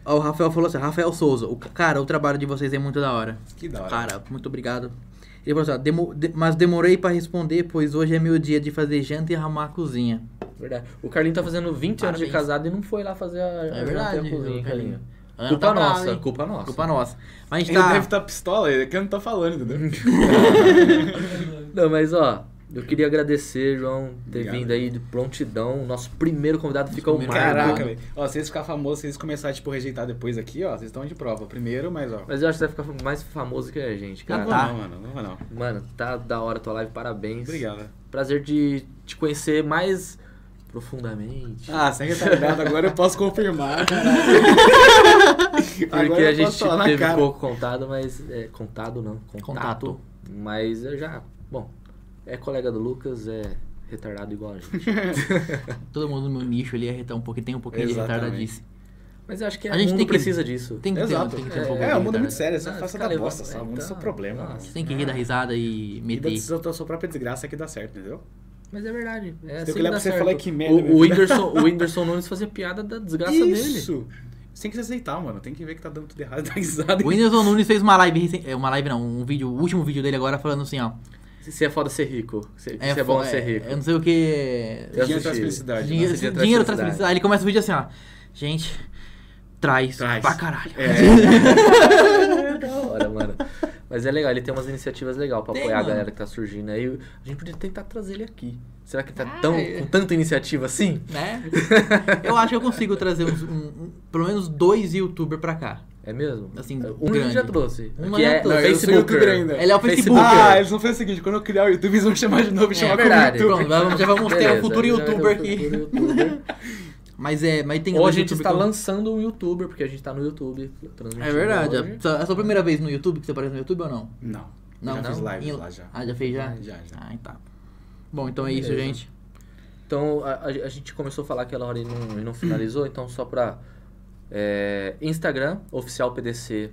Ó, o Rafael falou assim, Rafael Souza, o, ca- cara, o trabalho de vocês é muito da hora. Que da hora. Cara, muito obrigado. Ele falou assim, ó, "Demo- de- mas demorei pra responder, pois hoje é meu dia de fazer janta e arrumar a cozinha. Verdade. O Carlinho tá fazendo 20 anos de Parabéns. casado e não foi lá fazer a, a É verdade, janta e a Carlinho. cozinha, Carlinho. Ana Culpa tá brava, nossa, hein? culpa nossa. Culpa nossa. Mas a gente Ele deve tá... estar pistola, ele que não tá falando, entendeu? Não, mas ó, eu queria agradecer, João, ter Obrigado. vindo aí de prontidão. Nosso primeiro convidado fica o primeiro Marco. Caraca, velho. Ó, se vocês ficar famosos, vocês começarem, tipo, a rejeitar depois aqui, ó, vocês estão de prova. Primeiro, mas ó. Mas eu acho que você vai ficar mais famoso que a gente, Tá cara. bom. Tá. Não, mano, não vai não. Mano, tá da hora a tua live, parabéns. Obrigado. Prazer de te conhecer mais profundamente. Ah, sem retardado, agora eu posso confirmar. porque a gente teve pouco contado, mas. É, contado não, contato. Tá. Contato. Mas eu já. Bom, é colega do Lucas, é retardado igual a gente. Todo mundo no meu nicho ali é retar um pouquinho, tem um pouquinho Exatamente. de retardadice. Mas eu acho que A a gente gente mundo tem que- precisa disso. Tem que Exato. ter, tem que ter um pouco É, de o mundo é muito retardado. sério, só Não, faça da cara, bosta, eu- só. O mundo é seu então, problema, mano. nossa. Tem que rir da risada e E da meter. sua, da sua própria desgraça é que dá certo, entendeu? Mas é verdade. É Tem assim que que dá olhar pra você e certo. falar que merda, o, meu o, filho. Whindersson, o Whindersson Nunes fazia piada da desgraça dele. Isso! Você tem que se aceitar, mano. Tem que ver que tá dando tudo errado, dá risada. O Whindersson Nunes fez uma live, recen- é, uma live não, um vídeo, o último vídeo dele agora falando assim, ó. Se se é foda ser rico. Se se é, fo- bom ser rico. Eu não sei o que. Eu Dinheiro traz assisti. felicidade. Dinheiro, Nossa, dia traz né? dinheiro traz felicidade. felicidade. Aí ele começa o vídeo assim, ó. Gente, traz, Traz. É. pra caralho. Da hora, mano. Mas é legal, ele tem umas iniciativas legais pra Tem, apoiar mano. a galera que tá surgindo aí. A gente podia tentar trazer ele aqui. Será que ele Ah, tá tão, é. com tanta iniciativa assim? Né? Eu acho que eu consigo trazer uns, um- um- pelo menos dois youtubers pra cá. É mesmo? Assim, um grande. ele já trouxe. Um que já é, trouxe. não, Eu sou youtuber Facebooker. ainda. Ele é o Facebook. Facebook. Ah, eles vão fazer o seguinte: quando eu criar o YouTube, eles vão me chamar de novo e É, chamar como verdade. youtuber. Pronto, vai- já vamos ter Beleza, um futuro já vai ter um youtuber futuro aqui. youtuber. Mas é, mas tem Ou a dois gente youtuber está que eu- lançando um youtuber, porque a gente tá no YouTube. transmitindo É verdade. hoje. É só- é a sua primeira vez no YouTube que você aparece no YouTube ou não? Não. Não, já fiz não? lives Em- lá já. Ah, já fez já? Já, já. Ah, tá. Bom, então é isso, Beleza. gente. Então a, a- a gente começou a falar aquela hora e não, e não finalizou, então só pra. é, Instagram, oficial PDC.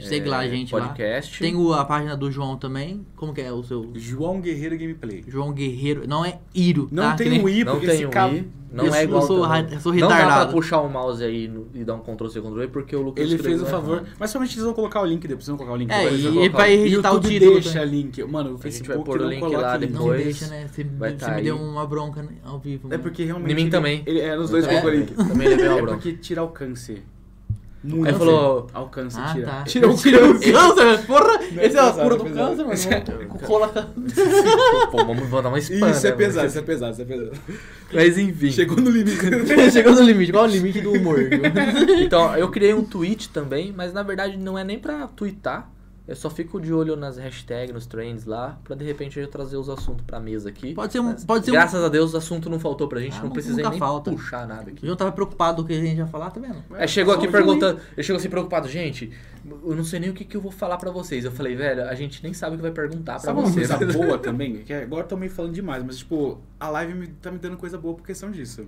Segue é, lá, gente. Podcast. Lá. Tem um o- a página do João também. Como que é o seu? João Guerreiro Gameplay. João Guerreiro. Não é Iro. Não tá? Que tem nem- o I, Não porque tem esse um cara... i, não Eu é sou- igual. eu sou todo ra- mundo. eu sou Não dá pra retardado. puxar o mouse aí no- e dar um Ctrl C, Ctrl V, porque o Lucas Ele né? fez o escreveu favor. errado. Mas somente eles vão colocar o link depois, eles vão colocar o link É, depois. e vou ele colocar vai o- editar o YouTube título. deixa também. link. Mano, o Facebook vai pôr o não link coloca lá Não depois. deixa, né? Você, vai você tá me aí. deu uma bronca né, ao vivo. É mano. porque realmente... Em mim ele- também. Ele, é, nos dois É? colocou o link. Também levei uma É bronca. porque tira alcance. Ele falou, Alcance, Ah, tira. tá. Tira o Tirou o alcance. câncer, porra! Não, Esse é a pesado, cura do câncer, pesado. mano. Com cola câncer. Pô, vamos mandar uma spam. Isso né, é mano? pesado, isso é pesado, isso é pesado. Mas enfim. Chegou no limite. Chegou no limite. Qual é o limite do humor? Então, eu criei um tweet também, mas na verdade não é nem pra twittar. Eu só fico de olho nas hashtags, nos trends lá, pra de repente eu trazer os assuntos pra mesa aqui. Pode ser um. Pode ser um... Graças a Deus o assunto não faltou pra gente, Ah, não nunca precisei nem falta. puxar nada O aqui. João tava preocupado com o que a gente ia falar, tá vendo? É, chegou aqui Só perguntando, ele chegou assim preocupado, gente, eu não sei nem o que, que eu vou falar pra vocês. Eu falei, velho, a gente nem sabe o que vai perguntar pra Sabe uma vocês. coisa boa também? É Que agora eu tô meio falando demais, mas tipo, a live me, tá me dando coisa boa por questão disso.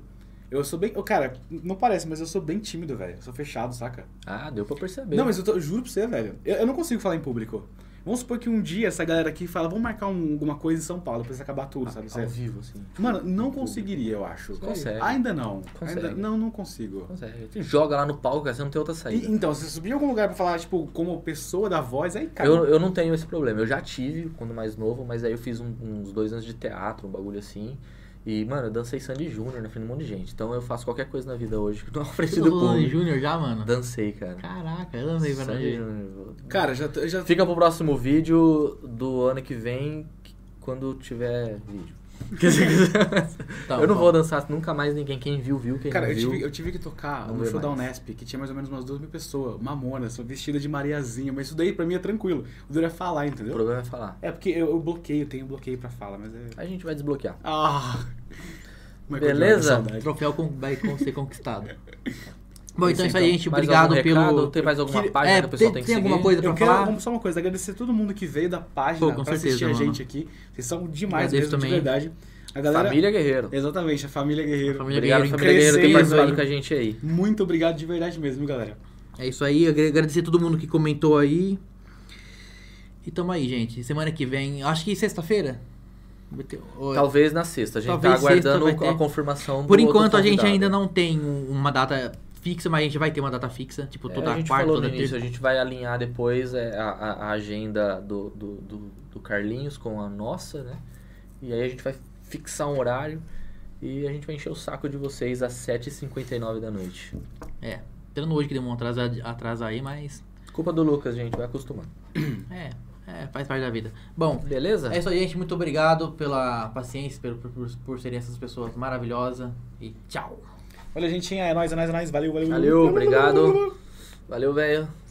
Eu sou bem. ô, Cara, não parece, mas eu sou bem tímido, velho. Eu sou fechado, saca? Ah, deu pra perceber. Não, mas eu, tô- eu juro pra você, velho. Eu, eu não consigo falar em público. Vamos supor que um dia essa galera aqui fala, vamos marcar um- alguma coisa em São Paulo, depois acabar tudo, sabe? Ah, ao é Você- vivo, assim. Mano, não conseguiria, eu acho. Consegue. Ainda não. Consegue. Ainda- não, não consigo. Consegue. é, Você joga lá no palco, cara, você não tem outra E, saída. então, se subir em algum lugar pra falar, tipo, como pessoa da voz, aí cara. Eu, eu não tenho esse problema. Eu já tive quando mais novo, mas aí eu fiz um- uns dois anos de teatro, um bagulho assim. E, mano, eu dancei Sandy Júnior na frente de um monte de gente. Então eu faço qualquer coisa na vida hoje que não é Você oferecido do público. Júnior já, mano? Dancei, cara. Caraca, eu não sei pra Sandy nós. Júnior. Cara, já, tô- já Fica pro próximo vídeo do ano que vem, que- quando tiver vídeo. Tá, eu não tá. vou dançar nunca mais ninguém. Quem viu, viu. Quem Cara, não eu viu. tive, eu tive que tocar Não no vê show da mais. Unesp, que tinha mais ou menos umas duas mil pessoas, mamonas, vestida de Mariazinha, mas isso daí pra mim é tranquilo. O duro é falar, O entendeu? problema é falar. É porque eu, eu bloqueio, tenho bloqueio pra fala, mas é. A gente vai desbloquear. Ah! é Michael Beleza? Jordan, saudade. Troféu com- vai con- ser conquistado. Bom, É então é isso isso, aí, então. gente. Mais Obrigado algum pelo. recado? Tem mais alguma que- página é, que o pessoal tem- tem que tem alguma seguir? coisa pra Eu quero falar? vamos só uma coisa, agradecer todo mundo que veio da página Pô, com pra assistir certeza, a gente mano. aqui. Vocês são demais Agradeço mesmo, também. de verdade. A galera. Família Guerreiro. Exatamente, a família Guerreiro. Família Obrigado, Guerreiro, família Guerreiro, por ter crescendo participado aí. com a gente aí. Muito obrigado de verdade mesmo, galera. É isso aí. agra- Agradecer todo mundo que comentou aí. E tamo aí, gente. Semana que vem. Acho que sexta-feira? Vai ter- ou- Talvez na sexta. A gente Talvez tá aguardando sexta vai a ter. confirmação do Por outro enquanto a gente convidado. ainda não tem um- uma data fixa, mas a gente vai ter uma data fixa. Tipo, É, toda a gente quarta, falou toda no início, terça. a gente vai alinhar depois é, a, a- a agenda do, do, do- do Carlinhos com a nossa, né? E aí a gente vai fixar um horário e a gente vai encher o saco de vocês às 7h59 da noite. É. Tendo hoje que deu um atraso, atraso aí, mas. Culpa do Lucas, gente, vai acostumando. É, é, faz parte da vida. Bom, Hum. Beleza? É isso aí, gente. Muito obrigado pela paciência, pelo, por, por, por serem essas pessoas maravilhosas. E tchau. Olha, gentinha, é nóis, é nóis, é nóis. Valeu, valeu. Valeu, obrigado. Valeu, velho.